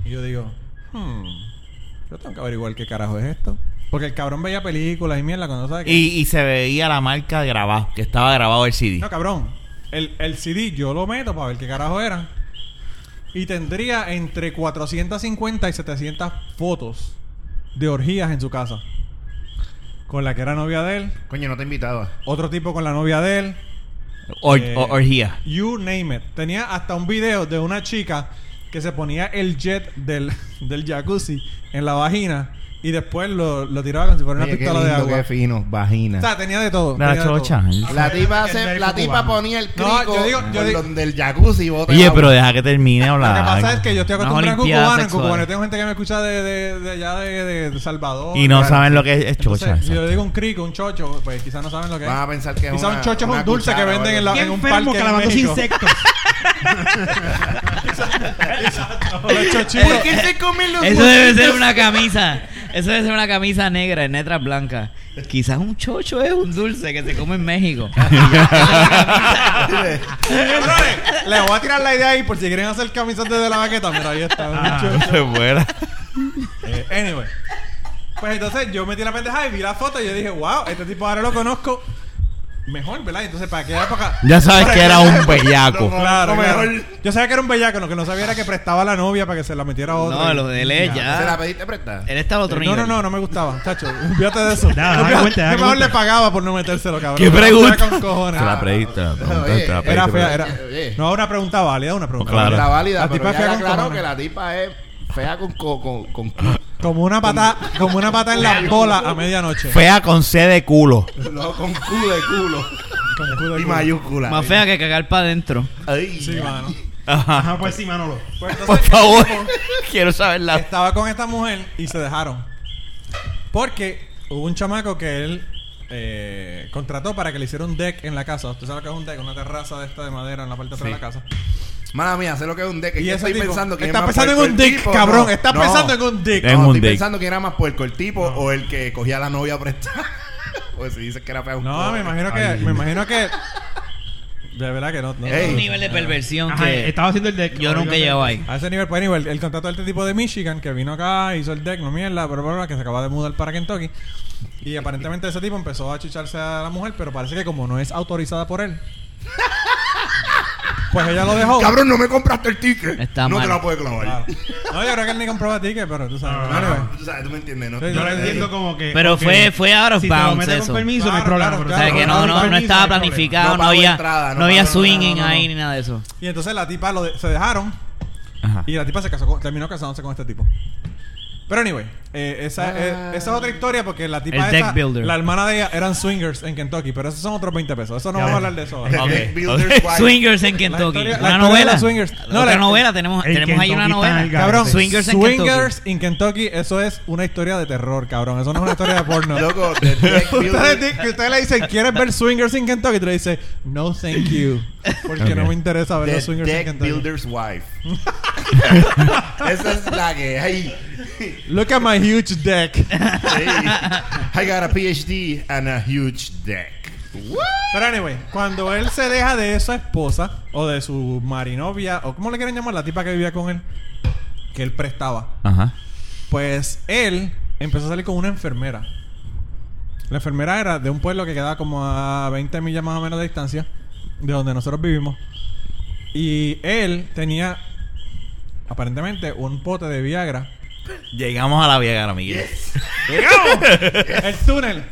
[SPEAKER 3] Y yo digo, hmm, yo tengo que averiguar qué carajo es esto. Porque el cabrón veía películas y mierda cuando sabe que...
[SPEAKER 1] Y, y se veía la marca de grabado, que estaba grabado el CD.
[SPEAKER 3] No, cabrón. El, el CD yo lo meto para ver qué carajo era. Y tendría entre 450 y 700 fotos de orgías en su casa. Con la que era novia de él.
[SPEAKER 2] Coño, no te invitaba.
[SPEAKER 3] Otro tipo con la novia de él.
[SPEAKER 1] Or-
[SPEAKER 3] Eh,
[SPEAKER 1] or- orgía.
[SPEAKER 3] You name it. Tenía hasta un video de una chica que se ponía el jet del, (laughs) del jacuzzi en la vagina y después lo, lo tiraba como si fuera una
[SPEAKER 2] Oye, qué
[SPEAKER 3] pistola de
[SPEAKER 2] lindo,
[SPEAKER 3] agua.
[SPEAKER 2] qué fino, vagina.
[SPEAKER 3] O sea, tenía de todo.
[SPEAKER 1] La
[SPEAKER 3] tenía de todo.
[SPEAKER 1] chocha.
[SPEAKER 2] La tipa,
[SPEAKER 4] El
[SPEAKER 2] se,
[SPEAKER 4] médico
[SPEAKER 2] la tipa
[SPEAKER 4] cubano.
[SPEAKER 2] ponía el crico
[SPEAKER 3] No, yo digo- yo
[SPEAKER 2] por
[SPEAKER 3] digo-
[SPEAKER 2] donde el jacuzzi y bota el
[SPEAKER 1] Oye,
[SPEAKER 2] agua.
[SPEAKER 1] pero deja que termine
[SPEAKER 3] Lo que
[SPEAKER 1] hablar.
[SPEAKER 3] pasa es que yo estoy
[SPEAKER 5] Unas
[SPEAKER 3] acostumbrado a
[SPEAKER 5] olimpiadas
[SPEAKER 3] cubano. En
[SPEAKER 5] sexuales.
[SPEAKER 3] cubano tengo gente que me escucha de, de, de allá de, de- de Salvador.
[SPEAKER 1] Y no
[SPEAKER 3] Oh, Claro.
[SPEAKER 1] saben lo que es, es
[SPEAKER 3] Entonces,
[SPEAKER 1] chocha.
[SPEAKER 3] si yo
[SPEAKER 1] exacto.
[SPEAKER 3] le digo un crico, un chocho, pues quizás no saben lo que es.
[SPEAKER 2] Van a pensar que es
[SPEAKER 3] Quizás un
[SPEAKER 2] una-
[SPEAKER 3] chocho es
[SPEAKER 2] una
[SPEAKER 3] un dulce que
[SPEAKER 2] cuchara,
[SPEAKER 3] venden en, la-
[SPEAKER 4] Qué
[SPEAKER 3] en un
[SPEAKER 4] enfermo
[SPEAKER 3] parque
[SPEAKER 4] que
[SPEAKER 3] en
[SPEAKER 4] lavando
[SPEAKER 3] México.
[SPEAKER 4] insectos.
[SPEAKER 3] (laughs) Los chochitos.
[SPEAKER 2] se comen los
[SPEAKER 5] Eso debe ser una camisa. Eso debe ser una camisa negra en letras blancas. Quizás un chocho es un dulce que se come en México.
[SPEAKER 3] (laughs) Cabrones, eh, Les voy a tirar la idea ahí por si quieren hacer camisetas de la baqueta. Mira, ahí está. un chocho.
[SPEAKER 1] Ah, Se muera.
[SPEAKER 3] Eh, anyway. Pues entonces yo metí la pendeja y vi la foto y yo dije, wow, este tipo ahora lo conozco mejor, ¿verdad? Entonces, para aquella época.
[SPEAKER 1] (laughs) Ya sabes que era un bellaco.
[SPEAKER 3] Claro,
[SPEAKER 2] Lo
[SPEAKER 3] claro.
[SPEAKER 2] mejor.
[SPEAKER 3] Yo sabía que era un bellaco, lo que no sabía era que prestaba a la novia para que se la metiera a otro.
[SPEAKER 5] No, lo de él es
[SPEAKER 2] ¿Se la
[SPEAKER 5] ya.
[SPEAKER 2] pediste prestada?
[SPEAKER 5] Él está al otro
[SPEAKER 3] Eh, no,
[SPEAKER 5] nivel.
[SPEAKER 3] no, no, no me gustaba, chacho. (laughs) Fíjate de eso.
[SPEAKER 4] Nada,
[SPEAKER 3] Yo
[SPEAKER 4] dame
[SPEAKER 3] mejor-
[SPEAKER 4] cuenta, dame
[SPEAKER 3] yo mejor
[SPEAKER 4] cuenta.
[SPEAKER 3] le pagaba por no metérselo, cabrón.
[SPEAKER 1] ¿Qué
[SPEAKER 3] Yo
[SPEAKER 1] pregunta?
[SPEAKER 3] estaba con cojones.
[SPEAKER 1] Se la prediste, te la preguntaste, te la
[SPEAKER 2] Oye,
[SPEAKER 3] Era
[SPEAKER 1] prediste,
[SPEAKER 3] fea,
[SPEAKER 1] pero-
[SPEAKER 3] era.
[SPEAKER 2] Oye.
[SPEAKER 3] No, una pregunta válida, una pregunta
[SPEAKER 1] Claro.
[SPEAKER 2] Está válida,
[SPEAKER 3] válida. La
[SPEAKER 2] pero
[SPEAKER 3] tipa
[SPEAKER 2] ya
[SPEAKER 3] fea
[SPEAKER 2] era
[SPEAKER 3] con
[SPEAKER 2] claro
[SPEAKER 3] cojones.
[SPEAKER 2] que la tipa es fea con... co- con, con,
[SPEAKER 3] Como una pata, como una pata en la bola a medianoche.
[SPEAKER 1] Fea con C de culo.
[SPEAKER 2] (laughs) no, con Q de culo.
[SPEAKER 3] Con culo de
[SPEAKER 2] Y
[SPEAKER 3] culo.
[SPEAKER 2] mayúscula.
[SPEAKER 5] Más fea que cagar para adentro.
[SPEAKER 2] Ay.
[SPEAKER 3] Sí, mano.
[SPEAKER 1] Ajá.
[SPEAKER 4] Ajá, pues sí, Manolo.
[SPEAKER 3] Pues entonces,
[SPEAKER 1] (laughs) Por favor, quiero saber la.
[SPEAKER 3] Estaba con esta mujer y se dejaron. Porque hubo un chamaco que él eh, contrató para que le hiciera un deck en la casa. Usted sabe lo que es un deck, una terraza de esta de madera en la parte de atrás de la casa.
[SPEAKER 2] Mala mía, sé lo que es un deck. es
[SPEAKER 3] Y
[SPEAKER 2] que
[SPEAKER 3] ese
[SPEAKER 2] estoy
[SPEAKER 3] tipo,
[SPEAKER 2] pensando que
[SPEAKER 3] está pensando en un dick, cabrón. Está pensando en un dick.
[SPEAKER 1] En
[SPEAKER 2] no,
[SPEAKER 1] un
[SPEAKER 2] estoy
[SPEAKER 1] dick.
[SPEAKER 2] pensando que era más puerco el tipo o el que cogía a la (laughs) novia prestada. pues si dices que era fea un
[SPEAKER 3] No, me imagino que,
[SPEAKER 4] Ay.
[SPEAKER 3] me imagino que De verdad que no. no-
[SPEAKER 2] Ey.
[SPEAKER 5] un nivel de perversión
[SPEAKER 4] Ajá,
[SPEAKER 5] que
[SPEAKER 4] estaba haciendo el deck.
[SPEAKER 5] yo nunca he llegado ahí.
[SPEAKER 3] A ese nivel, pues, anyway, él contrató a este tipo de Michigan que vino acá, hizo el deck, no mierda, pero bla, bla, que se acaba de mudar para Kentucky. Y aparentemente ese tipo empezó a chicharse a la mujer, pero parece que como no es autorizada por él, pues ella lo dejó.
[SPEAKER 2] Cabrón, no me compraste el ticket.
[SPEAKER 5] Está
[SPEAKER 2] no
[SPEAKER 5] mal.
[SPEAKER 2] te la puedes clavar. Ah,
[SPEAKER 3] Claro. No, yo creo que él ni compraba ticket, pero tú sabes.
[SPEAKER 2] No,
[SPEAKER 3] Anyway.
[SPEAKER 2] no, Ah. tú sabes, tú me entiendes, ¿no?
[SPEAKER 3] Sí,
[SPEAKER 4] Yo lo entiendo como que.
[SPEAKER 5] Pero
[SPEAKER 4] ok,
[SPEAKER 5] fue- fue out of
[SPEAKER 4] si te lo
[SPEAKER 5] bounds
[SPEAKER 4] metes
[SPEAKER 5] eso.
[SPEAKER 4] con permiso, no hay
[SPEAKER 3] Claro,
[SPEAKER 4] problema.
[SPEAKER 3] claro,
[SPEAKER 5] O
[SPEAKER 4] pero
[SPEAKER 3] claro.
[SPEAKER 5] sea,
[SPEAKER 4] si te
[SPEAKER 5] que
[SPEAKER 4] lo
[SPEAKER 5] no,
[SPEAKER 4] metes con
[SPEAKER 5] no, no
[SPEAKER 4] permiso, hay
[SPEAKER 5] estaba
[SPEAKER 4] problema.
[SPEAKER 5] planificado,
[SPEAKER 2] No
[SPEAKER 5] no,
[SPEAKER 2] pagó
[SPEAKER 5] había,
[SPEAKER 2] entrada, no
[SPEAKER 5] no había
[SPEAKER 2] pagó
[SPEAKER 5] swinging
[SPEAKER 2] entrada, no,
[SPEAKER 5] ahí
[SPEAKER 2] no.
[SPEAKER 5] ni nada de eso.
[SPEAKER 3] Y entonces la tipa lo de- se dejaron
[SPEAKER 1] Ajá.
[SPEAKER 3] y la tipa se casó con- terminó casándose con este tipo. Pero anyway, eh, esa,
[SPEAKER 2] Ah.
[SPEAKER 3] eh, esa es otra historia porque la tipa
[SPEAKER 5] El deck
[SPEAKER 3] esa,
[SPEAKER 5] builder.
[SPEAKER 3] la hermana de ella eran swingers en Kentucky, pero esos son otros 20 pesos. Eso no vamos a hablar de eso. ahora.
[SPEAKER 2] Ok.
[SPEAKER 1] Ok.
[SPEAKER 5] (laughs)
[SPEAKER 2] Builder's Wife.
[SPEAKER 5] Swingers en
[SPEAKER 3] La
[SPEAKER 5] Kentucky.
[SPEAKER 3] historia- la
[SPEAKER 5] una
[SPEAKER 3] historia de
[SPEAKER 5] novela.
[SPEAKER 3] los swingers. No,
[SPEAKER 5] No,
[SPEAKER 3] la-
[SPEAKER 5] la novela. Tenemos,
[SPEAKER 4] el
[SPEAKER 5] tenemos ahí una
[SPEAKER 4] Kentucky está
[SPEAKER 5] novela.
[SPEAKER 4] en el garete.
[SPEAKER 3] Cabrón,
[SPEAKER 5] Swingers en
[SPEAKER 3] swingers in Kentucky, eso es una historia de terror, cabrón. Eso no es una historia de
[SPEAKER 2] (laughs)
[SPEAKER 3] porno. (laughs)
[SPEAKER 2] Loco, The Deck
[SPEAKER 3] Ustedes,
[SPEAKER 2] Builder.
[SPEAKER 3] di- que ustedes le dicen, ¿quieres ver Swingers in Kentucky? Y tú le dices, no, thank you. Porque no me interesa ver los
[SPEAKER 2] The
[SPEAKER 3] Swingers in
[SPEAKER 2] Deck
[SPEAKER 3] Kentucky.
[SPEAKER 2] Builder's (laughs) Wife. Esa es la que. Hey,
[SPEAKER 3] Look at my huge deck.
[SPEAKER 2] hey, I got a PhD and a huge deck.
[SPEAKER 3] Pero anyway, cuando él se deja de esa esposa o de su marinovia, o como le quieren llamar, la tipa que vivía con él, que él prestaba.
[SPEAKER 1] Ajá.
[SPEAKER 3] Pues él empezó a salir con una enfermera. La enfermera era de un pueblo que quedaba como a 20 millas más o menos de distancia de donde nosotros vivimos. Y él tenía aparentemente un pote de Viagra.
[SPEAKER 1] Llegamos a la Viagra, Miguel.
[SPEAKER 3] el túnel.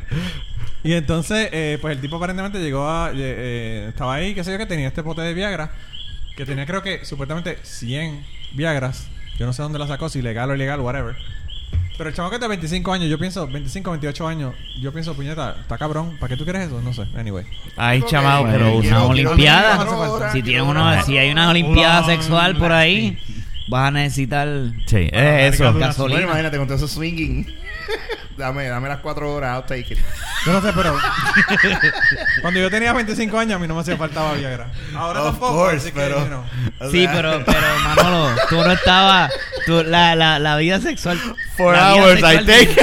[SPEAKER 3] Y entonces, eh, pues el tipo aparentemente llegó a. eh, eh, estaba ahí, qué sé yo, que tenía este pote de Viagra. Que tenía, creo que, supuestamente 100 Viagras. Yo no sé dónde la sacó, si legal o ilegal, whatever. Pero el chamaco es de 25 años, yo pienso, 25, 28 años. Yo pienso, puñeta, está cabrón. ¿Para qué tú quieres eso? No sé. Anyway.
[SPEAKER 1] Ahí,
[SPEAKER 2] Ok,
[SPEAKER 1] chamaco,
[SPEAKER 2] bueno,
[SPEAKER 1] pero
[SPEAKER 2] quiero-
[SPEAKER 1] usan
[SPEAKER 2] quiero-
[SPEAKER 5] Olimpiadas.
[SPEAKER 2] quiero droga,
[SPEAKER 5] Si,
[SPEAKER 2] quiero
[SPEAKER 5] tiene
[SPEAKER 2] droga.
[SPEAKER 5] una, si hay una olimpiada
[SPEAKER 4] Hola,
[SPEAKER 5] sexual por ahí, vas a necesitar
[SPEAKER 1] Sí, es eso.
[SPEAKER 4] Bueno,
[SPEAKER 2] Bueno,
[SPEAKER 5] gasolina.
[SPEAKER 2] imagínate con todo eso swinging. (laughs) dame, dame las cuatro horas, I'll take it.
[SPEAKER 3] Yo no sé, pero.
[SPEAKER 2] (laughs)
[SPEAKER 3] cuando yo tenía 25 años, a mí no me hacía falta Viagra. Ahora
[SPEAKER 2] Of
[SPEAKER 3] tampoco.
[SPEAKER 2] course,
[SPEAKER 3] así que,
[SPEAKER 2] pero.
[SPEAKER 3] you know.
[SPEAKER 2] o
[SPEAKER 5] Sí,
[SPEAKER 2] sea,
[SPEAKER 5] pero, pero Manolo, tú no estabas. tú- la, la, la vida sexual.
[SPEAKER 1] Four
[SPEAKER 5] la vida
[SPEAKER 1] hours, I
[SPEAKER 5] de-
[SPEAKER 1] think.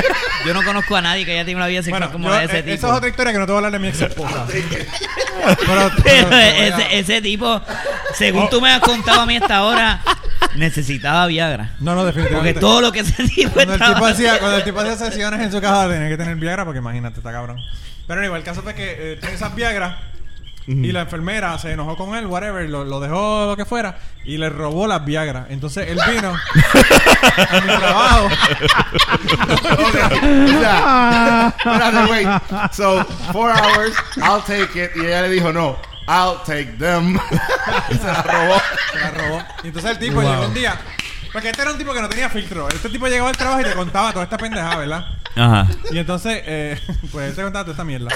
[SPEAKER 5] Yo no conozco a nadie que haya tenido una vida sexual
[SPEAKER 3] Bueno,
[SPEAKER 5] como
[SPEAKER 3] yo-
[SPEAKER 5] la de ese
[SPEAKER 3] eh,
[SPEAKER 5] tipo.
[SPEAKER 3] esa es
[SPEAKER 5] (laughs)
[SPEAKER 3] otra historia que no te voy a hablar de mi ex esposa. pero,
[SPEAKER 5] Pero
[SPEAKER 3] pero-
[SPEAKER 5] ese, ese tipo, según tú me has contado a mí hasta ahora, necesitaba Viagra.
[SPEAKER 3] No, no, definitivamente.
[SPEAKER 5] Porque todo lo que ese (laughs) tipo
[SPEAKER 3] cuando, el
[SPEAKER 5] estaba...
[SPEAKER 3] tipo hacía, cuando el tipo hacía sesiones en su casa tenía que tener Viagra porque imagínate, está cabrón. Pero igual, el caso fue que eh, tiene esas Viagra y la enfermera se enojó con él, whatever, lo, lo dejó lo que fuera y le robó las Viagra. Entonces él vino a mi trabajo.
[SPEAKER 2] o sea, espérate, wait. So, four hours, I'll take it. Y ella le dijo, no, I'll take them. (laughs) y se la robó.
[SPEAKER 3] Se la robó. Y entonces el tipo llegó un día. Porque este era un tipo que no tenía filtro. Este tipo llegaba al trabajo y te contaba toda esta pendejada, ¿verdad?
[SPEAKER 1] Ajá.
[SPEAKER 3] Y entonces, eh, (laughs) pues él te contaba toda esta mierda.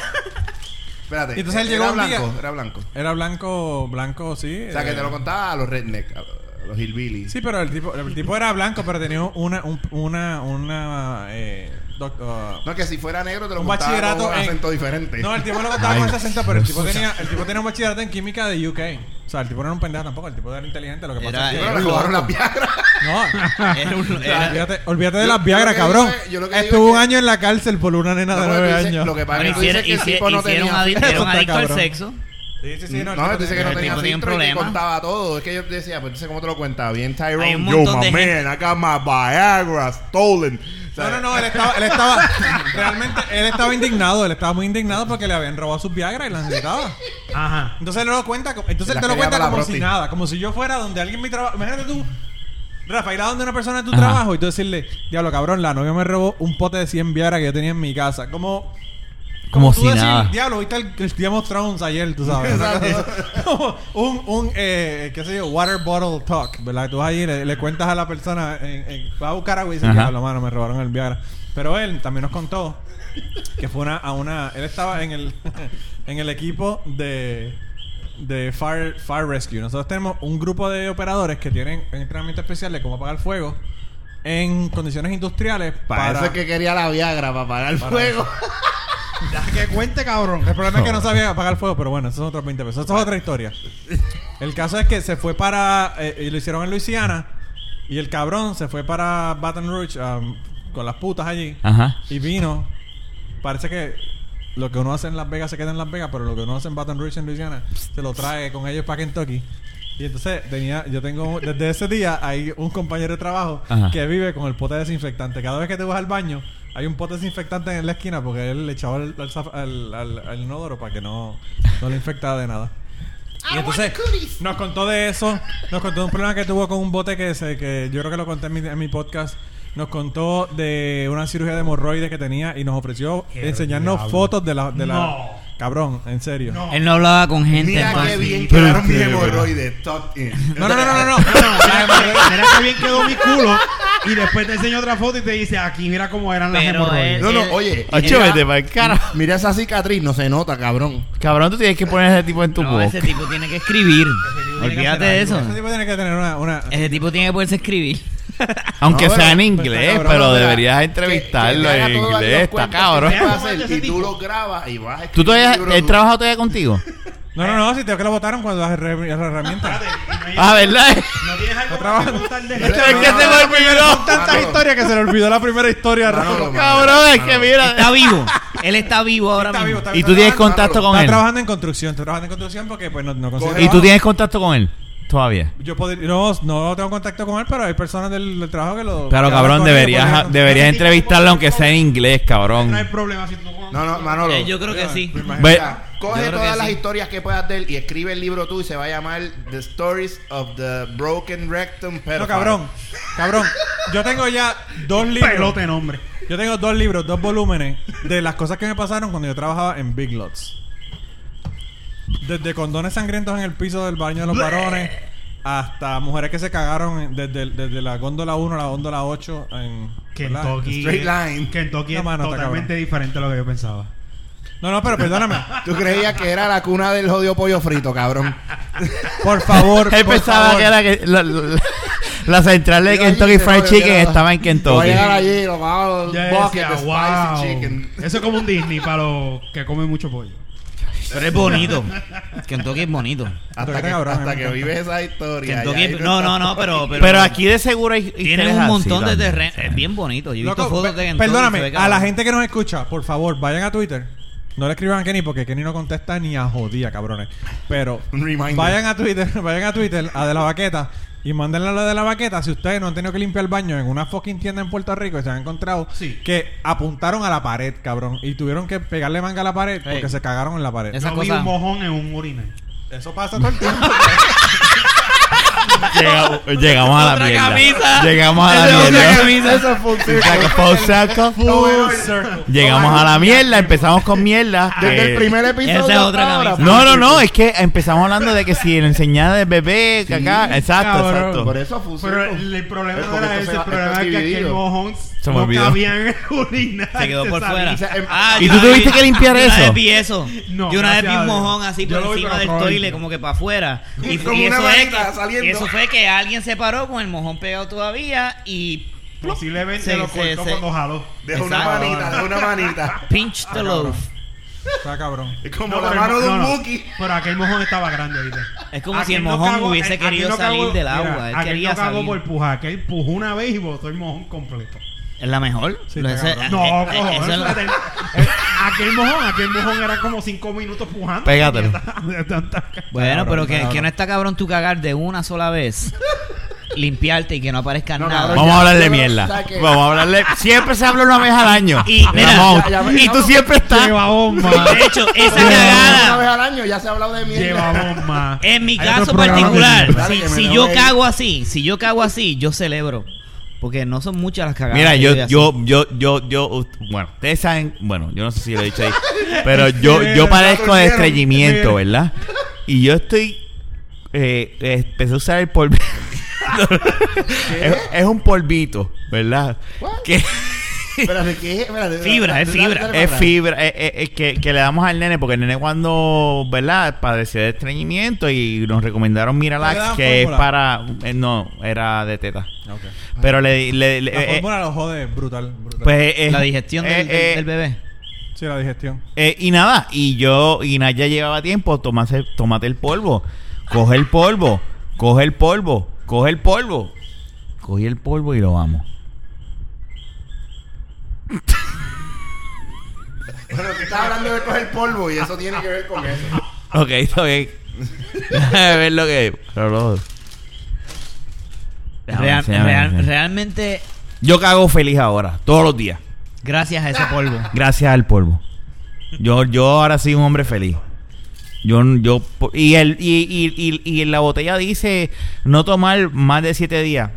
[SPEAKER 2] Espérate.
[SPEAKER 3] Y entonces él
[SPEAKER 2] era
[SPEAKER 3] llegó un día-
[SPEAKER 2] blanco, era blanco.
[SPEAKER 3] Era blanco, blanco, sí.
[SPEAKER 2] O sea, que
[SPEAKER 3] eh,
[SPEAKER 2] te lo contaba a los redneck, a a los hillbilly.
[SPEAKER 3] Sí, pero el tipo, el tipo era blanco, pero tenía una, un- una, una, eh, doc- ah,
[SPEAKER 2] No, que si fuera negro te lo
[SPEAKER 3] Un
[SPEAKER 2] contaba
[SPEAKER 3] bachillerato
[SPEAKER 2] con un
[SPEAKER 3] en-
[SPEAKER 2] acento diferente.
[SPEAKER 3] no, el tipo no contaba con
[SPEAKER 1] Ay.
[SPEAKER 3] ese acento, pero el tipo tenía, el tipo tenía un bachillerato en química de UK. O sea, el tipo no era un pendejo tampoco, el tipo era inteligente, lo que
[SPEAKER 5] Era-
[SPEAKER 3] pasa
[SPEAKER 2] Yo
[SPEAKER 3] es
[SPEAKER 2] creo
[SPEAKER 3] que...
[SPEAKER 2] que le robaron las
[SPEAKER 3] (laughs)
[SPEAKER 2] piedras.
[SPEAKER 3] No,
[SPEAKER 5] Era un- era-
[SPEAKER 3] olvídate, olvídate de
[SPEAKER 2] Yo-
[SPEAKER 3] las Viagra,
[SPEAKER 2] yo lo que
[SPEAKER 3] cabrón.
[SPEAKER 2] digo es- yo lo que digo
[SPEAKER 3] Estuvo
[SPEAKER 2] es
[SPEAKER 3] un
[SPEAKER 2] que-
[SPEAKER 3] año en la cárcel por una nena de
[SPEAKER 2] No, porque tú
[SPEAKER 3] nueve
[SPEAKER 2] dices-
[SPEAKER 3] años.
[SPEAKER 2] Lo que pasa
[SPEAKER 5] Bueno,
[SPEAKER 2] es que tú dices
[SPEAKER 5] hicieron,
[SPEAKER 2] que el tipo no
[SPEAKER 5] hicieron-
[SPEAKER 2] (laughs)
[SPEAKER 5] hicieron
[SPEAKER 2] tenía
[SPEAKER 5] adi-
[SPEAKER 2] filtro.
[SPEAKER 5] era un
[SPEAKER 3] Está
[SPEAKER 5] adicto al
[SPEAKER 3] cabrón.
[SPEAKER 5] sexo.
[SPEAKER 3] Sí, sí, sí,
[SPEAKER 2] No,
[SPEAKER 3] el tipo
[SPEAKER 2] tú dices que no
[SPEAKER 5] el
[SPEAKER 2] tenía
[SPEAKER 5] tipo tenía un
[SPEAKER 2] filtro y que
[SPEAKER 5] problema.
[SPEAKER 2] contaba todo. Es que yo decía, pues entonces, ¿cómo te lo cuenta? Bien Tyrone.
[SPEAKER 5] Hay un montón de gente.
[SPEAKER 2] I got my Viagra stolen. O sea,
[SPEAKER 3] No, no, no, él estaba, él estaba, realmente, él estaba indignado, él estaba muy indignado porque le habían robado sus Viagra y las necesitaba.
[SPEAKER 4] Ajá.
[SPEAKER 3] Entonces él lo cuenta, co-
[SPEAKER 2] Las
[SPEAKER 3] entonces él te lo
[SPEAKER 2] quería
[SPEAKER 3] cuenta
[SPEAKER 2] para la
[SPEAKER 3] como
[SPEAKER 2] proti.
[SPEAKER 3] si nada, como si yo fuera donde alguien me trabaja. Imagínate tú, Rafa, ir a donde una persona de tu
[SPEAKER 1] Ajá.
[SPEAKER 3] trabajo y tú decirle, diablo cabrón, la novia me robó un pote de 100 viagra que yo tenía en mi casa. Como,
[SPEAKER 1] Como
[SPEAKER 3] tú
[SPEAKER 1] si nada.
[SPEAKER 3] diablo, viste el, el Game of Thrones ayer, tú sabes. Una cosa- (laughs) como un, un eh, qué sé yo, water bottle talk, ¿verdad? Tú vas ahí, le, le cuentas a la persona, en, en- va a buscar agua y dice,
[SPEAKER 1] Ajá.
[SPEAKER 3] diablo, mano, me robaron el viagra. Pero él también nos contó que fue una, a una él estaba en el (laughs) en el equipo de de fire, fire rescue nosotros tenemos un grupo de operadores que tienen un entrenamiento especial de cómo apagar fuego en condiciones industriales para,
[SPEAKER 2] Parece que quería la Viagra para parar el
[SPEAKER 3] Para-
[SPEAKER 2] fuego.
[SPEAKER 4] Que cuente, cabrón.
[SPEAKER 3] el problema es que no sabía apagar fuego pero bueno esos son otros 20 pesos eso es otra historia el caso es que se fue para eh, y lo hicieron en Luisiana y el cabrón se fue para Baton Rouge um, con las putas allí
[SPEAKER 1] Ajá.
[SPEAKER 3] y vino parece que lo que uno hace en Las Vegas se queda en Las Vegas, pero lo que uno hace en Baton Rouge, en Luisiana, se lo trae con ellos para Kentucky. Y entonces tenía, yo tengo, desde ese día hay un compañero de trabajo
[SPEAKER 1] Ajá.
[SPEAKER 3] que vive con el pote de desinfectante. Cada vez que te vas al baño, hay un pote de desinfectante en la esquina porque él le echaba al, al zaf- al- al- al inodoro para que no, no le infectara de nada. Y entonces nos contó de eso, nos contó de un problema que tuvo con un bote que se, que yo creo que lo conté en mi, en mi podcast. Nos contó de una cirugía de hemorroides que tenía y nos ofreció
[SPEAKER 4] Qué
[SPEAKER 3] enseñarnos
[SPEAKER 4] diablo.
[SPEAKER 3] fotos de la, de la
[SPEAKER 4] No.
[SPEAKER 3] cabrón, en serio. No,
[SPEAKER 5] Él no hablaba con gente.
[SPEAKER 2] Mira qué
[SPEAKER 5] entonces.
[SPEAKER 2] bien
[SPEAKER 1] Pero
[SPEAKER 2] quedaron mis
[SPEAKER 1] qué bueno.
[SPEAKER 2] hemorroides. tucked in.
[SPEAKER 3] no, no, no, no, no.
[SPEAKER 5] (laughs)
[SPEAKER 3] La hemorroide-
[SPEAKER 4] Mira que bien quedó mi culo. Y después te enseña otra foto y te dice, aquí mira cómo eran las
[SPEAKER 5] Pero
[SPEAKER 4] hemorroides.
[SPEAKER 5] él-
[SPEAKER 2] No, no,
[SPEAKER 5] él-
[SPEAKER 2] oye.
[SPEAKER 1] Ocho, vete pa'l cara.
[SPEAKER 2] Mira esa cicatriz, no se nota, cabrón.
[SPEAKER 1] Cabrón, tú tienes que poner ese tipo en tu
[SPEAKER 5] No,
[SPEAKER 1] boca.
[SPEAKER 5] ese tipo tiene que escribir.
[SPEAKER 4] tiene que
[SPEAKER 5] Olvídate
[SPEAKER 4] hacer
[SPEAKER 5] de
[SPEAKER 4] algo.
[SPEAKER 5] eso.
[SPEAKER 3] Ese tipo tiene que tener una, una
[SPEAKER 1] Eh,
[SPEAKER 5] Ese tipo tiene que poderse escribir.
[SPEAKER 1] Aunque
[SPEAKER 2] No,
[SPEAKER 1] sea
[SPEAKER 2] pero- pues,
[SPEAKER 1] en
[SPEAKER 3] pero
[SPEAKER 1] inglés,
[SPEAKER 3] está cabrón,
[SPEAKER 1] pero
[SPEAKER 2] mira,
[SPEAKER 1] deberías
[SPEAKER 2] que-
[SPEAKER 1] entrevistarlo
[SPEAKER 2] que te haga
[SPEAKER 1] en
[SPEAKER 2] todos los
[SPEAKER 1] inglés. Está
[SPEAKER 2] cuentos que
[SPEAKER 1] cabrón.
[SPEAKER 2] te haga hacer
[SPEAKER 4] Ese
[SPEAKER 2] y tú
[SPEAKER 4] tipo.
[SPEAKER 2] lo grabas y vas a escribir
[SPEAKER 1] ¿Tú todavía,
[SPEAKER 2] un libro
[SPEAKER 1] él
[SPEAKER 2] tú.
[SPEAKER 1] trabaja todavía contigo?
[SPEAKER 3] No, no,
[SPEAKER 1] eh.
[SPEAKER 3] no, si tengo que lo votaron cuando las, her- las herramientas.
[SPEAKER 1] Ah, ¿verdad?
[SPEAKER 4] ¿No tienes algo
[SPEAKER 3] Otra
[SPEAKER 4] para
[SPEAKER 3] vez.
[SPEAKER 4] contar de
[SPEAKER 1] Es que se
[SPEAKER 4] esto?
[SPEAKER 1] me olvidó.
[SPEAKER 3] Tantas historias que se le olvidó la primera historia.
[SPEAKER 1] (laughs)
[SPEAKER 2] Manolo,
[SPEAKER 3] Raúl.
[SPEAKER 2] Manolo,
[SPEAKER 1] Cabrón, es que
[SPEAKER 2] Manolo.
[SPEAKER 5] Está
[SPEAKER 1] mira.
[SPEAKER 5] vivo. Él está vivo ahora
[SPEAKER 3] Está vivo,
[SPEAKER 5] mismo.
[SPEAKER 3] está
[SPEAKER 1] Y
[SPEAKER 3] vivo.
[SPEAKER 1] tú tienes
[SPEAKER 3] Está
[SPEAKER 1] contacto con
[SPEAKER 3] Está
[SPEAKER 1] él.
[SPEAKER 3] trabajando en construcción, está trabajando en construcción porque pues no, no consigue
[SPEAKER 1] Y tú
[SPEAKER 3] trabajo.
[SPEAKER 1] tienes contacto con él todavía.
[SPEAKER 3] Yo podría, no, no tengo contacto con él, pero hay personas del, del trabajo que lo.
[SPEAKER 1] Claro,
[SPEAKER 3] que
[SPEAKER 1] cabrón,
[SPEAKER 3] hablan con él,
[SPEAKER 1] deberías,
[SPEAKER 3] porque-
[SPEAKER 1] deberías
[SPEAKER 4] Ese tipo
[SPEAKER 1] entrevistarlo
[SPEAKER 4] por-
[SPEAKER 1] aunque sea en inglés,
[SPEAKER 4] No hay
[SPEAKER 1] cabrón.
[SPEAKER 4] problema si tú...
[SPEAKER 2] No, no, Manolo.
[SPEAKER 5] Eh, yo creo que sí.
[SPEAKER 3] Me imagino.
[SPEAKER 1] Ve-
[SPEAKER 2] Mira,
[SPEAKER 5] Yo
[SPEAKER 2] coge
[SPEAKER 5] creo que
[SPEAKER 2] todas las
[SPEAKER 5] sí.
[SPEAKER 2] historias que puedas de él y escribe el libro tú y se va a llamar The Stories of the Broken Rectum Pedophile.
[SPEAKER 3] No, cabrón, cabrón. Yo tengo ya dos libros.
[SPEAKER 4] Pelote nombre.
[SPEAKER 3] Yo tengo dos libros, dos volúmenes de las cosas que me pasaron cuando yo trabajaba en Big Lots. Desde condones sangrientos en el piso del baño de los varones hasta mujeres que se cagaron en- desde, desde la góndola 1 a la góndola 8 en ¿verdad?
[SPEAKER 4] Kentucky.
[SPEAKER 2] Straight line.
[SPEAKER 4] Kentucky
[SPEAKER 3] No,
[SPEAKER 4] es
[SPEAKER 3] mano, está
[SPEAKER 4] totalmente
[SPEAKER 3] cabrón.
[SPEAKER 4] diferente a lo que yo pensaba.
[SPEAKER 3] No, no, pero perdóname.
[SPEAKER 2] Tú creías que era la cuna del jodido pollo frito, cabrón.
[SPEAKER 3] Por favor.
[SPEAKER 1] Él
[SPEAKER 3] por
[SPEAKER 1] pensaba
[SPEAKER 3] favor.
[SPEAKER 1] que era que la, la- la central de Kentucky Fried Chicken estaba en
[SPEAKER 2] Voy a
[SPEAKER 1] Kentucky.
[SPEAKER 2] llegar allí, lo vamos
[SPEAKER 4] Ya
[SPEAKER 2] a bucket de
[SPEAKER 4] decía, "Wow".
[SPEAKER 2] spicy chicken.
[SPEAKER 4] Eso es como un Disney para los que comen mucho pollo.
[SPEAKER 5] Pero es bonito. Kentucky es bonito.
[SPEAKER 2] Hasta
[SPEAKER 3] Toquete,
[SPEAKER 2] que,
[SPEAKER 3] cabrón,
[SPEAKER 2] hasta
[SPEAKER 3] me
[SPEAKER 2] que
[SPEAKER 3] encanta.
[SPEAKER 2] vives esa historia.
[SPEAKER 5] Kentucky
[SPEAKER 2] ya
[SPEAKER 5] es-
[SPEAKER 2] ahí
[SPEAKER 5] No,
[SPEAKER 2] está-
[SPEAKER 5] no, no,
[SPEAKER 2] (laughs)
[SPEAKER 5] pero... pero
[SPEAKER 1] Pero aquí de seguro hay.
[SPEAKER 5] Tiene un montón de terreno. Es
[SPEAKER 1] (laughs)
[SPEAKER 5] bien bonito. Yo he visto
[SPEAKER 3] Loco,
[SPEAKER 5] fotos
[SPEAKER 3] pe-
[SPEAKER 5] de Kentucky. se ve
[SPEAKER 3] perdóname, a
[SPEAKER 5] cabrón.
[SPEAKER 3] la gente que nos escucha, por favor, vayan a Twitter. No le escriban a Kenny porque Kenny no contesta ni a jodía, cabrones. Pero
[SPEAKER 2] (laughs) Un reminder.
[SPEAKER 3] vayan a Twitter, (laughs) vayan a Twitter, a De La Baqueta, y mándenle a la De La Baqueta si ustedes no han tenido que limpiar el baño en una fucking tienda en Puerto Rico y se han encontrado
[SPEAKER 4] Sí.
[SPEAKER 3] que apuntaron a la pared, cabrón, y tuvieron que pegarle manga a la pared porque
[SPEAKER 5] Ey.
[SPEAKER 3] se cagaron en la pared.
[SPEAKER 5] Esa
[SPEAKER 4] yo vi
[SPEAKER 5] cosa-
[SPEAKER 4] un mojón en un urinal.
[SPEAKER 3] Eso pasa todo el tiempo. (laughs)
[SPEAKER 1] Llegamos, llegamos a la
[SPEAKER 5] Otra
[SPEAKER 1] mierda.
[SPEAKER 5] camisa.
[SPEAKER 1] Llegamos a
[SPEAKER 5] Esa
[SPEAKER 1] la
[SPEAKER 5] otra
[SPEAKER 1] mierda.
[SPEAKER 5] camisa.
[SPEAKER 2] Eso fue un circo.
[SPEAKER 1] Saca- full circle.
[SPEAKER 2] Full
[SPEAKER 1] Llegamos a la mierda. Empezamos con mierda.
[SPEAKER 2] (laughs) Desde
[SPEAKER 1] eh,
[SPEAKER 2] el primer episodio
[SPEAKER 5] Esa es otra
[SPEAKER 2] hasta ahora,
[SPEAKER 5] camisa.
[SPEAKER 1] No, no, no. Es que empezamos hablando de que si la enseñada del bebé, que acá. Exacto,
[SPEAKER 4] cabrón,
[SPEAKER 2] Por
[SPEAKER 1] exacto.
[SPEAKER 2] eso fue un
[SPEAKER 4] Pero
[SPEAKER 2] circo.
[SPEAKER 4] el, el problema
[SPEAKER 2] Es
[SPEAKER 4] no
[SPEAKER 2] porque
[SPEAKER 4] era
[SPEAKER 2] esto
[SPEAKER 4] ese,
[SPEAKER 2] se-
[SPEAKER 4] el problema
[SPEAKER 2] esto es
[SPEAKER 4] era que aquel
[SPEAKER 2] dividido.
[SPEAKER 4] mojón
[SPEAKER 1] me
[SPEAKER 4] no
[SPEAKER 1] olvidó.
[SPEAKER 4] cabía en el urinal.
[SPEAKER 5] Se quedó por
[SPEAKER 4] salía.
[SPEAKER 5] fuera. Ah,
[SPEAKER 2] O sea, em-
[SPEAKER 1] ¿Y
[SPEAKER 5] yo
[SPEAKER 1] tú
[SPEAKER 5] una
[SPEAKER 1] tuviste
[SPEAKER 5] vez-
[SPEAKER 1] que limpiar
[SPEAKER 5] yo una
[SPEAKER 1] eso?
[SPEAKER 5] vez vi eso.
[SPEAKER 4] No,
[SPEAKER 5] yo una vez vi
[SPEAKER 4] gracias
[SPEAKER 5] un
[SPEAKER 4] a Dios.
[SPEAKER 5] mojón así
[SPEAKER 4] Yo
[SPEAKER 5] por
[SPEAKER 4] lo vi,
[SPEAKER 5] encima
[SPEAKER 4] pero
[SPEAKER 5] del
[SPEAKER 4] probable.
[SPEAKER 5] toile, como que para afuera. Y,
[SPEAKER 2] Como
[SPEAKER 5] y
[SPEAKER 2] una
[SPEAKER 5] eso es
[SPEAKER 2] varita
[SPEAKER 5] que-
[SPEAKER 2] saliendo.
[SPEAKER 5] y eso fue que alguien se paró con el mojón pegado todavía y ¡plup!
[SPEAKER 4] Posiblemente
[SPEAKER 5] Se-
[SPEAKER 4] lo
[SPEAKER 5] se-
[SPEAKER 4] cortó
[SPEAKER 5] se-
[SPEAKER 4] cuando jaló.
[SPEAKER 2] Deja una
[SPEAKER 5] Exacto.
[SPEAKER 2] manita, deja una manita.
[SPEAKER 5] pinch the loaf.
[SPEAKER 3] Está cabrón.
[SPEAKER 2] Es como
[SPEAKER 4] No,
[SPEAKER 2] la
[SPEAKER 4] pero-
[SPEAKER 2] mano de un
[SPEAKER 4] no, no.
[SPEAKER 2] buki.
[SPEAKER 4] Pero aquel mojón estaba grande, ¿viste?
[SPEAKER 5] Es como si
[SPEAKER 4] Aquel
[SPEAKER 5] el
[SPEAKER 4] no
[SPEAKER 5] mojón
[SPEAKER 4] cagó-
[SPEAKER 5] hubiese
[SPEAKER 4] aquel
[SPEAKER 5] querido
[SPEAKER 4] no cagó-
[SPEAKER 5] salir del
[SPEAKER 4] mira,
[SPEAKER 5] agua. Él
[SPEAKER 4] aquel
[SPEAKER 5] quería
[SPEAKER 4] no cagó
[SPEAKER 5] salir.
[SPEAKER 4] por pujar. Aquel pujó una vez y botó el mojón completo.
[SPEAKER 5] Es la mejor.
[SPEAKER 3] Sí,
[SPEAKER 5] Lo-
[SPEAKER 3] está
[SPEAKER 5] ese-
[SPEAKER 3] cabrón.
[SPEAKER 4] No,
[SPEAKER 5] eh, eh,
[SPEAKER 4] cojones,
[SPEAKER 5] eso es la-
[SPEAKER 4] espérate.
[SPEAKER 5] (laughs)
[SPEAKER 4] Eh, aquel mojón, aquel mojón era como cinco minutos pujando.
[SPEAKER 1] Pégatelo.
[SPEAKER 4] De tanta-
[SPEAKER 5] Bueno,
[SPEAKER 3] Cabrón,
[SPEAKER 5] pero que,
[SPEAKER 3] cabrón.
[SPEAKER 5] que no está cabrón tú cagar de una sola (laughs) vez, limpiarte y que no aparezca
[SPEAKER 2] No,
[SPEAKER 5] nada.
[SPEAKER 2] cabrón,
[SPEAKER 1] Vamos a hablar de
[SPEAKER 2] Yo no-
[SPEAKER 1] mierda.
[SPEAKER 2] ¿sabes qué?
[SPEAKER 1] Vamos a hablarle. Siempre se habla una vez al año.
[SPEAKER 5] Y, mira,
[SPEAKER 1] Ramón.
[SPEAKER 2] ya- ya-
[SPEAKER 1] y tú siempre estás.
[SPEAKER 4] Lleva bomba.
[SPEAKER 5] De hecho, esa
[SPEAKER 2] Una vez
[SPEAKER 5] cagada,
[SPEAKER 2] al año ya se ha hablado de mierda.
[SPEAKER 4] Lleva bomba.
[SPEAKER 5] en mi
[SPEAKER 4] Hay
[SPEAKER 5] caso
[SPEAKER 4] otro programa que
[SPEAKER 5] particular,
[SPEAKER 2] mierda.
[SPEAKER 5] si,
[SPEAKER 2] Dale, que
[SPEAKER 5] si
[SPEAKER 2] me
[SPEAKER 5] yo
[SPEAKER 2] voy.
[SPEAKER 5] cago así, si yo cago así, yo celebro. Porque no son muchas las cagadas.
[SPEAKER 1] Mira,
[SPEAKER 5] que
[SPEAKER 1] yo,
[SPEAKER 5] doy así.
[SPEAKER 1] yo, yo, yo, yo, ust- bueno, ustedes saben, bueno, yo no sé si lo he
[SPEAKER 3] (laughs)
[SPEAKER 1] dicho ahí, pero yo, yo
[SPEAKER 4] Sí,
[SPEAKER 1] padezco de
[SPEAKER 4] la
[SPEAKER 1] estreñimiento,
[SPEAKER 4] torcieron.
[SPEAKER 1] ¿verdad? Y yo estoy, eh, eh, empecé a usar el
[SPEAKER 3] (laughs)
[SPEAKER 1] polvito. es, es un polvito, ¿verdad?
[SPEAKER 2] ¿What?
[SPEAKER 1] Que
[SPEAKER 2] Espérate, ¿qué? Espérate,
[SPEAKER 5] Fibra, es
[SPEAKER 2] dale,
[SPEAKER 5] fibra.
[SPEAKER 2] dale para
[SPEAKER 1] es
[SPEAKER 2] atrás.
[SPEAKER 1] fibra, eh, eh, eh, que, que le damos al nene, porque el nene cuando, ¿verdad? Padecía de estreñimiento y nos recomendaron
[SPEAKER 3] Le
[SPEAKER 1] Miralax,
[SPEAKER 3] daban
[SPEAKER 1] que es
[SPEAKER 3] fórmula.
[SPEAKER 1] para, eh, no, era de teta.
[SPEAKER 3] Ok.
[SPEAKER 1] Pero le, le, le-
[SPEAKER 3] La
[SPEAKER 1] eh, eh,
[SPEAKER 3] fórmula lo jode brutal, brutal.
[SPEAKER 1] pues, eh,
[SPEAKER 5] la digestión
[SPEAKER 1] eh,
[SPEAKER 5] del, del-
[SPEAKER 1] eh,
[SPEAKER 5] del bebé.
[SPEAKER 3] sí, la digestión.
[SPEAKER 1] Eh, y nada, y yo, y Naya llevaba tiempo, tomase, tomate el polvo, coge el polvo, coge el polvo, coge el polvo. Cogí el polvo y lo vamos.
[SPEAKER 2] Bueno, tú estás hablando de coger polvo y eso tiene que ver con eso.
[SPEAKER 1] Ok, está bien. (laughs) Déjame ver lo que. Pero lo- Déjame
[SPEAKER 5] Real-
[SPEAKER 1] enseñarme,
[SPEAKER 5] real-
[SPEAKER 1] enseñarme.
[SPEAKER 5] realmente,
[SPEAKER 1] Yo cago feliz ahora, todos los días.
[SPEAKER 5] gracias a ese polvo.
[SPEAKER 1] Gracias al polvo. Yo, yo ahora soy un hombre feliz. Yo, yo, y, el, y, y, y, y en la botella dice no tomar más de siete días.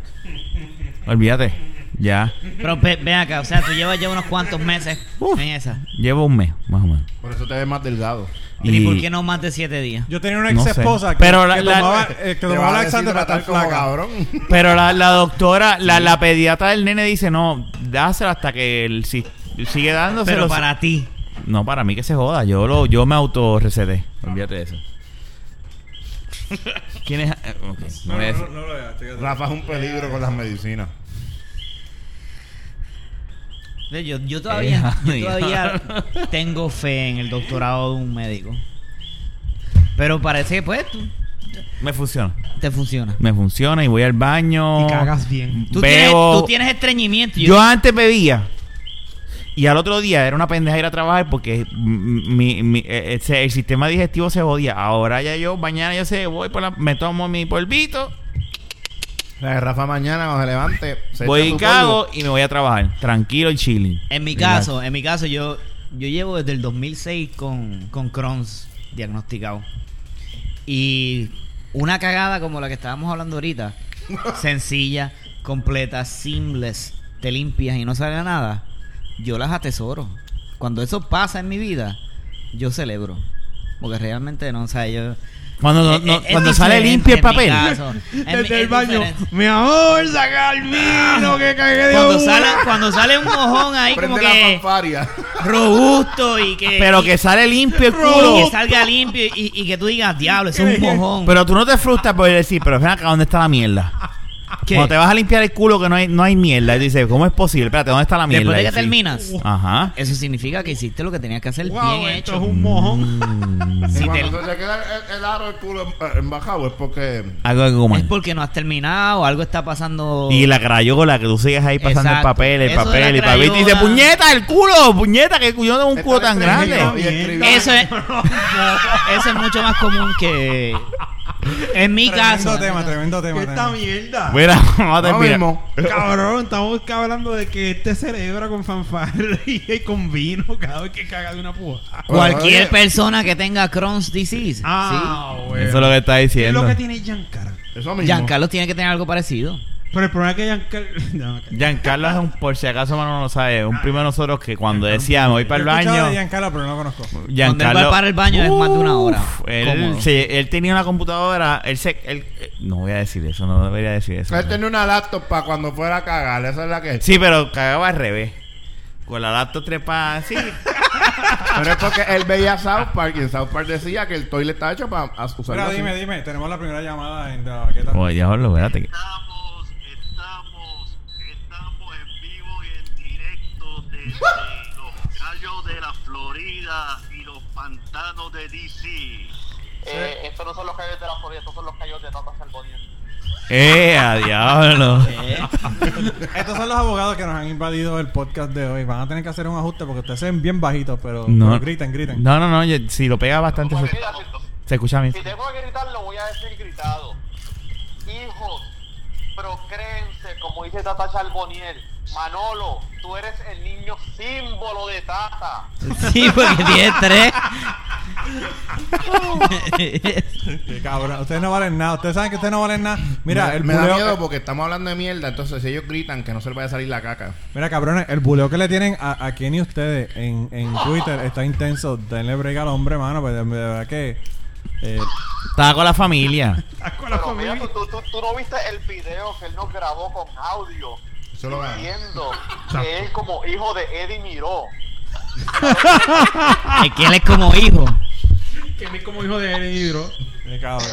[SPEAKER 1] Olvídate. Ya.
[SPEAKER 5] Pero ve- ven acá, o sea, tú llevas ya unos cuantos meses
[SPEAKER 1] Uf.
[SPEAKER 5] en esa.
[SPEAKER 1] Llevo un mes, más o menos.
[SPEAKER 2] Por eso te ves más delgado.
[SPEAKER 5] ¿Y,
[SPEAKER 1] Y-
[SPEAKER 5] por qué no más de siete días?
[SPEAKER 3] Yo tenía una
[SPEAKER 1] No
[SPEAKER 3] ex
[SPEAKER 1] sé.
[SPEAKER 3] esposa que,
[SPEAKER 1] Pero la-
[SPEAKER 3] que
[SPEAKER 1] la-
[SPEAKER 3] tomaba, eh, que
[SPEAKER 2] Te
[SPEAKER 3] tomaba
[SPEAKER 2] vas a
[SPEAKER 3] laxante para estar
[SPEAKER 2] deshidratar como
[SPEAKER 3] flaca.
[SPEAKER 2] cabrón.
[SPEAKER 1] Pero la, la doctora, la, la pediatra del nene dice, no, dáselo hasta que él si- sigue dándoselo.
[SPEAKER 5] Pero para ti.
[SPEAKER 1] No, para mí que se joda. Yo lo, yo me auto receté. Olvídate de eso. ¿Quién es? eh, ok, no
[SPEAKER 3] No,
[SPEAKER 1] voy a
[SPEAKER 3] no,
[SPEAKER 1] decir.
[SPEAKER 3] no, no lo veas, te-
[SPEAKER 2] Rafa es un peligro con las medicinas.
[SPEAKER 5] Ve, Yo, yo
[SPEAKER 1] Eh,
[SPEAKER 5] todavía, yo
[SPEAKER 1] amigo.
[SPEAKER 5] todavía tengo fe en el doctorado de un médico. Pero parece que pues tú-
[SPEAKER 1] Me funciona.
[SPEAKER 5] te funciona.
[SPEAKER 1] Me funciona y voy al baño.
[SPEAKER 4] Y cagas bien.
[SPEAKER 5] Tú,
[SPEAKER 1] Bebo.
[SPEAKER 5] Tienes, tú tienes estreñimiento.
[SPEAKER 1] Yo antes bebía. Y al otro día era una pendeja ir a trabajar porque mi- mi- eh, ese- el sistema digestivo se jodía. Ahora ya yo, mañana yo sé, voy por la- me tomo mi polvito,
[SPEAKER 2] La de Rafa mañana cuando se levante. se
[SPEAKER 1] voy
[SPEAKER 2] echa
[SPEAKER 1] y
[SPEAKER 2] su
[SPEAKER 1] cago
[SPEAKER 2] polvo.
[SPEAKER 1] y me voy a trabajar. Tranquilo y chilling.
[SPEAKER 5] En mi
[SPEAKER 1] Relax.
[SPEAKER 5] caso, en mi caso, yo, yo llevo desde el 2006 con, con Crohn's diagnosticado. Y una cagada como la que estábamos hablando
[SPEAKER 4] (laughs)
[SPEAKER 5] ahorita, sencilla, completa, seamless, te limpias y no sale nada, yo las atesoro. Cuando eso pasa en mi vida, yo celebro. Porque realmente no, o sea, yo...
[SPEAKER 1] Cuando, no-
[SPEAKER 5] es-
[SPEAKER 1] no-
[SPEAKER 5] Eh, es- es
[SPEAKER 1] cuando sale
[SPEAKER 5] diferente
[SPEAKER 1] limpio el
[SPEAKER 5] en mi
[SPEAKER 1] papel. (laughs)
[SPEAKER 5] caso. Es-
[SPEAKER 4] Desde
[SPEAKER 5] es
[SPEAKER 4] el baño.
[SPEAKER 5] diferente.
[SPEAKER 4] Mi amor, saca el vino que cagué de
[SPEAKER 5] Cuando
[SPEAKER 4] una.
[SPEAKER 5] sale, cuando sale un mojón ahí como
[SPEAKER 2] Prende la
[SPEAKER 5] que
[SPEAKER 2] fanfaria.
[SPEAKER 5] robusto y que...
[SPEAKER 1] Ah, Pero
[SPEAKER 5] y-
[SPEAKER 1] que sale limpio el
[SPEAKER 5] y que
[SPEAKER 1] culo.
[SPEAKER 5] salga limpio y, y que tú digas, diablo, eso es un mojón.
[SPEAKER 1] Pero tú no te frustras por decir, pero ven acá, ¿dónde está la mierda?
[SPEAKER 5] ¿Qué?
[SPEAKER 1] Cuando te vas a limpiar el culo que no hay, no hay mierda. Y tú dices, ¿cómo es posible? Espérate, ¿dónde está la mierda?
[SPEAKER 5] Después de
[SPEAKER 1] Y
[SPEAKER 5] que
[SPEAKER 1] sí.
[SPEAKER 5] terminas,
[SPEAKER 1] Ajá.
[SPEAKER 5] eso significa que hiciste lo que tenías que hacer
[SPEAKER 4] Wow,
[SPEAKER 5] bien
[SPEAKER 4] esto
[SPEAKER 5] hecho. Mm.
[SPEAKER 4] es un mojón.
[SPEAKER 5] Si
[SPEAKER 2] Y
[SPEAKER 5] te-
[SPEAKER 2] cuando se le queda el, el aro del culo em- embajado es porque.
[SPEAKER 1] Algo que comer.
[SPEAKER 5] es porque no has terminado, algo está pasando.
[SPEAKER 1] Y la crayola que tú sigues ahí pasando
[SPEAKER 5] Exacto.
[SPEAKER 1] el papel,
[SPEAKER 5] Eso
[SPEAKER 1] el
[SPEAKER 5] de la
[SPEAKER 1] papel, el papel. Y te dice,
[SPEAKER 5] crayola.
[SPEAKER 1] puñeta, el culo, puñeta, que yo tengo un
[SPEAKER 2] Está
[SPEAKER 1] culo tan
[SPEAKER 2] estreñido
[SPEAKER 1] grande.
[SPEAKER 2] y escribió.
[SPEAKER 5] Eso
[SPEAKER 3] (laughs)
[SPEAKER 5] es, eso es mucho más común que en mi
[SPEAKER 3] Tremendo
[SPEAKER 5] caso.
[SPEAKER 3] tema, tremendo tema.
[SPEAKER 4] Esta
[SPEAKER 3] tremendo.
[SPEAKER 4] mierda.
[SPEAKER 1] Mira, (laughs) vamos a
[SPEAKER 2] No,
[SPEAKER 1] terminar.
[SPEAKER 2] mismo.
[SPEAKER 4] Cabrón, estamos hablando de que este celebra con fanfarria y con vino cada vez que caga de una puja.
[SPEAKER 5] Cualquier
[SPEAKER 2] Oye,
[SPEAKER 5] persona que tenga Crohn's disease,
[SPEAKER 4] Ah,
[SPEAKER 5] pues,
[SPEAKER 4] bueno.
[SPEAKER 1] Eso es lo que está
[SPEAKER 4] ¿Qué es
[SPEAKER 1] diciendo.
[SPEAKER 4] lo que tiene Giancara.
[SPEAKER 2] Eso
[SPEAKER 5] ¿sí?
[SPEAKER 2] mismo.
[SPEAKER 5] Giancarlo tiene que tener algo parecido.
[SPEAKER 4] Pero el problema es que Giancara... (laughs) No, ok.
[SPEAKER 1] Giancarlo es un, por si acaso mano no lo sabe, es un primo de nosotros que cuando decía me voy para el
[SPEAKER 3] Yo he escuchado de
[SPEAKER 1] baño,
[SPEAKER 3] Giancarlo, pero no lo conozco.
[SPEAKER 5] Cuando él va para el baño es más de una hora.
[SPEAKER 1] Uf, Él,
[SPEAKER 5] Cómodo.
[SPEAKER 1] se- él tenía una computadora, él se... él- eh, no voy a decir eso, no debería decir eso.
[SPEAKER 3] Este
[SPEAKER 2] Él tenía una laptop para cuando fuera a cagar. Esa es
[SPEAKER 5] (laughs)
[SPEAKER 2] la que.
[SPEAKER 1] Sí, pero cagaba al revés. Con la laptop
[SPEAKER 5] (laughs)
[SPEAKER 1] trepada así.
[SPEAKER 2] Pero es porque él veía South Park y en South Park decía que el toilet está hecho para usarlo.
[SPEAKER 3] Pero
[SPEAKER 2] así.
[SPEAKER 3] dime, dime, tenemos la primera llamada en la ¿qué tal?
[SPEAKER 1] Oye, diablo, espérate. que-
[SPEAKER 6] Estamos, estamos, estamos en vivo y en directo desde los callos de la Florida y los pantanos de DC.
[SPEAKER 7] Eh, estos no son los callos de la Florida, estos son los callos de Tata Salvonia.
[SPEAKER 1] ¡Eh, a diablo!
[SPEAKER 3] Estos son los abogados que nos han invadido el podcast de hoy. Van a tener que hacer un ajuste porque ustedes se ven bien bajitos, pero, pero griten, griten.
[SPEAKER 1] No, no, no. yo- si lo pega bastante, se,
[SPEAKER 7] Pues Mira, si,
[SPEAKER 1] se escucha (laughs) bien.
[SPEAKER 7] si tengo que gritar, lo voy a decir gritado. Hijos, procréense, como dice Tata Charboniel. Manolo, tú eres el niño símbolo de Tata.
[SPEAKER 5] Sí, porque tiene tres.
[SPEAKER 3] Qué cabrón, ustedes no valen nada. Ustedes saben que ustedes no valen nada. Mira,
[SPEAKER 2] me,
[SPEAKER 3] el
[SPEAKER 2] me da
[SPEAKER 3] buleo-
[SPEAKER 2] miedo porque estamos hablando de mierda. Entonces, si ellos gritan que no se les vaya a salir la caca.
[SPEAKER 3] Mira, cabrones, el buleo que le tienen a, a Kenny ustedes en, en Twitter está intenso. Denle break al hombre, mano, pues de, de verdad que. eh,
[SPEAKER 1] Estaba con la familia.
[SPEAKER 4] Estás con la
[SPEAKER 7] Pero mira,
[SPEAKER 4] familia.
[SPEAKER 7] tú, tú, tú- tú no viste el video que él nos grabó con audio
[SPEAKER 2] Eso lo gana.
[SPEAKER 7] diciendo que él como hijo de Eddie Miró.
[SPEAKER 5] Es que él es como hijo.
[SPEAKER 4] Que me como hijo de él, hidro.
[SPEAKER 3] qué cabrón.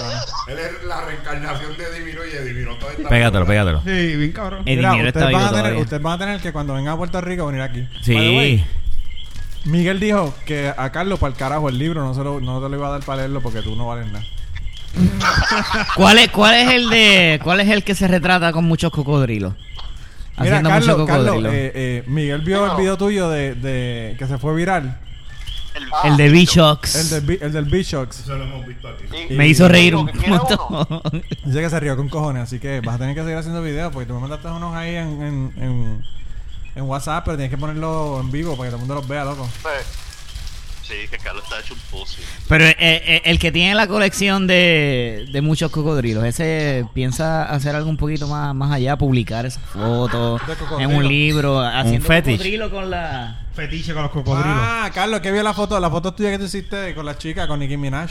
[SPEAKER 2] Él es la reencarnación de Edimiro y Edimiro todo está.
[SPEAKER 1] Pégatelo, pégatelo.
[SPEAKER 4] Sí, bien cabrón.
[SPEAKER 5] El
[SPEAKER 3] Mira,
[SPEAKER 5] dinero está
[SPEAKER 3] ustedes
[SPEAKER 5] vivo
[SPEAKER 3] van, a tener,
[SPEAKER 5] todavía.
[SPEAKER 3] ustedes van a tener que cuando vengan a Puerto Rico venir aquí. By the
[SPEAKER 1] Sí.
[SPEAKER 3] way, Miguel dijo que a Carlos, para el carajo, el libro no, se lo- no te lo iba a dar para leerlo porque tú no vales nada.
[SPEAKER 5] ¿Cuál es, ¿Cuál es el de cuál es el que se retrata con muchos cocodrilos?
[SPEAKER 3] Mira,
[SPEAKER 5] Haciendo
[SPEAKER 3] Carlos,
[SPEAKER 5] muchos
[SPEAKER 3] Carlos
[SPEAKER 5] cocodrilos.
[SPEAKER 3] eh, eh, Miguel vio el video tuyo de, de que se fue viral
[SPEAKER 6] El-
[SPEAKER 7] Ah,
[SPEAKER 5] El de Bichox.
[SPEAKER 3] El del, Bi- el del Bishox.
[SPEAKER 2] Eso lo hemos visto aquí.
[SPEAKER 7] y-
[SPEAKER 5] Me
[SPEAKER 3] y-
[SPEAKER 5] hizo
[SPEAKER 7] y
[SPEAKER 5] reír
[SPEAKER 7] lo
[SPEAKER 5] un
[SPEAKER 7] que quiera uno.
[SPEAKER 5] montón.
[SPEAKER 3] Dice que se rió con cojones, así que vas a tener que seguir haciendo videos porque tú me mandaste unos ahí en, en, en, en WhatsApp, pero tienes que ponerlo en vivo para que todo el mundo los vea, loco.
[SPEAKER 7] Sí.
[SPEAKER 6] Sí, que Carlos está hecho un pozo.
[SPEAKER 5] (laughs) Pero eh, eh, el que tiene la colección de, de muchos cocodrilos, ese piensa hacer algo un poquito más, más allá, publicar esas fotos
[SPEAKER 3] De
[SPEAKER 5] en
[SPEAKER 3] cocodrilo.
[SPEAKER 5] un libro, haciendo
[SPEAKER 1] fetish.
[SPEAKER 5] cocodrilo con la...
[SPEAKER 4] Fetiche con los cocodrilos.
[SPEAKER 3] Ah, Carlos, que vio la foto, la foto tuya que tú hiciste con la chica, con Nicki Minaj.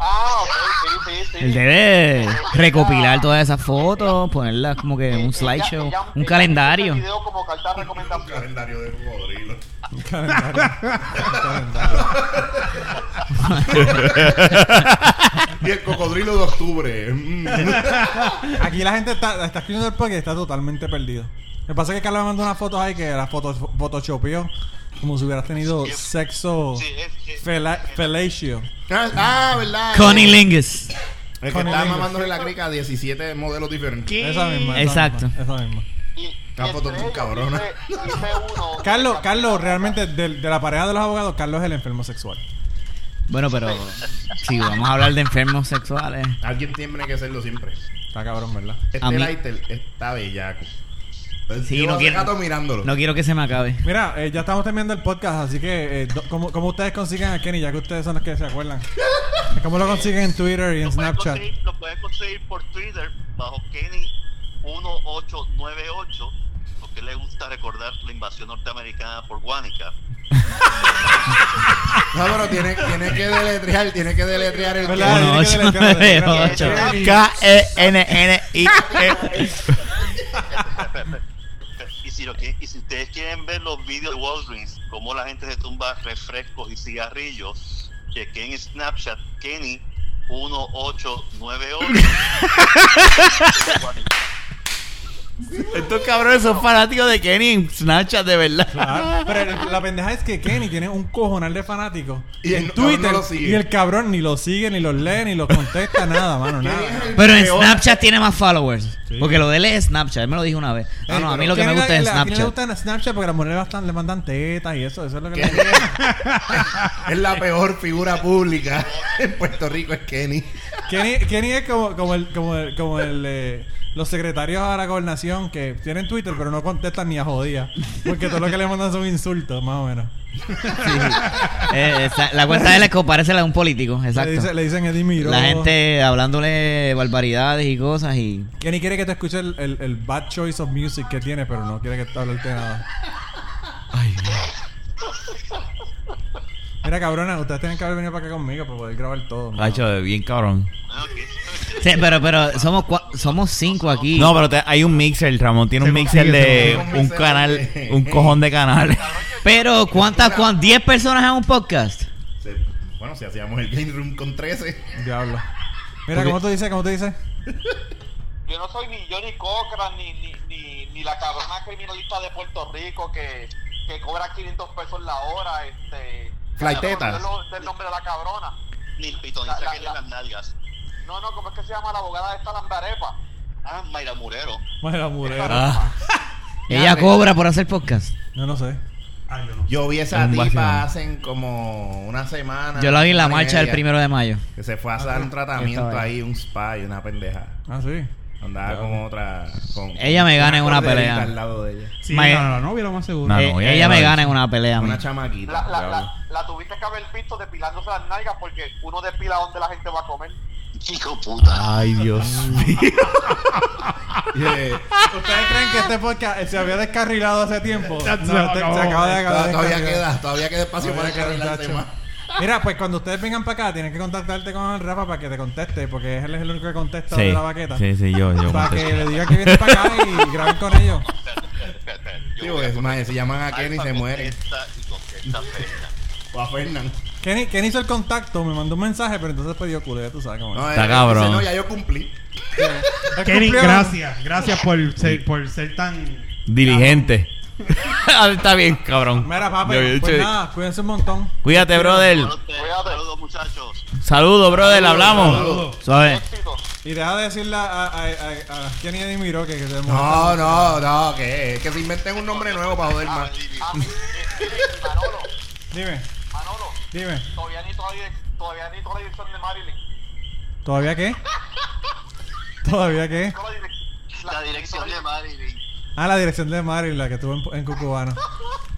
[SPEAKER 7] Ah, ok, sí, sí, sí.
[SPEAKER 5] Él debe recopilar todas esas fotos, ponerlas como que en
[SPEAKER 7] Ella-
[SPEAKER 5] un slideshow,
[SPEAKER 7] ella-
[SPEAKER 5] un
[SPEAKER 7] ella hizo
[SPEAKER 5] calendario.
[SPEAKER 7] ese video como carta de
[SPEAKER 2] Un
[SPEAKER 7] recomendación.
[SPEAKER 2] calendario de cocodrilo.
[SPEAKER 3] Un
[SPEAKER 2] (laughs)
[SPEAKER 3] calendario. Un calendario.
[SPEAKER 2] Y el cocodrilo de octubre. (laughs) Mm.
[SPEAKER 3] Aquí la gente está, está escribiendo el podcast y está totalmente perdido. Me pasa es que Carlos me mandó unas fotos ahí que las fotos photoshopeó. Como si hubieras tenido
[SPEAKER 6] Sí, es-
[SPEAKER 3] sexo
[SPEAKER 6] sí, es- es-
[SPEAKER 3] fela- fellatio.
[SPEAKER 2] ah, ah, verdad.
[SPEAKER 5] Conilingus.
[SPEAKER 2] El que
[SPEAKER 3] Connie
[SPEAKER 2] está
[SPEAKER 3] Lingus.
[SPEAKER 2] mamándole la crica a 17 modelos diferentes.
[SPEAKER 3] Esa misma. esa
[SPEAKER 5] Exacto.
[SPEAKER 3] misma, Esa misma.
[SPEAKER 7] Y, y
[SPEAKER 2] Está
[SPEAKER 7] entre
[SPEAKER 2] foto muy
[SPEAKER 7] ellos
[SPEAKER 2] cabrona.
[SPEAKER 7] hice- hice uno-
[SPEAKER 3] Carlos, Carlos, realmente de, de la pareja de los abogados, Carlos es el enfermo sexual.
[SPEAKER 5] Bueno, pero si vamos a hablar de enfermos sexuales.
[SPEAKER 2] Alguien tiene que hacerlo siempre.
[SPEAKER 3] Está cabrón, ¿verdad?
[SPEAKER 5] A
[SPEAKER 2] Este
[SPEAKER 5] mí-
[SPEAKER 2] lighter está bellaco.
[SPEAKER 5] Sí,
[SPEAKER 2] Yo
[SPEAKER 5] no
[SPEAKER 2] hace
[SPEAKER 5] quiero-
[SPEAKER 2] rato mirándolo.
[SPEAKER 5] No quiero que se me acabe.
[SPEAKER 3] Mira, eh, ya estamos terminando el podcast, así que eh, do- ¿cómo, cómo ustedes consiguen a Kenny? Ya que ustedes son los que se acuerdan. ¿Cómo lo consiguen en Twitter y en
[SPEAKER 6] Lo puedes,
[SPEAKER 3] Snapchat?
[SPEAKER 6] conseguir, lo puedes conseguir por Twitter bajo Kenny1898, porque le gusta recordar la invasión norteamericana por
[SPEAKER 3] (laughs)
[SPEAKER 6] Guánica.
[SPEAKER 2] No, pero tiene, tiene que deletrear, tiene que deletrear el
[SPEAKER 3] ¿Verdad?
[SPEAKER 2] Kenny.
[SPEAKER 3] Tiene que deletrear, deletrear.
[SPEAKER 1] K-E-N-N-I-E.
[SPEAKER 6] Y si, lo que- y si ustedes quieren ver los videos de Walgreens, cómo la gente se tumba refrescos y cigarrillos, chequen en Snapchat
[SPEAKER 3] (laughs)
[SPEAKER 6] Kenny1898.
[SPEAKER 1] Estos cabrones son fanáticos de Kenny en Snapchat, de verdad.
[SPEAKER 3] Claro, Pero la pendeja es que Kenny tiene un cojonal de fanáticos
[SPEAKER 2] Y el
[SPEAKER 3] en
[SPEAKER 2] cabrón
[SPEAKER 3] Twitter.
[SPEAKER 2] no lo sigue.
[SPEAKER 3] y el cabrón ni lo sigue, ni los lee, ni los contesta,
[SPEAKER 2] (laughs)
[SPEAKER 3] nada, mano, nada.
[SPEAKER 2] Kenny es el
[SPEAKER 5] Pero en
[SPEAKER 2] peor.
[SPEAKER 5] Snapchat tiene más followers. Porque lo de él es Snapchat. Él me lo dijo una vez. Ah, No, no, a mí lo que me
[SPEAKER 3] Kenny
[SPEAKER 5] gusta
[SPEAKER 3] la-
[SPEAKER 5] es
[SPEAKER 3] la- a Kenny le
[SPEAKER 5] Snapchat.
[SPEAKER 3] gusta en Snapchat porque las mujeres bastan- le mandan tetas y eso, eso es lo que le
[SPEAKER 2] Kenny (laughs) es- es la peor figura pública en Puerto Rico, es Kenny.
[SPEAKER 3] Kenny, Kenny es como, como el, como el, como el eh, los secretarios a la gobernación que tienen Twitter pero no contestan ni a jodía. Porque todo lo que le mandan son insultos, más o menos.
[SPEAKER 5] Eh, esa- la cuenta de él es como parece la de un político.
[SPEAKER 3] Le,
[SPEAKER 5] Exacto.
[SPEAKER 3] dice- le dicen Eddie Miro.
[SPEAKER 5] La
[SPEAKER 1] Eh,
[SPEAKER 5] gente hablándole barbaridades y cosas y...
[SPEAKER 3] Kenny quiere que te escuche el, el- el bad choice of music que tiene, pero no quiere que te hable de nada. Mira, cabrona, ustedes tienen que haber venido para acá conmigo para poder grabar todo. mano.
[SPEAKER 1] Hacho, bien cabrón.
[SPEAKER 6] Ah,
[SPEAKER 5] Sí, pero, pero somos, cua- somos cinco aquí.
[SPEAKER 1] No, pero te- hay un mixer, Ramón. Tiene un mixer de
[SPEAKER 2] consigue,
[SPEAKER 1] un
[SPEAKER 2] se
[SPEAKER 1] canal,
[SPEAKER 2] consigue.
[SPEAKER 1] un cojón de canales.
[SPEAKER 5] Pero ¿cuántas? cuán- ¿10 personas en un podcast?
[SPEAKER 2] Se- Bueno, si hacíamos el game room con 13.
[SPEAKER 1] Ah.
[SPEAKER 3] Diablo. Mira, ¿cómo tú dices? ¿Cómo tú dices?
[SPEAKER 7] Yo no soy ni Johnny Cochran, ni, ni, ni, ni la cabrona criminalista de Puerto Rico que, que cobra 500 pesos la hora. Este,
[SPEAKER 2] Flaitetas.
[SPEAKER 7] No me acuerdo del nombre de la cabrona.
[SPEAKER 6] Ni pitoniza que le las nalgas.
[SPEAKER 7] No, no, ¿cómo es que se llama la abogada de esta lambarepa?
[SPEAKER 6] Ah, Mayra Murero.
[SPEAKER 3] Bueno, murero.
[SPEAKER 1] Ah,
[SPEAKER 5] (laughs) Ella
[SPEAKER 2] Dale.
[SPEAKER 5] cobra por hacer podcast.
[SPEAKER 3] No, no sé.
[SPEAKER 4] Ah, yo no.
[SPEAKER 2] Yo vi esa
[SPEAKER 1] Un
[SPEAKER 2] tipa
[SPEAKER 1] vacilón.
[SPEAKER 2] hace como una semana.
[SPEAKER 5] Yo la vi en la
[SPEAKER 2] semana y
[SPEAKER 5] marcha del
[SPEAKER 2] media,
[SPEAKER 5] primero de mayo.
[SPEAKER 2] Que se fue a hacer un tratamiento
[SPEAKER 5] Estaba ahí.
[SPEAKER 2] ahí, un spa y una pendeja.
[SPEAKER 3] Ah, sí.
[SPEAKER 2] Andaba
[SPEAKER 3] Claro.
[SPEAKER 2] con otra. Con,
[SPEAKER 5] Ella me gana en una
[SPEAKER 2] corderita
[SPEAKER 5] pelea.
[SPEAKER 2] Al lado de ella.
[SPEAKER 4] Sí,
[SPEAKER 5] Ma-
[SPEAKER 4] no, no, no, hubiera más seguro.
[SPEAKER 1] eh. No,
[SPEAKER 5] Eh,
[SPEAKER 1] no, ya
[SPEAKER 5] ella
[SPEAKER 1] lleva
[SPEAKER 5] me
[SPEAKER 1] eso.
[SPEAKER 5] gana en una pelea. a mí.
[SPEAKER 2] Una chamaquita.
[SPEAKER 7] La, la,
[SPEAKER 2] cabrón. (laughs)
[SPEAKER 7] la, la tuviste que haber visto depilándose las nalgas porque uno depila donde la gente va a comer.
[SPEAKER 6] Chico puta.
[SPEAKER 1] Ay, (laughs) Dios mío.
[SPEAKER 2] Yeah.
[SPEAKER 3] ¿Ustedes creen que este podcast eh, se había descarrilado hace tiempo?
[SPEAKER 4] Ya se
[SPEAKER 3] No, te-
[SPEAKER 4] acabó.
[SPEAKER 3] se acaba de
[SPEAKER 2] Tod-
[SPEAKER 3] acabar.
[SPEAKER 2] Todavía queda, todavía queda espacio para
[SPEAKER 3] Todavía queda
[SPEAKER 2] cargar el
[SPEAKER 3] espacio.
[SPEAKER 2] tema.
[SPEAKER 3] Mira, pues cuando ustedes vengan para acá, tienen que contactarte con Rafa para que te conteste, porque él es el único que contesta de
[SPEAKER 1] Sí,
[SPEAKER 3] la baqueta.
[SPEAKER 1] sí, sí, yo, yo.
[SPEAKER 3] Para que
[SPEAKER 1] contesto.
[SPEAKER 3] le diga que viene para acá y graben con ellos.
[SPEAKER 2] Sí, porque es más, si llaman a Kenny se muere. O a Fernan.
[SPEAKER 3] Kenny, Kenny hizo el contacto, me mandó un mensaje, pero entonces pidió culo, ya tú sabes cómo es.
[SPEAKER 2] No,
[SPEAKER 1] Está
[SPEAKER 2] él
[SPEAKER 1] cabrón.
[SPEAKER 2] dice, no, ya yo cumplí.
[SPEAKER 3] Él
[SPEAKER 4] Kenny,
[SPEAKER 3] cumplió.
[SPEAKER 4] gracias. Gracias por ser, por ser tan...
[SPEAKER 1] (laughs) Diligente.
[SPEAKER 3] (laughs)
[SPEAKER 1] Ah, Está bien, cabrón.
[SPEAKER 3] Mira, papi,
[SPEAKER 1] Yo- yo-
[SPEAKER 3] pues
[SPEAKER 1] yo-
[SPEAKER 3] nada, cuídense un montón.
[SPEAKER 1] Cuídate, brother.
[SPEAKER 6] Saludos, muchachos.
[SPEAKER 1] Saludos, brother.
[SPEAKER 2] Saludos.
[SPEAKER 1] Hablamos. Suave.
[SPEAKER 7] Éxito.
[SPEAKER 3] Y deja de decirle a, a, a, a Kenny Edimiro que, que
[SPEAKER 2] No, (laughs)
[SPEAKER 3] se
[SPEAKER 2] no, no,
[SPEAKER 6] Ah,
[SPEAKER 7] Ah,
[SPEAKER 2] que, que se inventen un nombre nuevo para joder
[SPEAKER 7] A,
[SPEAKER 2] más.
[SPEAKER 7] a mí, eh, eh, Manolo,
[SPEAKER 3] Dime.
[SPEAKER 7] Manolo,
[SPEAKER 3] Dime,
[SPEAKER 7] todavía ni toda, direc- todavía ni toda la dirección de Marilyn.
[SPEAKER 3] ¿todavía qué? ¿Todavía qué?
[SPEAKER 7] Toda la, direc-
[SPEAKER 6] La dirección de Marilyn.
[SPEAKER 3] Ah, la dirección de Marilyn, la que estuvo en, en Cucubano.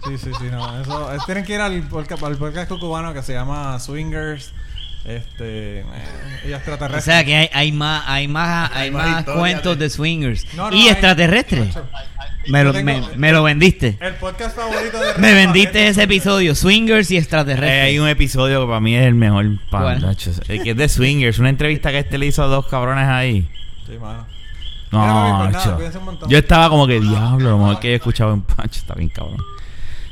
[SPEAKER 3] Sí, sí, sí, no. Eso, es- tienen que ir al, podca- al podcast cucubano que se llama Swingers. Este. eh, y
[SPEAKER 5] O
[SPEAKER 3] extraterrestres.
[SPEAKER 5] sea que hay, hay más, hay más, hay,
[SPEAKER 2] Hay más
[SPEAKER 5] más
[SPEAKER 2] historias
[SPEAKER 5] cuentos
[SPEAKER 2] de-
[SPEAKER 5] de swingers
[SPEAKER 3] No, no,
[SPEAKER 5] y
[SPEAKER 3] hay-
[SPEAKER 5] extraterrestres.
[SPEAKER 7] Ay, ay,
[SPEAKER 5] Me lo,
[SPEAKER 3] Yo
[SPEAKER 5] me,
[SPEAKER 3] tengo-
[SPEAKER 5] me lo vendiste.
[SPEAKER 3] El podcast favorito de.
[SPEAKER 5] Me vendiste ese episodio, swingers y
[SPEAKER 1] Eh, hay
[SPEAKER 5] extraterrestres.
[SPEAKER 1] un episodio que para mí es el mejor pan,
[SPEAKER 5] ¿Cuál?
[SPEAKER 1] nacho. El que es de Swingers, una entrevista que este le hizo a dos cabrones ahí.
[SPEAKER 3] Sí, mano.
[SPEAKER 1] No,
[SPEAKER 3] Mira, no, pues nada,
[SPEAKER 1] nacho.
[SPEAKER 3] cuídense un montón.
[SPEAKER 1] Yo estaba como que diablo, a lo mejor que he escuchado en (laughs) Pancho. Está bien cabrón.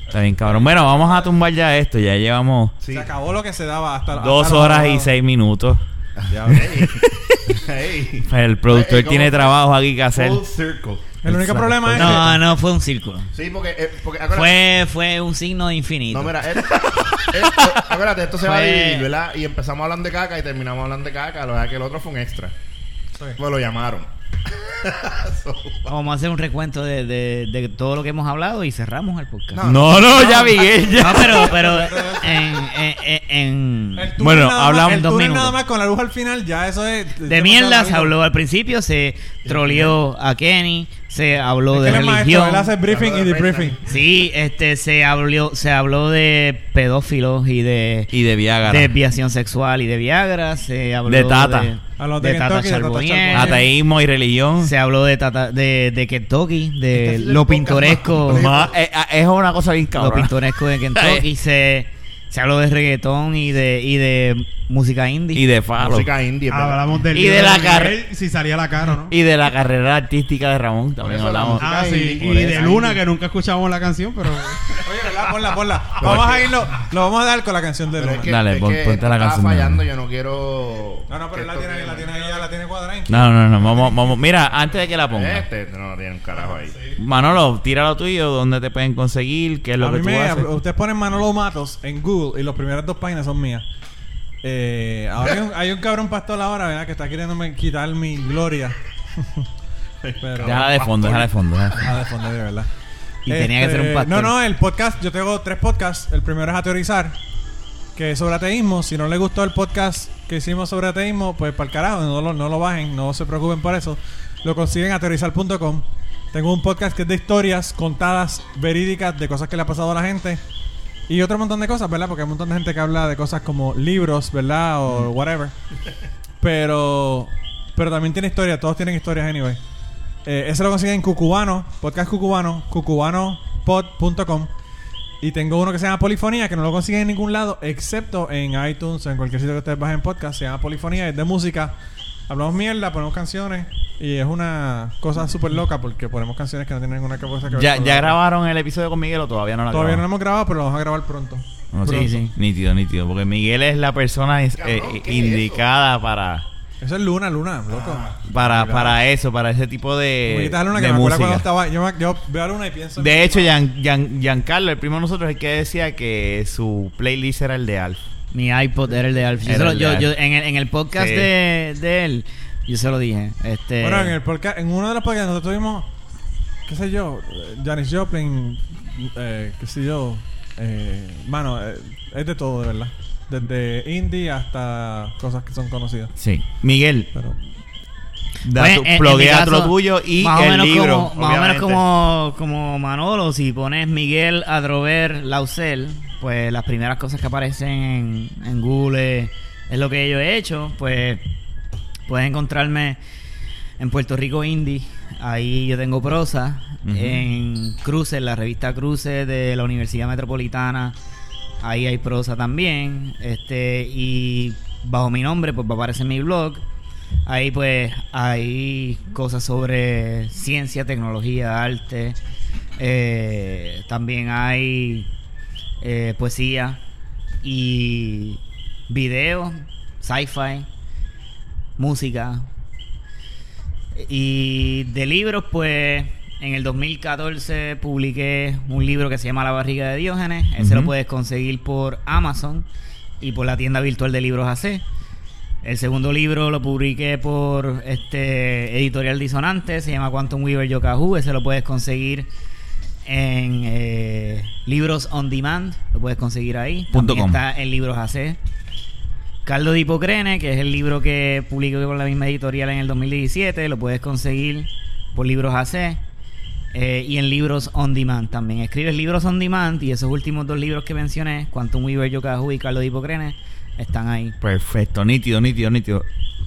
[SPEAKER 1] Está bien cabrón. Bueno, vamos a tumbar ya esto. Ya llevamos
[SPEAKER 2] Sí.
[SPEAKER 3] Se acabó lo que se daba hasta. hasta
[SPEAKER 1] dos
[SPEAKER 3] los
[SPEAKER 1] horas y
[SPEAKER 3] sábados.
[SPEAKER 1] seis minutos. (laughs)
[SPEAKER 2] Ey.
[SPEAKER 1] El productor
[SPEAKER 2] Eh, ¿cómo? Uh,
[SPEAKER 1] tiene trabajo aquí que hacer.
[SPEAKER 2] Full circle.
[SPEAKER 3] El único problema es.
[SPEAKER 5] No, no fue un círculo.
[SPEAKER 2] Sí, porque, eh, porque acuérdate-
[SPEAKER 5] Fue, fue un signo de infinito.
[SPEAKER 2] No, mira, esto, esto- acuérdate, esto se va a
[SPEAKER 5] Fue-
[SPEAKER 2] dividir, ¿verdad? Y empezamos hablando de caca y terminamos hablando de caca. La verdad que el otro fue un extra.
[SPEAKER 3] que- sí.
[SPEAKER 2] Pues lo llamaron. So,
[SPEAKER 5] Vamos a hacer un recuento de, de- de todo lo que hemos hablado y cerramos el podcast. (laughs) No,
[SPEAKER 1] No, no, ya Miguel, ya.
[SPEAKER 5] pero, pero en, en- en- en-
[SPEAKER 3] El túnel
[SPEAKER 1] Bueno,
[SPEAKER 3] nada más-
[SPEAKER 1] hablamos
[SPEAKER 3] el
[SPEAKER 5] dos
[SPEAKER 3] túnel
[SPEAKER 5] minutos.
[SPEAKER 3] nada más con la luz al final, ya eso es.
[SPEAKER 5] de mierda se habló al principio, se troleó a Kenny, se habló de
[SPEAKER 3] de
[SPEAKER 5] religión.
[SPEAKER 3] Él hace briefing y
[SPEAKER 2] Habló de
[SPEAKER 3] debriefing.
[SPEAKER 5] Sí, este se habló, se habló de pedófilos y de
[SPEAKER 1] Y de Viagra.
[SPEAKER 5] desviación sexual y de Viagra, se habló
[SPEAKER 1] De Tata.
[SPEAKER 3] Habló
[SPEAKER 5] de,
[SPEAKER 3] de
[SPEAKER 5] de Tata
[SPEAKER 3] Kentucky, de Tata
[SPEAKER 5] Charbonnier,
[SPEAKER 3] Charbonnier.
[SPEAKER 1] Ateísmo y religión.
[SPEAKER 5] se habló de Tata, de, de Kentucky,
[SPEAKER 2] Este
[SPEAKER 5] de
[SPEAKER 2] es el
[SPEAKER 5] lo
[SPEAKER 2] podcast más
[SPEAKER 5] pintoresco,
[SPEAKER 2] completo.
[SPEAKER 1] Ma- eh, eh, es una cosa bien
[SPEAKER 5] lo
[SPEAKER 1] cabrón.
[SPEAKER 5] pintoresco de Kentucky, se se habló de reggaetón y de y de música indie.
[SPEAKER 1] Y de falo.
[SPEAKER 2] Música indie. ¿verdad?
[SPEAKER 4] Hablamos del
[SPEAKER 1] Y
[SPEAKER 4] libro
[SPEAKER 1] de la
[SPEAKER 4] Miguel,
[SPEAKER 1] carre-
[SPEAKER 4] Si salía la cara, ¿no?
[SPEAKER 1] Y de la carrera artística de Ramón también
[SPEAKER 2] eso
[SPEAKER 1] hablamos.
[SPEAKER 2] la
[SPEAKER 4] Ah, sí.
[SPEAKER 2] Por
[SPEAKER 4] Y de
[SPEAKER 2] eso.
[SPEAKER 4] Luna, que nunca escuchábamos la canción, pero.
[SPEAKER 3] Oye, ¿verdad? Ponla, ponla. Vamos a irlo. Lo vamos a dar con la canción de
[SPEAKER 2] Pero es
[SPEAKER 3] Luna.
[SPEAKER 2] que,
[SPEAKER 1] Dale,
[SPEAKER 2] es
[SPEAKER 1] pon-
[SPEAKER 2] que
[SPEAKER 1] ponte la
[SPEAKER 2] estaba
[SPEAKER 1] canción de-
[SPEAKER 2] fallando, yo no quiero...
[SPEAKER 3] No, no, pero
[SPEAKER 2] que
[SPEAKER 3] él la
[SPEAKER 2] esto
[SPEAKER 3] tiene,
[SPEAKER 2] quede-
[SPEAKER 3] la tiene ahí, ya la tiene ¿eh? cuadrada. en-
[SPEAKER 1] No, no, no, vamos, vamos. Mira, antes de que la ponga.
[SPEAKER 2] Este no tiene un carajo ahí.
[SPEAKER 1] Manolo, tira lo tuyo, dónde te pueden conseguir, qué es lo
[SPEAKER 3] a
[SPEAKER 1] que
[SPEAKER 3] mí
[SPEAKER 1] tú
[SPEAKER 3] me,
[SPEAKER 1] haces.
[SPEAKER 3] Ustedes ponen Manolo Matos en Google y las primeras dos páginas son mías. Eh, ahora hay un, hay un cabrón pastor ahora, ¿verdad? Que está queriéndome quitar mi
[SPEAKER 1] (laughs)
[SPEAKER 3] gloria. Pero,
[SPEAKER 1] Déjala de fondo, déjala de fondo. déjala de fondo.
[SPEAKER 3] Ah, de fondo, de verdad. Este,
[SPEAKER 5] Y tenía que ser un pastor.
[SPEAKER 3] No, no, el podcast, yo tengo tres podcasts. El primero es A Teorizar, que es sobre ateísmo. Si no les gustó el podcast que hicimos sobre ateísmo, pues para el carajo, no lo, no lo bajen, no se preocupen por eso. Lo consiguen a teorizar.com. Tengo un podcast que es de historias contadas, verídicas, de cosas que le ha pasado a la gente. Y otro montón de cosas, ¿verdad? Porque hay un montón de gente que habla de cosas como libros, ¿verdad? O whatever. Pero pero también tiene historia, todos tienen historias anyway. Eh, ese lo consiguen en Cucubano, podcast Cucubano, cucubanopod.com. Y tengo uno que se llama Polifonía, que no lo consiguen en ningún lado, excepto en iTunes o en cualquier sitio que ustedes bajen podcast. Se llama Polifonía, es de música. Hablamos mierda, ponemos canciones y es una cosa súper loca porque ponemos canciones que no tienen ninguna cosa que ver.
[SPEAKER 1] ¿Ya,
[SPEAKER 3] con
[SPEAKER 1] ya
[SPEAKER 3] la otra.
[SPEAKER 1] grabaron el episodio con Miguel o todavía no lo
[SPEAKER 3] Todavía no lo
[SPEAKER 1] grabaron?
[SPEAKER 3] hemos grabado, pero lo vamos a grabar pronto.
[SPEAKER 1] No, sí,
[SPEAKER 3] Pronto.
[SPEAKER 1] sí. Nítido, nítido. Porque Miguel es la persona es- eh,
[SPEAKER 2] Cabrón, ¿qué es
[SPEAKER 1] indicada para,
[SPEAKER 3] Eso es Luna, Luna, loco.
[SPEAKER 1] para, para eso, para ese tipo
[SPEAKER 3] Me voy a
[SPEAKER 1] de,
[SPEAKER 3] quitar a Luna, que
[SPEAKER 1] Ah, eh, de
[SPEAKER 3] me acuerdo cuando
[SPEAKER 1] música.
[SPEAKER 3] estaba. Yo, me- yo veo a Luna y pienso. en-
[SPEAKER 1] De hecho, Gian- Gian- Giancarlo, el primo de nosotros, es el que decía que su playlist era el de Alf.
[SPEAKER 5] Mi iPod era el de Alf. Yo
[SPEAKER 1] Era
[SPEAKER 5] se lo-
[SPEAKER 1] el de
[SPEAKER 5] yo-
[SPEAKER 1] Alf.
[SPEAKER 5] yo- en, el, en el podcast
[SPEAKER 1] Sí.
[SPEAKER 5] de, de él, yo se lo dije. Este,
[SPEAKER 3] Bueno, en, el podcast, en uno de los podcasts nosotros tuvimos, qué sé yo, eh, Janis Joplin, eh, qué sé yo, eh, mano, eh, es de todo, de verdad. Desde indie hasta cosas que son conocidas.
[SPEAKER 1] Sí. Miguel,
[SPEAKER 3] Pero
[SPEAKER 1] da
[SPEAKER 5] pues,
[SPEAKER 1] tu,
[SPEAKER 5] en- en mi
[SPEAKER 1] pluguea
[SPEAKER 5] caso,
[SPEAKER 1] lo tuyo y
[SPEAKER 5] más o
[SPEAKER 1] el
[SPEAKER 5] menos Como,
[SPEAKER 1] libro.
[SPEAKER 5] más o menos
[SPEAKER 1] obviamente.
[SPEAKER 5] como, como Manolo, si pones Miguel Adrover Lausel, pues las primeras cosas que aparecen en, en Google es, es lo que yo he hecho. Pues puedes encontrarme en Puerto Rico Indie. Ahí yo tengo prosa.
[SPEAKER 1] Ujú.
[SPEAKER 5] En Cruces, la revista Cruces de la Universidad Metropolitana. Ahí hay prosa también. Este, y bajo mi nombre, pues va a aparecer mi blog. Ahí pues hay cosas sobre ciencia, tecnología, arte. Eh, también hay eh, poesía y video, sci-fi, música. Y de libros, pues en el 2014 publiqué un libro que se llama La barriga de Diógenes. Ese lo
[SPEAKER 1] Ujú.
[SPEAKER 5] puedes conseguir por Amazon y por la tienda virtual de libros AC. El segundo libro lo publiqué por este editorial disonante, se llama Quantum Weaver Yokahu, ese lo puedes conseguir en eh, libros on demand, lo puedes conseguir ahí.
[SPEAKER 1] Punto
[SPEAKER 5] También
[SPEAKER 1] com.
[SPEAKER 5] Está en libros AC. Caldo de Hipocrene, que es el libro que publicó con la misma editorial en el 2017, lo puedes conseguir por libros AC. eh, y en libros on demand también. Escribes libros on demand y esos últimos dos libros que mencioné, Quantum Weaver, Yokahu y Caldo de Hipocrene, están ahí.
[SPEAKER 1] Perfecto, nítido, nítido, nítido.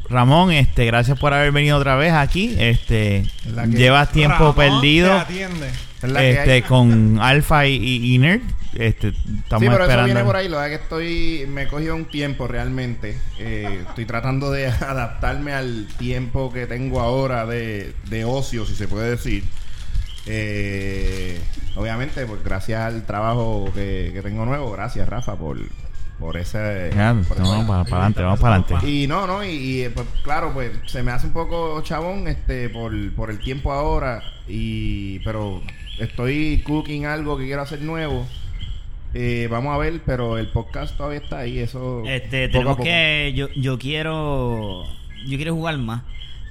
[SPEAKER 1] Ramón, este, gracias por haber venido otra vez aquí. Este,
[SPEAKER 2] La que-
[SPEAKER 1] llevas (laughs) tiempo
[SPEAKER 3] Ramón Te
[SPEAKER 1] perdido
[SPEAKER 3] atiende.
[SPEAKER 2] Es la que hay.
[SPEAKER 1] este, con Alfa y, y- y Nerd. Este, estamos
[SPEAKER 2] sí, pero eso
[SPEAKER 1] esperando.
[SPEAKER 2] viene por ahí. Lo que estoy. Me he cogido un tiempo realmente. Eh, estoy tratando de (laughs) adaptarme al tiempo que tengo ahora de, de ocio, si se puede decir. Eh, obviamente, pues gracias al trabajo que, que tengo nuevo. Gracias, Rafa, por, por ese.
[SPEAKER 1] Ya,
[SPEAKER 2] por ese-
[SPEAKER 1] vamos para adelante, vamos para adelante.
[SPEAKER 2] y no, no, y, y, eh, pues, claro, pues se me hace un poco chabón este por, por el tiempo ahora y pero estoy cooking algo que quiero hacer nuevo. Eh, vamos a ver, pero el podcast todavía está ahí, eso
[SPEAKER 5] Este,
[SPEAKER 2] poco
[SPEAKER 5] tenemos
[SPEAKER 2] a poco.
[SPEAKER 5] que. Yo, yo quiero. Yo quiero jugar más.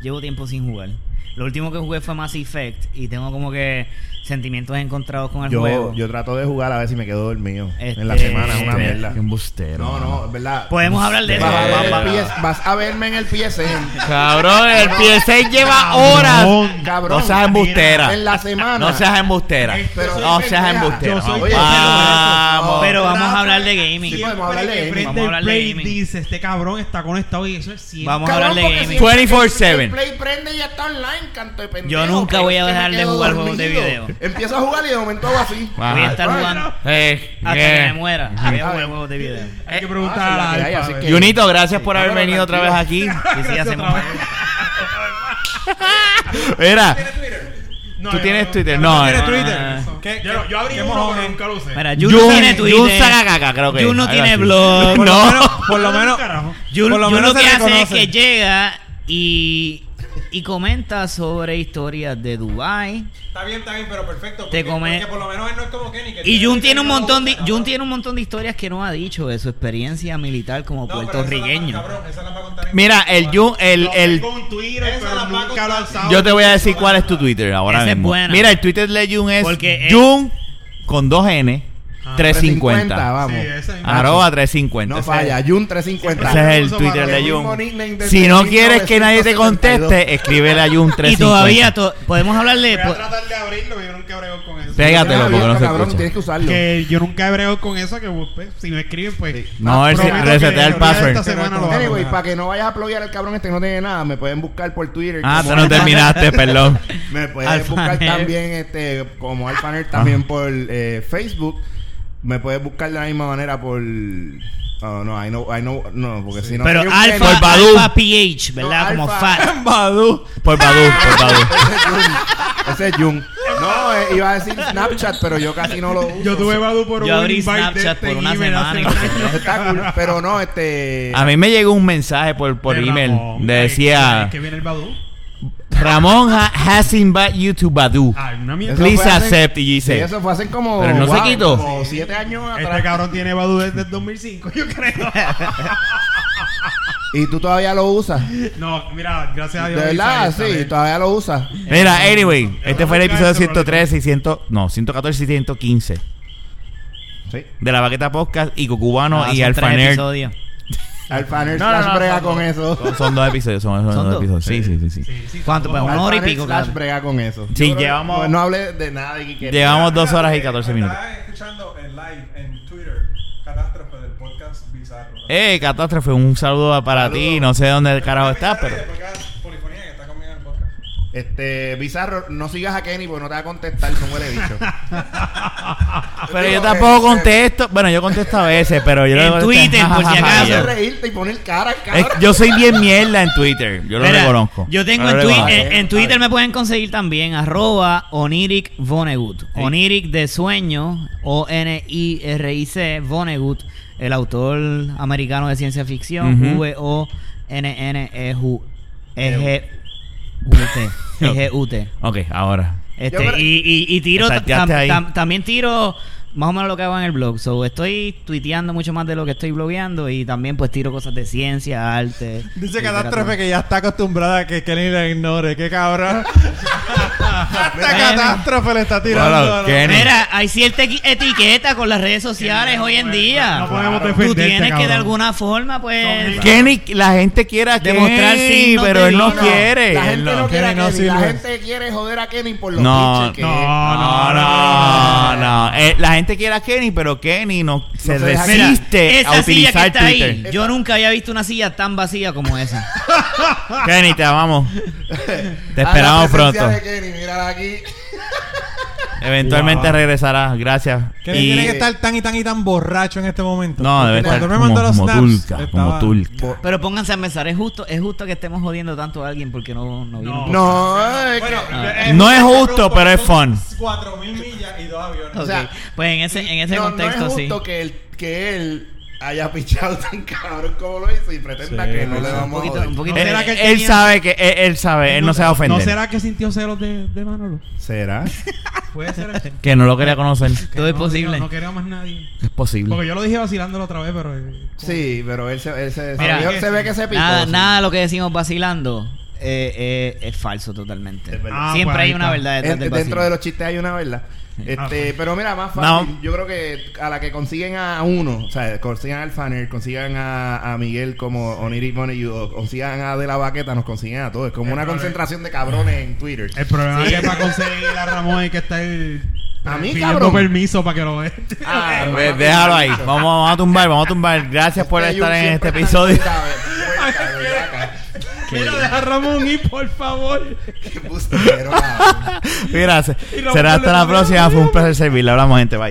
[SPEAKER 5] Llevo tiempo sin jugar. Lo último que jugué fue Mass Effect y tengo como que sentimientos encontrados con el
[SPEAKER 2] yo,
[SPEAKER 5] juego.
[SPEAKER 2] yo trato de jugar a ver si me quedo dormido
[SPEAKER 5] Este,
[SPEAKER 2] en la semana, una
[SPEAKER 5] este,
[SPEAKER 2] mierda.
[SPEAKER 1] Qué embustero.
[SPEAKER 2] No, no, es verdad.
[SPEAKER 5] Podemos hablar de
[SPEAKER 2] Vas
[SPEAKER 5] eso.
[SPEAKER 2] a,
[SPEAKER 1] Eh.
[SPEAKER 2] vas a- PS vas a verme en el PSN.
[SPEAKER 1] Cabrón, el PS6 lleva horas.
[SPEAKER 2] Cabrón.
[SPEAKER 1] No seas embustera.
[SPEAKER 2] En la semana.
[SPEAKER 1] No seas embustera.
[SPEAKER 2] Pero-
[SPEAKER 1] no seas embustera.
[SPEAKER 3] Yo soy
[SPEAKER 1] Vamos.
[SPEAKER 2] pendeja.
[SPEAKER 5] Pero vamos a hablar de gaming.
[SPEAKER 2] Sí, podemos hablar de
[SPEAKER 4] Siempre que
[SPEAKER 2] gaming.
[SPEAKER 4] prende
[SPEAKER 5] Vamos a
[SPEAKER 4] el
[SPEAKER 5] hablar de
[SPEAKER 4] Play,
[SPEAKER 5] gaming.
[SPEAKER 4] dice, este cabrón está conectado y eso es cierto.
[SPEAKER 5] Vamos a
[SPEAKER 2] Cabrón,
[SPEAKER 5] hablar de
[SPEAKER 2] porque
[SPEAKER 5] gaming.
[SPEAKER 2] si el-
[SPEAKER 1] 24/7.
[SPEAKER 2] el Play prende y ya está online, canto de pendejo.
[SPEAKER 5] Yo nunca
[SPEAKER 2] que-
[SPEAKER 5] voy a
[SPEAKER 2] que me
[SPEAKER 5] dejar de
[SPEAKER 2] quedo
[SPEAKER 5] jugar juegos de
[SPEAKER 2] dormido.
[SPEAKER 5] video.
[SPEAKER 2] Empiezo a jugar y de momento hago así.
[SPEAKER 1] Wow.
[SPEAKER 5] Voy a estar
[SPEAKER 2] Ah,
[SPEAKER 5] jugando
[SPEAKER 1] Eh,
[SPEAKER 5] hasta
[SPEAKER 1] eh.
[SPEAKER 5] que me muera. Voy a jugar
[SPEAKER 2] Ah,
[SPEAKER 5] juegos de video. Eh,
[SPEAKER 4] Hay que
[SPEAKER 2] Ah,
[SPEAKER 4] preguntar
[SPEAKER 2] sí,
[SPEAKER 4] a
[SPEAKER 2] la
[SPEAKER 4] la
[SPEAKER 2] que hay,
[SPEAKER 4] alfa,
[SPEAKER 2] así
[SPEAKER 4] a ver.
[SPEAKER 2] que-
[SPEAKER 1] Yunito, gracias por haber
[SPEAKER 2] Cabrón,
[SPEAKER 1] venido otra vez aquí.
[SPEAKER 5] Y sí, hacemos.
[SPEAKER 1] Mira,
[SPEAKER 4] No,
[SPEAKER 1] tú
[SPEAKER 4] yo
[SPEAKER 1] tienes
[SPEAKER 4] no-
[SPEAKER 1] Twitter.
[SPEAKER 4] yo
[SPEAKER 1] No,
[SPEAKER 3] ¿Tienes
[SPEAKER 1] no, no,
[SPEAKER 3] Twitter?
[SPEAKER 1] no, no.
[SPEAKER 3] ¿Qué-
[SPEAKER 4] Yo,
[SPEAKER 3] qué-
[SPEAKER 4] no- yo abrí
[SPEAKER 3] qué
[SPEAKER 4] uno,
[SPEAKER 3] mojón?
[SPEAKER 4] pero nunca lo usé.
[SPEAKER 5] Mira, Jun no
[SPEAKER 1] Jun,
[SPEAKER 5] tiene
[SPEAKER 1] Jun
[SPEAKER 5] Twitter.
[SPEAKER 1] Sagagaga, creo que.
[SPEAKER 5] Jun no
[SPEAKER 1] algo
[SPEAKER 5] tiene
[SPEAKER 1] así.
[SPEAKER 5] blog.
[SPEAKER 3] Por lo
[SPEAKER 1] No.
[SPEAKER 3] menos, por lo menos,
[SPEAKER 4] Carajo.
[SPEAKER 5] Yo,
[SPEAKER 3] por lo
[SPEAKER 5] yo
[SPEAKER 3] menos
[SPEAKER 5] lo que
[SPEAKER 3] se
[SPEAKER 5] hace es
[SPEAKER 3] reconoce.
[SPEAKER 5] que llega y, y comenta sobre historias de Dubai
[SPEAKER 3] Está bien, está bien, pero perfecto.
[SPEAKER 5] Te
[SPEAKER 3] Porque,
[SPEAKER 5] come-
[SPEAKER 3] porque por lo menos él no es como Kenny. que
[SPEAKER 5] Y Jun tiene un
[SPEAKER 3] una
[SPEAKER 5] montón de
[SPEAKER 3] boca,
[SPEAKER 5] Jun
[SPEAKER 3] cabrón.
[SPEAKER 5] tiene un montón de historias que no ha dicho de su experiencia militar como
[SPEAKER 3] No, pero esa la va-
[SPEAKER 5] puertorriqueño.
[SPEAKER 3] cabrón, esa la va a contar en-
[SPEAKER 1] Mira, el Jun, el,
[SPEAKER 4] Yo
[SPEAKER 1] el,
[SPEAKER 4] tengo un Twitter,
[SPEAKER 3] Esa
[SPEAKER 4] pero
[SPEAKER 3] la pago
[SPEAKER 4] nunca lo he
[SPEAKER 3] tanto.
[SPEAKER 4] usado.
[SPEAKER 1] yo te voy a decir cuál es tu Twitter ahora
[SPEAKER 5] Esa es
[SPEAKER 1] mismo.
[SPEAKER 5] buena.
[SPEAKER 1] Mira, el Twitter de Jun es
[SPEAKER 5] Porque es-
[SPEAKER 1] Jun con dos N,
[SPEAKER 4] Ah,
[SPEAKER 1] 350.
[SPEAKER 2] vamos.
[SPEAKER 4] Sí, ese mismo.
[SPEAKER 1] Arroba 350.
[SPEAKER 2] No
[SPEAKER 1] Ese-
[SPEAKER 2] falla, Jun 350.
[SPEAKER 1] Ese es el
[SPEAKER 2] Eso
[SPEAKER 1] Twitter
[SPEAKER 2] para
[SPEAKER 1] de
[SPEAKER 2] el mismo
[SPEAKER 1] Jun.
[SPEAKER 2] nickname desde
[SPEAKER 1] Si no quieres que nadie te
[SPEAKER 2] 1972.
[SPEAKER 1] conteste, escríbele a Jun 350.
[SPEAKER 5] Y todavía to- podemos hablarle
[SPEAKER 1] pues,
[SPEAKER 4] Voy a tratar de abrirlo, pero yo nunca brego con eso.
[SPEAKER 1] Pega- Pégatelo,
[SPEAKER 2] Tienes
[SPEAKER 1] porque no
[SPEAKER 2] abierto,
[SPEAKER 1] se
[SPEAKER 2] cabrón,
[SPEAKER 1] escucha.
[SPEAKER 2] Tienes que usarlo.
[SPEAKER 4] Que yo nunca brego con eso, que pues, si me escriben, pues...
[SPEAKER 1] No, él se-
[SPEAKER 4] prometo que
[SPEAKER 1] resetea el
[SPEAKER 4] yo
[SPEAKER 1] password.
[SPEAKER 4] Esta semana lo hago.
[SPEAKER 2] Anyway, para que no vayas a ploguear al cabrón este que no tiene nada, me pueden buscar por Twitter.
[SPEAKER 1] Ah,
[SPEAKER 2] como
[SPEAKER 1] te no
[SPEAKER 2] Alfa-
[SPEAKER 1] terminaste, perdón.
[SPEAKER 2] Me puedes
[SPEAKER 5] Alfa
[SPEAKER 2] buscar
[SPEAKER 5] Nerd.
[SPEAKER 2] también este, como Alfaner también por eh, Facebook. Me puedes buscar de la misma manera por. Oh, no, ahí no, ahí no, no, porque si no.
[SPEAKER 5] pero
[SPEAKER 2] sería un
[SPEAKER 5] alfa,
[SPEAKER 1] Por
[SPEAKER 2] genio.
[SPEAKER 1] Badoo.
[SPEAKER 5] alfa ph, ¿verdad?
[SPEAKER 2] No,
[SPEAKER 5] como
[SPEAKER 2] alfa.
[SPEAKER 5] fat.
[SPEAKER 1] Badu. Por Badu, por Badu.
[SPEAKER 2] Ese es Jun. Ese es Jun. No, eh, iba a decir Snapchat, pero yo casi no lo uso.
[SPEAKER 4] Yo tuve Badu por
[SPEAKER 5] Yo
[SPEAKER 4] un
[SPEAKER 5] abrí
[SPEAKER 4] invite de
[SPEAKER 5] Snapchat
[SPEAKER 4] este
[SPEAKER 5] por una
[SPEAKER 4] email
[SPEAKER 5] semana
[SPEAKER 4] hace
[SPEAKER 5] y-
[SPEAKER 4] años.
[SPEAKER 2] Está cool, pero no, este.
[SPEAKER 1] A mí me llegó un mensaje por, (laughs) por
[SPEAKER 4] De
[SPEAKER 1] email.
[SPEAKER 4] Ramón.
[SPEAKER 1] Le
[SPEAKER 4] Ay,
[SPEAKER 1] decía,
[SPEAKER 4] Que viene el Badu.
[SPEAKER 1] Ramón ha- has invited you to Badu.
[SPEAKER 4] Ay, Ah, una
[SPEAKER 2] eso
[SPEAKER 4] mierda.
[SPEAKER 1] Please
[SPEAKER 2] fue hace-
[SPEAKER 1] accept, y dice.
[SPEAKER 2] Sí, eso fue hace como.
[SPEAKER 1] Pero no se quitó.
[SPEAKER 2] Como siete años
[SPEAKER 4] Este
[SPEAKER 2] atrás.
[SPEAKER 4] cabrón tiene Badu desde el 2005, yo
[SPEAKER 1] (laughs)
[SPEAKER 4] creo.
[SPEAKER 2] Y tú todavía lo usas.
[SPEAKER 4] No, mira, gracias a
[SPEAKER 2] De
[SPEAKER 4] Dios.
[SPEAKER 2] verdad,
[SPEAKER 4] Isabel,
[SPEAKER 2] sí,
[SPEAKER 4] Isabel.
[SPEAKER 2] todavía lo usas.
[SPEAKER 1] Mira, anyway, este fue el
[SPEAKER 4] nunca
[SPEAKER 1] episodio
[SPEAKER 4] se lo
[SPEAKER 1] 113 y 100, no, 114 y 115
[SPEAKER 2] Sí.
[SPEAKER 1] de La Baqueta Podcast y Cucubano
[SPEAKER 5] Ah,
[SPEAKER 1] y
[SPEAKER 5] son
[SPEAKER 1] Alfa
[SPEAKER 5] tres
[SPEAKER 1] Nerd.
[SPEAKER 5] episodios.
[SPEAKER 2] Alfaner
[SPEAKER 1] No, no, no,
[SPEAKER 2] slash brega
[SPEAKER 1] son
[SPEAKER 2] con
[SPEAKER 1] dos.
[SPEAKER 2] eso.
[SPEAKER 1] Son, son dos episodios, son, son
[SPEAKER 5] ¿Son
[SPEAKER 1] dos
[SPEAKER 5] dos?
[SPEAKER 1] episodios. Sí, sí, sí. sí.
[SPEAKER 4] Sí, sí,
[SPEAKER 5] ¿Cuánto? Pues,
[SPEAKER 4] somos-
[SPEAKER 5] Una hora y pico,
[SPEAKER 2] Alfaner slash
[SPEAKER 5] claro.
[SPEAKER 2] brega con eso.
[SPEAKER 1] Sí,
[SPEAKER 2] Yo creo- pues,
[SPEAKER 1] llevamos-
[SPEAKER 2] No, no hablé de nada de Quique.
[SPEAKER 1] Llevamos dos horas y
[SPEAKER 3] Eh,
[SPEAKER 1] 14 minutos.
[SPEAKER 3] Estaba escuchando en live en Twitter Catástrofe del podcast Bizarro.
[SPEAKER 1] Eh, catástrofe, un saludo para
[SPEAKER 2] Saludos.
[SPEAKER 1] ti. No sé dónde el carajo
[SPEAKER 3] Bizarro
[SPEAKER 1] estás,
[SPEAKER 3] y
[SPEAKER 1] pero.
[SPEAKER 3] de podcast Polifonía, que está conmigo en el podcast.
[SPEAKER 2] Este, Bizarro, no sigas a Kenny porque no te va a contestar, no huele
[SPEAKER 1] (laughs)
[SPEAKER 2] bicho.
[SPEAKER 1] Pero yo
[SPEAKER 2] Digo,
[SPEAKER 1] tampoco
[SPEAKER 2] eh,
[SPEAKER 1] contesto. Bueno, yo contesto a veces, pero yo
[SPEAKER 5] En
[SPEAKER 1] le contesto,
[SPEAKER 5] Twitter, por si
[SPEAKER 2] Me
[SPEAKER 1] jajaja,
[SPEAKER 2] hace
[SPEAKER 5] acaso.
[SPEAKER 1] ya.
[SPEAKER 2] reírte y poner cara,
[SPEAKER 1] Es-
[SPEAKER 2] cabrón.
[SPEAKER 1] yo soy bien mierda en Twitter. Yo lo
[SPEAKER 5] Mira,
[SPEAKER 1] reconozco.
[SPEAKER 5] Yo tengo
[SPEAKER 1] Lo
[SPEAKER 5] en,
[SPEAKER 1] reconozco.
[SPEAKER 5] Twi- en- en
[SPEAKER 2] A ver.
[SPEAKER 5] Twitter eh, me pueden conseguir también arroba Oniric Vonnegut. Oniric de sueño, O-N-I-R-I-C, Vonnegut, el autor americano de ciencia ficción,
[SPEAKER 1] Ujú.
[SPEAKER 5] E
[SPEAKER 1] (laughs)
[SPEAKER 5] V-O-N-N-E-G-U-T. E-G-U-T.
[SPEAKER 1] Ok, ahora.
[SPEAKER 5] Este,
[SPEAKER 2] Yo creo-
[SPEAKER 5] y, y- y tiro
[SPEAKER 1] Te salteaste
[SPEAKER 5] tam-
[SPEAKER 1] ahí.
[SPEAKER 5] tam- también tiro más o menos lo que hago en el blog. So, estoy tuiteando mucho más de lo que estoy blogueando y también pues tiro cosas de ciencia, arte.
[SPEAKER 3] Dice
[SPEAKER 5] literatura.
[SPEAKER 3] Catástrofe que ya está acostumbrada a que Kenny la ignore. ¡Qué cabrón!
[SPEAKER 2] Esta catástrofe le está tirando.
[SPEAKER 1] Bueno,
[SPEAKER 2] a los-
[SPEAKER 1] ¿qué?
[SPEAKER 5] Mira, hay cierta equi- etiqueta con las redes sociales hoy en día.
[SPEAKER 4] no podemos
[SPEAKER 5] Tú
[SPEAKER 4] defenderte,
[SPEAKER 5] tienes que de
[SPEAKER 4] cabrón.
[SPEAKER 5] alguna forma, pues.
[SPEAKER 1] Kenny, la gente quiere a
[SPEAKER 5] Demostrar
[SPEAKER 1] Kenny,
[SPEAKER 5] signos
[SPEAKER 1] pero
[SPEAKER 5] de
[SPEAKER 1] él no
[SPEAKER 5] vida.
[SPEAKER 1] quiere.
[SPEAKER 2] La gente
[SPEAKER 1] Él
[SPEAKER 2] no,
[SPEAKER 1] no-
[SPEAKER 2] quiere a
[SPEAKER 3] Kenny no
[SPEAKER 2] Kenny. la
[SPEAKER 3] sirve.
[SPEAKER 2] gente quiere joder a Kenny por los
[SPEAKER 1] No,
[SPEAKER 2] bichos que
[SPEAKER 4] no,
[SPEAKER 1] No, no, no. Eh, la gente quiere a Kenny, pero Kenny no se
[SPEAKER 2] se deja
[SPEAKER 1] resiste a
[SPEAKER 5] Esa silla que
[SPEAKER 1] utilizar
[SPEAKER 5] está
[SPEAKER 1] Twitter.
[SPEAKER 5] ahí. Yo nunca había visto una silla tan vacía como esa.
[SPEAKER 1] Kenny, te amamos. Te
[SPEAKER 2] A la
[SPEAKER 1] esperamos
[SPEAKER 2] presencia
[SPEAKER 1] pronto.
[SPEAKER 2] de Kenny, mírala aquí.
[SPEAKER 1] Eventualmente
[SPEAKER 3] Wow.
[SPEAKER 1] regresarás. Gracias.
[SPEAKER 3] Que
[SPEAKER 1] Y-
[SPEAKER 3] tiene que estar tan y tan y tan borracho en este momento.
[SPEAKER 1] No, debe estar
[SPEAKER 3] Cuando me
[SPEAKER 1] como,
[SPEAKER 3] mandó los
[SPEAKER 1] como
[SPEAKER 3] snaps,
[SPEAKER 1] turca, como
[SPEAKER 3] estaba-
[SPEAKER 1] turca.
[SPEAKER 5] Pero pónganse a pensar, es justo, es justo que estemos jodiendo tanto a alguien porque no, no vino.
[SPEAKER 2] No, es que-
[SPEAKER 1] No es justo, pero es fun.
[SPEAKER 3] 4000 millas y dos aviones.
[SPEAKER 5] Ok,
[SPEAKER 2] o sea,
[SPEAKER 5] pues en ese, en ese
[SPEAKER 2] no,
[SPEAKER 5] contexto
[SPEAKER 2] no es
[SPEAKER 5] sí.
[SPEAKER 2] justo que él, que él haya (laughs) pichado tan cabrón como lo hizo y pretenda
[SPEAKER 3] Sí,
[SPEAKER 2] que no
[SPEAKER 3] sí,
[SPEAKER 2] le
[SPEAKER 3] sí.
[SPEAKER 5] Un
[SPEAKER 2] vamos
[SPEAKER 5] poquito,
[SPEAKER 2] a
[SPEAKER 5] un
[SPEAKER 2] joder.
[SPEAKER 5] poquito
[SPEAKER 1] Él,
[SPEAKER 5] de-
[SPEAKER 1] él sabe que él, él sabe, él no se va a ofender.
[SPEAKER 4] ¿No será que sintió celos de,
[SPEAKER 1] (laughs)
[SPEAKER 4] de Manolo?
[SPEAKER 2] ¿Será?
[SPEAKER 4] Puede (laughs) ser. eso.
[SPEAKER 1] Que no lo quería conocer.
[SPEAKER 5] Todo es posible.
[SPEAKER 4] No, quería más nadie.
[SPEAKER 1] Es posible.
[SPEAKER 4] Porque yo lo dije vacilándolo otra vez, pero. eh,
[SPEAKER 2] Sí, pero él se, él se,
[SPEAKER 5] Mira,
[SPEAKER 2] se vio- se ve que se picó.
[SPEAKER 5] nada,
[SPEAKER 2] sí.
[SPEAKER 5] nada de lo que decimos vacilando eh, eh, es falso totalmente.
[SPEAKER 2] Es verdad.
[SPEAKER 4] Ah,
[SPEAKER 5] Siempre
[SPEAKER 4] pues
[SPEAKER 5] hay
[SPEAKER 4] ahí
[SPEAKER 5] una
[SPEAKER 4] está.
[SPEAKER 5] verdad detrás
[SPEAKER 2] En-
[SPEAKER 5] del
[SPEAKER 2] dentro
[SPEAKER 5] vacilo.
[SPEAKER 2] de los chistes hay una verdad. Este,
[SPEAKER 4] Ah, pues.
[SPEAKER 2] Pero mira, más fácil.
[SPEAKER 1] No.
[SPEAKER 2] Yo creo que a la que consiguen a uno, o sea, consigan al Fanner, consigan a, a Miguel como Oniri Money, o consigan a De La Baqueta, nos consiguen a todos. Es como una concentración de cabrones en Twitter.
[SPEAKER 4] El problema es que para conseguir a Ramón hay que estar.
[SPEAKER 2] A mí,
[SPEAKER 4] pidiendo
[SPEAKER 2] cabrón.
[SPEAKER 4] permiso para que lo vean.
[SPEAKER 2] Ah,
[SPEAKER 1] Eh,
[SPEAKER 2] bueno,
[SPEAKER 1] Déjalo ahí.
[SPEAKER 2] listo.
[SPEAKER 1] Vamos, vamos a tumbar, vamos a tumbar. Gracias por
[SPEAKER 2] Este
[SPEAKER 1] estar
[SPEAKER 2] Jun
[SPEAKER 1] en este
[SPEAKER 2] siempre está
[SPEAKER 1] episodio. (laughs)
[SPEAKER 2] vuelta, vuelta, vuelta, acá.
[SPEAKER 4] Mira, deja a Ramón ir, por favor.
[SPEAKER 2] Qué bustero, cabrón.
[SPEAKER 1] Mira, se-
[SPEAKER 4] Y lo
[SPEAKER 1] será hasta la
[SPEAKER 4] ponemos-
[SPEAKER 1] próxima. Fue un placer servirle. Hablamos, gente. Bye.